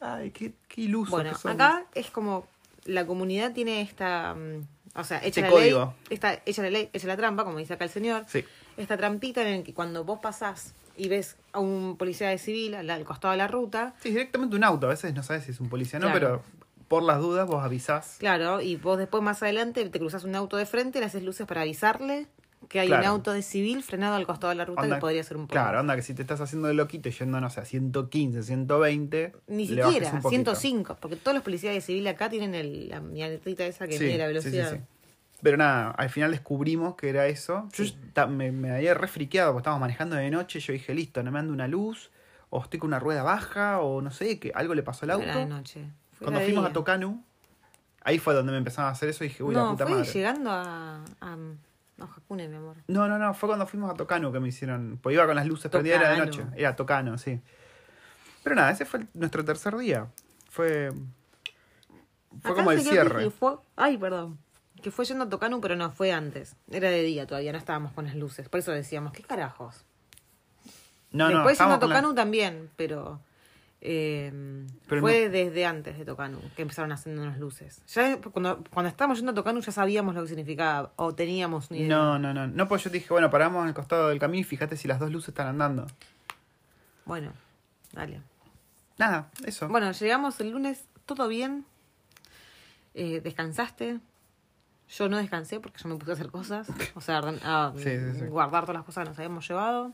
Speaker 1: Ay, qué, qué iluso.
Speaker 2: Bueno,
Speaker 1: que somos.
Speaker 2: acá es como la comunidad tiene esta. mm, O sea, echa
Speaker 1: Este
Speaker 2: la
Speaker 1: código.
Speaker 2: ley. Esta, echa la ley, echa la trampa, como dice acá el señor.
Speaker 1: Sí.
Speaker 2: Esta trampita en la que cuando vos pasás y ves a un policía de civil al, al costado de la ruta,
Speaker 1: Sí, directamente un auto. A veces no sabes si es un policía o no,
Speaker 2: Claro.
Speaker 1: pero por las dudas vos avisás.
Speaker 2: claro, y vos después más adelante te cruzas un auto de frente, le haces luces para avisarle que hay un
Speaker 1: Claro.
Speaker 2: auto de civil frenado al costado de la ruta
Speaker 1: Onda-
Speaker 2: que podría ser un policía.
Speaker 1: Claro, anda que si te estás haciendo de loquito y yendo, no sé, a 115, 120.
Speaker 2: Ni
Speaker 1: le bajes
Speaker 2: siquiera,
Speaker 1: un poquito.
Speaker 2: 105, porque todos los policías de civil acá tienen el- la mialetita esa que
Speaker 1: Sí,
Speaker 2: mide la
Speaker 1: sí,
Speaker 2: velocidad.
Speaker 1: sí, sí. Pero nada, al final descubrimos que era eso. Yo ta- me, me había refriqueado porque estábamos manejando de noche. Yo dije, listo, no me ando una luz, o estoy con una rueda baja, o no sé, que algo le pasó al
Speaker 2: No
Speaker 1: auto.
Speaker 2: era de noche. fue
Speaker 1: Cuando
Speaker 2: de
Speaker 1: fuimos a
Speaker 2: día.
Speaker 1: Tocanu, ahí fue donde me empezaron a hacer eso y dije, uy,
Speaker 2: no,
Speaker 1: la puta
Speaker 2: fue
Speaker 1: madre.
Speaker 2: llegando a, a, a Hakune, mi amor.
Speaker 1: No, no, no, fue cuando fuimos a Tocano que me hicieron. Pues iba con las luces prendidas, era de
Speaker 2: Tocano.
Speaker 1: noche. Era Tocano, sí. Pero nada, ese fue el- nuestro tercer día. Fue. Fue
Speaker 2: Acá
Speaker 1: como el
Speaker 2: se creo que
Speaker 1: cierre.
Speaker 2: fue- ay, perdón. Que fue yendo a Tocanu, pero no, fue antes. Era de día todavía, no estábamos con las luces. Por eso decíamos, ¿qué carajos?
Speaker 1: No, no,
Speaker 2: Después yendo a
Speaker 1: estábamos con la-
Speaker 2: Tocanu también, pero Eh,
Speaker 1: Pero
Speaker 2: fue desde antes de Tocanu que empezaron a hacernos luces. Ya cuando, cuando estábamos yendo a Tocanu ya sabíamos lo que significaba o teníamos ni idea.
Speaker 1: No, no, no. No, pues yo dije, bueno, paramos al costado del camino y fíjate si las dos luces están andando.
Speaker 2: Bueno, dale.
Speaker 1: Nada, eso.
Speaker 2: Bueno, llegamos el lunes, todo bien. Eh, descansaste. Yo no descansé porque yo me puse a hacer cosas. O sea, orden- a
Speaker 1: *laughs* Sí, sí, sí.
Speaker 2: guardar todas las cosas que nos habíamos llevado.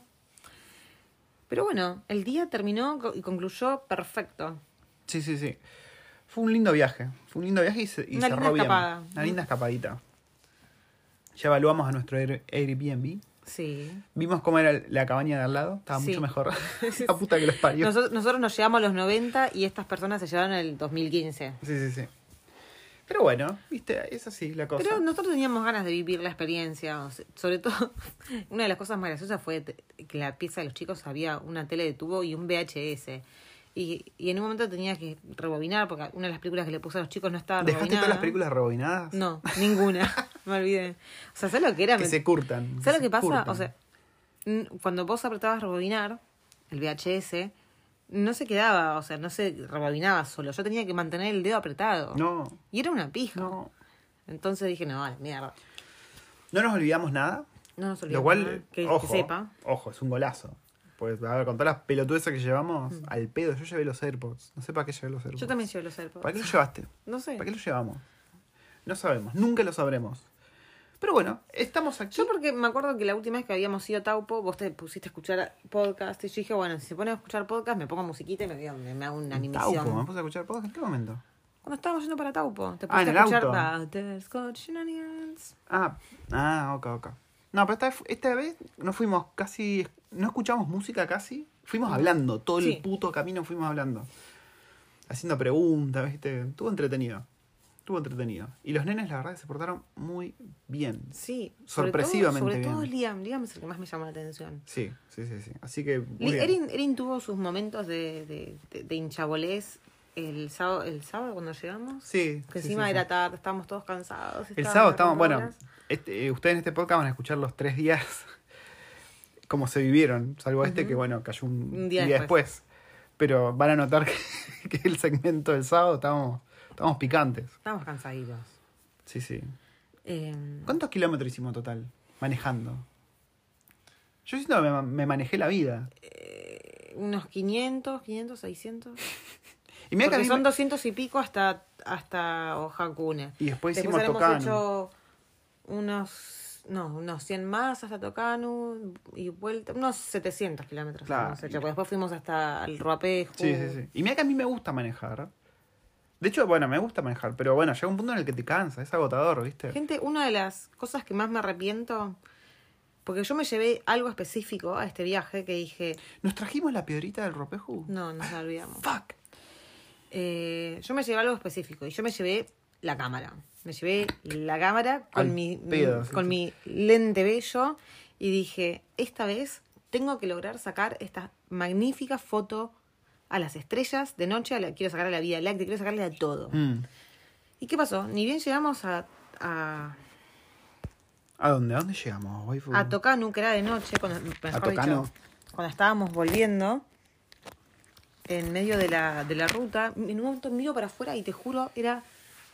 Speaker 2: Pero bueno, el día terminó co- y concluyó perfecto.
Speaker 1: Sí, sí, sí. Fue un lindo viaje. Fue un lindo viaje y, se, y
Speaker 2: Una
Speaker 1: cerró
Speaker 2: linda
Speaker 1: bien.
Speaker 2: escapada. Mm.
Speaker 1: Una linda escapadita. Ya evaluamos a nuestro Air- Airbnb.
Speaker 2: Sí.
Speaker 1: Vimos cómo era el- la cabaña de al lado. Estaba
Speaker 2: *laughs* Sí.
Speaker 1: mucho mejor. la puta que los parió.
Speaker 2: Nosotros, nosotros nos llevamos a los 90 y estas personas se llevaron el 2015.
Speaker 1: Sí, sí, sí. Pero bueno, viste, es así la cosa.
Speaker 2: Pero nosotros teníamos ganas de vivir la experiencia. o sea, sobre todo, *laughs* una de las cosas más graciosas fue t- que la pieza de los chicos había una tele de tubo y un VHS. Y, y en un momento tenía que rebobinar porque una de las películas que le puse a los chicos no estaba
Speaker 1: ¿Dejaste
Speaker 2: rebobinada.
Speaker 1: todas las películas rebobinadas?
Speaker 2: No, ninguna. *laughs* me olvidé. O sea, ¿sabes lo que era?
Speaker 1: Que
Speaker 2: Me-
Speaker 1: se curtan.
Speaker 2: ¿Sabes lo
Speaker 1: se
Speaker 2: que pasa?
Speaker 1: curtan.
Speaker 2: O sea, n- cuando vos apretabas rebobinar, el VHS, no se quedaba, o sea, no se rebobinaba solo. Yo tenía que mantener el dedo apretado.
Speaker 1: No,
Speaker 2: Y era una pija.
Speaker 1: no.
Speaker 2: Entonces dije, no, a la mierda.
Speaker 1: No nos olvidamos nada.
Speaker 2: No nos olvidemos.
Speaker 1: Lo cual,
Speaker 2: nada, que, que
Speaker 1: ojo,
Speaker 2: sepa.
Speaker 1: ojo, es un golazo. Pues, a ver, con todas las pelotudeces que llevamos, al pedo, yo llevé los AirPods. No sé para qué llevé los AirPods.
Speaker 2: Mm. Yo también llevo los AirPods.
Speaker 1: ¿Para qué los llevaste?
Speaker 2: No sé.
Speaker 1: ¿Para qué los llevamos? No sabemos, nunca lo sabremos. Pero bueno, estamos aquí.
Speaker 2: Yo porque me acuerdo que la última vez que habíamos ido a Taupo, vos te pusiste a escuchar podcast y yo dije, bueno, si se pone a escuchar podcast, me pongo musiquita y me, veo- me, me hago una animación.
Speaker 1: Tauco, me puse a escuchar podcast. ¿En qué momento?
Speaker 2: Cuando estábamos yendo para Taupo, te
Speaker 1: Ah, en
Speaker 2: pusiste
Speaker 1: el
Speaker 2: a escuchar
Speaker 1: auto.
Speaker 2: Butterscotch Shenanigans.
Speaker 1: Ah, ah, ok, ok. No, pero esta, vez- esta vez no fuimos casi. No escuchamos música casi. Fuimos hablando, todo
Speaker 2: Sí.
Speaker 1: el puto camino fuimos hablando. Haciendo preguntas, ¿viste? Estuvo entretenido. Estuvo entretenido. Y los nenes, la verdad, que se portaron muy bien.
Speaker 2: Sí.
Speaker 1: Sorpresivamente
Speaker 2: Sobre todo, sobre
Speaker 1: bien.
Speaker 2: todo Liam. Liam es el que más me llamó la atención.
Speaker 1: Sí, sí, sí, sí. Así que. muy
Speaker 2: Li-
Speaker 1: bien.
Speaker 2: Erin, Erin tuvo sus momentos de, de, de, de hinchabolés el sábado, el sábado cuando llegamos.
Speaker 1: Sí.
Speaker 2: Que
Speaker 1: sí,
Speaker 2: encima
Speaker 1: sí, sí.
Speaker 2: era tarde, estábamos todos cansados.
Speaker 1: El
Speaker 2: estábamos
Speaker 1: sábado estamos, bueno,
Speaker 2: recontra
Speaker 1: este, eh, ustedes en este podcast van a escuchar los tres días *laughs* como se vivieron, salvo este que, bueno, cayó un,
Speaker 2: Un día
Speaker 1: día,
Speaker 2: después.
Speaker 1: después. Pero van a notar *laughs* que, que el segmento del sábado estábamos, estábamos picantes.
Speaker 2: Estábamos cansaditos.
Speaker 1: Sí, sí.
Speaker 2: Eh,
Speaker 1: ¿Cuántos kilómetros hicimos total manejando? Yo siento que me, ma- me manejé la vida.
Speaker 2: unos 500, 500, 600.
Speaker 1: Y mira que a
Speaker 2: Porque
Speaker 1: mí
Speaker 2: son
Speaker 1: me-
Speaker 2: 200 y pico hasta, hasta Ojakune.
Speaker 1: Y después hicimos
Speaker 2: habremos
Speaker 1: Tocanu.
Speaker 2: hecho unos, no, unos 100 más hasta Tocanu y vuelta, unos 700 kilómetros.
Speaker 1: Claro.
Speaker 2: hemos hecho, porque después fuimos hasta el Ruapeju.
Speaker 1: Sí, sí, sí. Y mira que a mí me gusta manejar. De hecho, bueno, me gusta manejar, pero bueno, llega un punto en el que te cansa, es agotador, ¿viste?
Speaker 2: Gente, una de las cosas que más me arrepiento, porque yo me llevé algo específico a este viaje que dije,
Speaker 1: ¿Nos trajimos la piedrita del ropeju?
Speaker 2: no, nos la olvidamos.
Speaker 1: Fuck.
Speaker 2: Eh, yo me llevé algo específico y yo me llevé la cámara. Me llevé la cámara con
Speaker 1: Al
Speaker 2: mi mm,
Speaker 1: pedo, sí,
Speaker 2: con
Speaker 1: sí.
Speaker 2: mi lente bello y dije, esta vez tengo que lograr sacar esta magnífica foto a las estrellas de noche, a la, quiero sacarle a la Vía Láctea, quiero sacarle a todo.
Speaker 1: Mm.
Speaker 2: ¿Y qué pasó? Ni bien llegamos a, a,
Speaker 1: ¿A dónde? ¿A dónde llegamos, waifu?
Speaker 2: a Tocanu, que era de noche, cuando, mejor
Speaker 1: Tocanu.
Speaker 2: dicho, cuando estábamos volviendo, en medio de la, de la ruta, en un momento miro para afuera y te juro, era,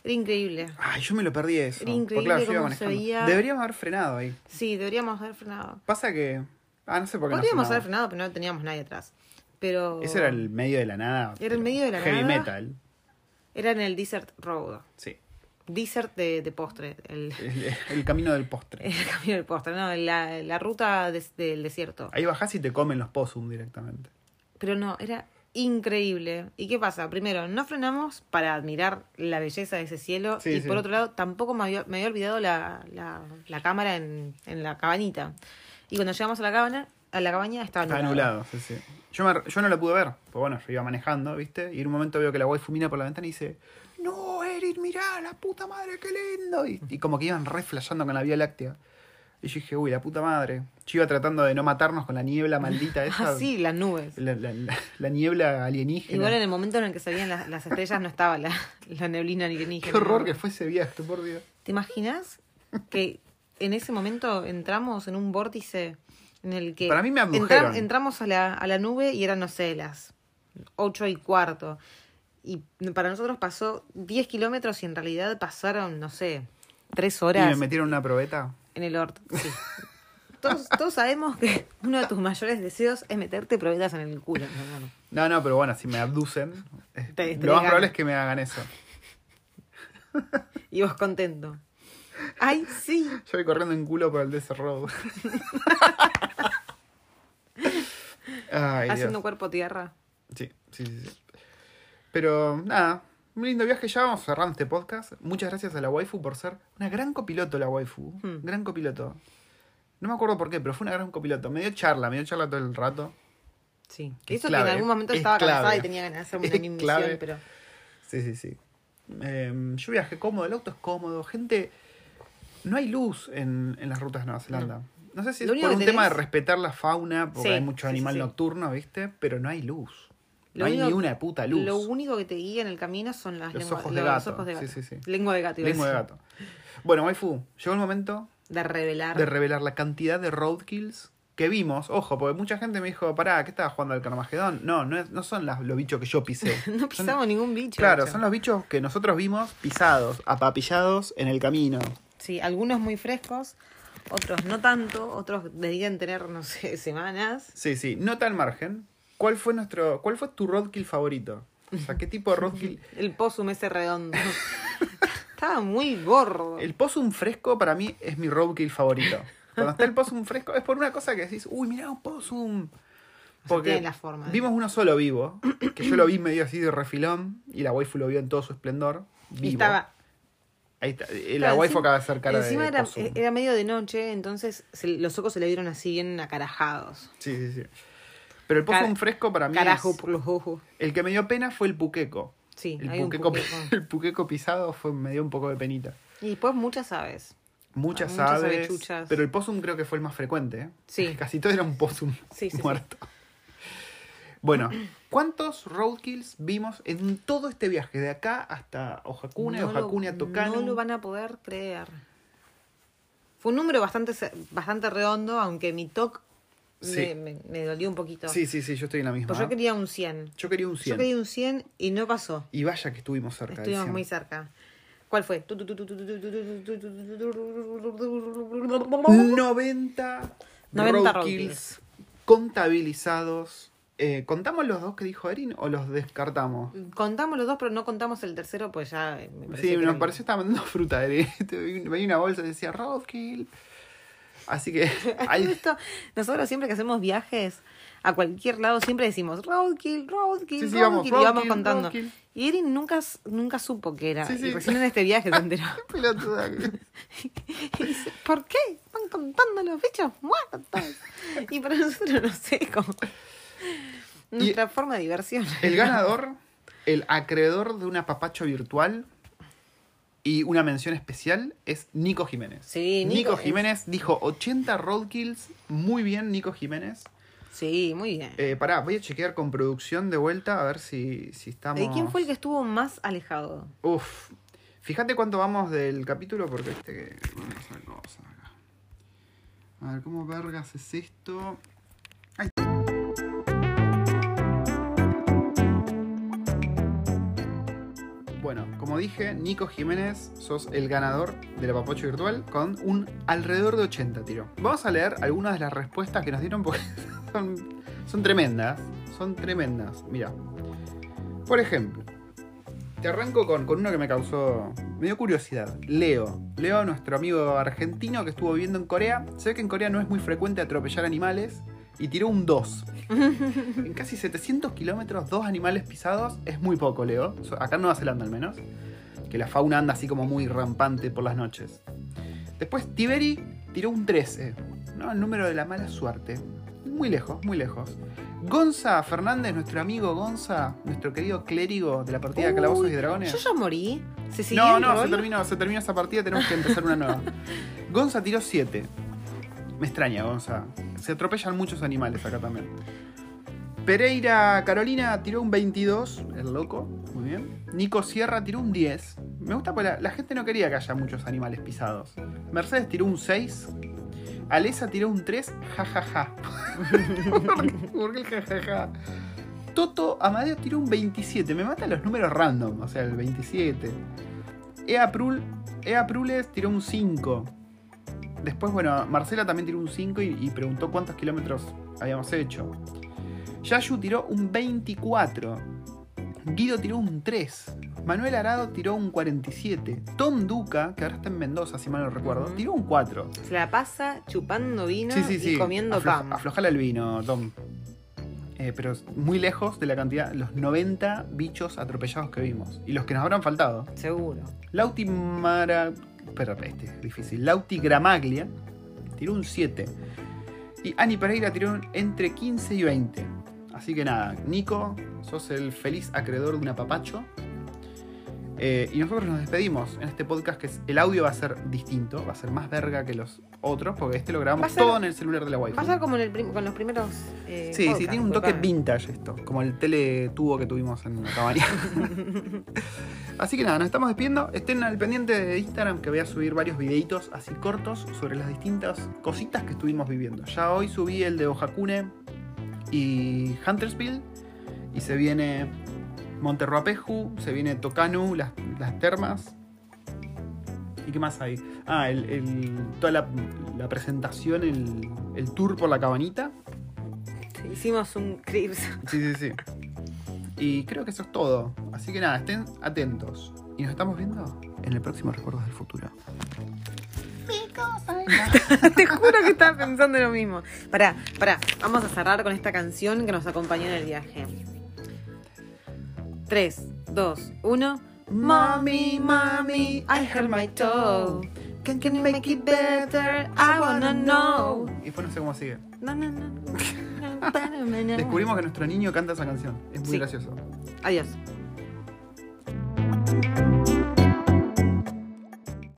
Speaker 2: era increíble.
Speaker 1: Ay, yo me lo perdí eso.
Speaker 2: Era increíble
Speaker 1: Porque, claro, yo iba
Speaker 2: cómo se
Speaker 1: manejando.
Speaker 2: veía.
Speaker 1: Deberíamos haber frenado ahí.
Speaker 2: Sí, deberíamos haber frenado.
Speaker 1: Pasa que. Ah, no sé por qué no
Speaker 2: Podríamos haber
Speaker 1: frenamos.
Speaker 2: frenado, pero no teníamos nadie atrás. Pero
Speaker 1: Ese era el medio de la nada.
Speaker 2: Era el medio de la
Speaker 1: heavy
Speaker 2: nada.
Speaker 1: metal.
Speaker 2: era en el Desert Road.
Speaker 1: Sí.
Speaker 2: Desert de, de postre. El,
Speaker 1: El, el camino del postre.
Speaker 2: *laughs* el camino del postre, no, la, la ruta des- del desierto.
Speaker 1: Ahí bajás y te comen los possum directamente.
Speaker 2: Pero no, era increíble. ¿Y qué pasa? Primero, no frenamos para admirar la belleza de ese cielo.
Speaker 1: Sí,
Speaker 2: y
Speaker 1: sí.
Speaker 2: por otro lado, tampoco me había, me había olvidado la, la- la cámara en, en la cabañita. Y cuando llegamos a la cabana, a la cabaña estaba
Speaker 1: Está
Speaker 2: *laughs*
Speaker 1: anulado, sí, sí. Yo, me- yo no lo pude ver. Pues bueno, yo iba manejando, ¿viste? Y en un momento veo que la waifu mira por la ventana y dice: No, Erin, mirá, la puta madre, qué lindo. Y, y como que iban re flasheando con la Vía Láctea. Y yo dije: Uy, la puta madre. Yo iba tratando de no matarnos con la niebla
Speaker 2: *laughs*
Speaker 1: maldita esa.
Speaker 2: Así, Ah, las nubes.
Speaker 1: La, la- la- la niebla alienígena.
Speaker 2: Igual en el momento en el que salían las, las estrellas no estaba la, *laughs* la neblina alienígena.
Speaker 1: Qué horror que fue ese viaje, por Dios.
Speaker 2: ¿Te imaginas que en ese momento entramos en un vórtice en el que...
Speaker 1: Para mí me abdujeron.
Speaker 2: entramos a la, a la nube y eran, no sé, las 8 y cuarto. Y para nosotros pasó 10 kilómetros y en realidad pasaron, no sé, 3
Speaker 1: Y me
Speaker 2: horas
Speaker 1: metieron una probeta.
Speaker 2: en el orto. Sí. Todos, todos sabemos que uno de tus mayores deseos es meterte probetas en el culo, mi hermano.
Speaker 1: No, no, pero bueno, si me abducen, eh,
Speaker 2: Te- te
Speaker 1: lo más
Speaker 2: digan.
Speaker 1: probable es que me hagan eso.
Speaker 2: Y vos contento. ¡Ay, sí!
Speaker 1: Yo voy corriendo en culo por el DC
Speaker 2: *laughs*
Speaker 1: Road. Ay, Dios.
Speaker 2: Haciendo cuerpo tierra.
Speaker 1: Sí, sí, sí, sí. Pero nada, un lindo viaje. Ya vamos cerrando este podcast. Muchas gracias a la waifu por ser una gran copiloto, la waifu.
Speaker 2: Hmm.
Speaker 1: Gran copiloto. No me acuerdo por qué, pero fue una gran copiloto. Me dio charla, me dio charla todo el rato.
Speaker 2: Sí.
Speaker 1: Es
Speaker 2: Eso
Speaker 1: clave,
Speaker 2: que en algún momento
Speaker 1: es
Speaker 2: estaba cansada
Speaker 1: clave.
Speaker 2: y tenía ganas de hacerme
Speaker 1: Es
Speaker 2: una mini
Speaker 1: clave.
Speaker 2: misión, pero.
Speaker 1: Sí, sí, sí. Eh, yo viajé cómodo, el auto es cómodo. Gente, no hay luz en, en las rutas de Nueva Zelanda. No, sé si es
Speaker 2: Lo
Speaker 1: por
Speaker 2: único
Speaker 1: un
Speaker 2: que
Speaker 1: tema de
Speaker 2: tenés-
Speaker 1: respetar la fauna, porque
Speaker 2: Sí,
Speaker 1: hay mucho
Speaker 2: sí, sí,
Speaker 1: animal
Speaker 2: sí.
Speaker 1: nocturno, ¿viste? Pero no hay luz.
Speaker 2: Lo
Speaker 1: no hay
Speaker 2: único-
Speaker 1: ni una puta luz.
Speaker 2: Lo único que te guía en el camino son las
Speaker 1: Los
Speaker 2: lengua-
Speaker 1: ojos de
Speaker 2: los
Speaker 1: gato.
Speaker 2: ojos de gato.
Speaker 1: Sí, sí, sí.
Speaker 2: Lengua de gato. iba a
Speaker 1: Lengua de
Speaker 2: decir.
Speaker 1: gato. Bueno, Waifu, llegó el momento
Speaker 2: De revelar.
Speaker 1: de revelar la cantidad de roadkills que vimos. Ojo, porque mucha gente me dijo, pará, ¿qué estabas jugando al Carmagedón? No, no, es- no son las- los bichos que yo pisé.
Speaker 2: *laughs* no
Speaker 1: Son-
Speaker 2: pisamos ningún bicho.
Speaker 1: Claro,
Speaker 2: de hecho.
Speaker 1: son los bichos que nosotros vimos pisados, apapillados en el camino.
Speaker 2: Sí, algunos muy frescos, otros no tanto, otros debían tener, no sé, semanas.
Speaker 1: Sí, sí, nota al margen. ¿Cuál fue nuestro, cuál fue tu roadkill favorito? O sea, ¿qué tipo de roadkill?
Speaker 2: El posum
Speaker 1: *laughs*
Speaker 2: ese redondo. Estaba muy gordo.
Speaker 1: El possum fresco para mí es mi roadkill favorito. Cuando está el possum fresco es por una cosa que decís, uy, mirá un possum. Porque
Speaker 2: tiene la forma ¿eh? de-
Speaker 1: vimos uno solo vivo, que yo lo vi medio así de refilón, y la waifu lo vio en todo su esplendor.
Speaker 2: Y
Speaker 1: Vivo.
Speaker 2: estaba.
Speaker 1: Ahí está. eh, La
Speaker 2: estaba
Speaker 1: waifu
Speaker 2: encima-
Speaker 1: acaba de hacer cara
Speaker 2: Encima
Speaker 1: de
Speaker 2: era, eh,
Speaker 1: possum.
Speaker 2: era medio de noche, entonces se- los ojos se le vieron así bien acarajados.
Speaker 1: Sí, sí, sí. Pero el
Speaker 2: Cara-
Speaker 1: possum fresco para mí es-
Speaker 2: Carajo por los ojos.
Speaker 1: El que me dio pena fue el puqueco.
Speaker 2: Sí,
Speaker 1: el,
Speaker 2: hay un
Speaker 1: puqueco,
Speaker 2: puqueco.
Speaker 1: *laughs* el puqueco pisado fue, me dio un poco de penita.
Speaker 2: Y después muchas aves.
Speaker 1: Muchas,
Speaker 2: Ah, Muchas
Speaker 1: aves,
Speaker 2: avechuchas.
Speaker 1: pero el possum creo que fue el más frecuente. ¿eh?
Speaker 2: Sí.
Speaker 1: *laughs* Casi todo era un possum
Speaker 2: Sí, sí, sí.
Speaker 1: muerto. Bueno, ¿cuántos roadkills vimos en todo este viaje? De acá hasta Ojakune,
Speaker 2: No lo-
Speaker 1: Ojakune a Tocano.
Speaker 2: No lo van a poder creer. Fue un número bastante, se- bastante redondo, aunque mi TOC
Speaker 1: Sí.
Speaker 2: me, me- me dolió un poquito.
Speaker 1: Sí, sí, sí, yo estoy en la misma.
Speaker 2: Pues yo
Speaker 1: ¿eh?
Speaker 2: quería un 100.
Speaker 1: Yo quería un 100.
Speaker 2: Yo quería un 100 y no pasó.
Speaker 1: Y vaya que estuvimos cerca del
Speaker 2: Estuvimos
Speaker 1: 100.
Speaker 2: muy cerca. ¿Cuál fue?
Speaker 1: 90,
Speaker 2: 90
Speaker 1: roadkills
Speaker 2: roadkills.
Speaker 1: contabilizados. Eh, ¿Contamos los dos que dijo Erin o los descartamos?
Speaker 2: Contamos los dos, pero no contamos el tercero, pues ya eh, me
Speaker 1: Sí,
Speaker 2: que
Speaker 1: nos
Speaker 2: era-
Speaker 1: pareció que estaba mandando *laughs* fruta. eh. Erin. Venía una bolsa y decía roadkill. Así
Speaker 2: *laughs*
Speaker 1: que
Speaker 2: Todo
Speaker 1: ahí-
Speaker 2: esto, nosotros siempre que hacemos viajes a cualquier lado siempre decimos roadkill, roadkill,
Speaker 1: Sí, sí,
Speaker 2: roadkill,
Speaker 1: vamos,
Speaker 2: y vamos
Speaker 1: roadkill,
Speaker 2: contando.
Speaker 1: roadkill.
Speaker 2: Y Erin nunca, s- nunca supo que era.
Speaker 1: Sí, sí.
Speaker 2: Y recién en este viaje se
Speaker 1: *laughs*
Speaker 2: enteró.
Speaker 1: pelotuda.
Speaker 2: Y dice, ¿por qué? Están contando los bichos muertos. Y para nosotros no sé cómo. Nuestra forma de diversión.
Speaker 1: El ganador, el acreedor de un apapacho virtual y una mención especial es Nico Jiménez.
Speaker 2: Sí,
Speaker 1: Nico,
Speaker 2: Nico es-
Speaker 1: Jiménez dijo 80 roadkills. Muy bien, Nico Jiménés.
Speaker 2: Sí, muy bien.
Speaker 1: Eh, pará, voy a chequear con producción de vuelta a ver si, si estamos.
Speaker 2: ¿Y quién fue el que estuvo más alejado?
Speaker 1: Uf. Fíjate cuánto vamos del capítulo porque este que. Bueno, es una cosa acá. A ver, ¿cómo vergas es esto? Ahí está. Bueno, como dije, Nico Jiménez, sos el ganador del apapocho virtual con un alrededor de 80 tiro. Vamos a leer algunas de las respuestas que nos dieron porque *laughs* son, son tremendas. Son tremendas. Mira. Por ejemplo, te arranco con, con uno que me causó. me dio curiosidad. Leo. Leo, nuestro amigo argentino que estuvo viviendo en Corea. Se ve que en Corea no es muy frecuente atropellar animales y tiró un 2. *laughs* en casi 700 kilómetros, dos animales pisados es muy poco, Leo. So- Acá en Nueva Zelanda al menos. Que la fauna anda así como muy rampante por las noches. Después Tiberi tiró un 13. ¿no? El número de la mala suerte. Muy lejos, muy lejos. Gonza Fernández, nuestro amigo Gonza, nuestro querido clérigo de la partida de Calabozos
Speaker 2: Uy,
Speaker 1: y Dragones.
Speaker 2: Yo ya morí. ¿Se siguió
Speaker 1: No,
Speaker 2: el
Speaker 1: no, se
Speaker 2: rol?
Speaker 1: terminó, se terminó esa partida, tenemos que empezar una
Speaker 2: *laughs*
Speaker 1: nueva. Gonza tiró 7. Me extraña, Gonza. Se atropellan muchos animales acá también. Pereira Carolina tiró un 22, el loco, muy bien. Nico Sierra tiró un 10. Me gusta porque la, la gente no quería que haya muchos animales pisados. Mercedes tiró un 6.
Speaker 2: *laughs*
Speaker 1: Alesa tiró un 3, jajaja. ¿Por qué- ¿Por qué el jajaja? Toto Amadeo tiró un 27. Me matan los números random, o sea, el 27. Ea, Prul, Ea Prules tiró un 5. Después, bueno, Marcela también tiró un 5 y, y preguntó cuántos kilómetros habíamos hecho. Yayu tiró un 24. Guido tiró un 3. Manuel Arado tiró un 47. Tom Duca, que ahora está en Mendoza, si mal no recuerdo,
Speaker 2: Ujú.
Speaker 1: tiró un 4.
Speaker 2: Se la pasa chupando vino
Speaker 1: Sí, sí, sí.
Speaker 2: y comiendo
Speaker 1: Aflo-
Speaker 2: pan.
Speaker 1: Aflojale el vino, Tom. Eh, pero muy lejos de la cantidad, los 90 bichos atropellados que vimos. Y los que nos habrán faltado.
Speaker 2: Seguro.
Speaker 1: Lauti Mara. Espera, este es difícil. Lauti Gramaglia tiró un 7. Y Ani Pereira tiró un- entre 15 y 20. Así que nada, Nico, sos el feliz acreedor de un apapacho. Eh, y nosotros nos despedimos en este podcast que es- el audio va a ser distinto, va a ser más verga que los otros, porque este lo
Speaker 2: Va a
Speaker 1: grabamos
Speaker 2: ser-
Speaker 1: todo en el celular de la wifi.
Speaker 2: Pasa como en el prim- con los primeros. eh,
Speaker 1: Sí, sí,
Speaker 2: podcasts,
Speaker 1: tiene un toque
Speaker 2: disculpame.
Speaker 1: vintage esto, como el teletubo que tuvimos en la cabaña. así que nada, nos estamos despidiendo. Estén al pendiente de Instagram que voy a subir varios videitos así cortos sobre las distintas cositas que estuvimos viviendo. Ya hoy subí el de Ojakune y Huntersville y se viene Monterroapeju, se viene Tocanu, las, las termas. ¿Y qué más hay? Ah, el- el- toda la, la presentación, el, el tour por la cabanita.
Speaker 2: Hicimos un crips. *laughs*
Speaker 1: Sí, sí, sí. Y creo que eso es todo. Así que nada, estén atentos. Y nos estamos viendo en el próximo Recuerdos del Futuro.
Speaker 2: Te juro que estaba pensando lo mismo. Pará, pará. Vamos a cerrar con esta canción que nos acompañó en el viaje. 3, 2, 1. Mommy, mommy, I hurt my toe. Can, can you make it better? I wanna know.
Speaker 1: Y después no sé cómo sigue.
Speaker 2: No, no, no, no, no, no, no.
Speaker 1: Descubrimos que nuestro niño canta esa canción. Es muy
Speaker 2: Sí.
Speaker 1: gracioso.
Speaker 2: Adiós.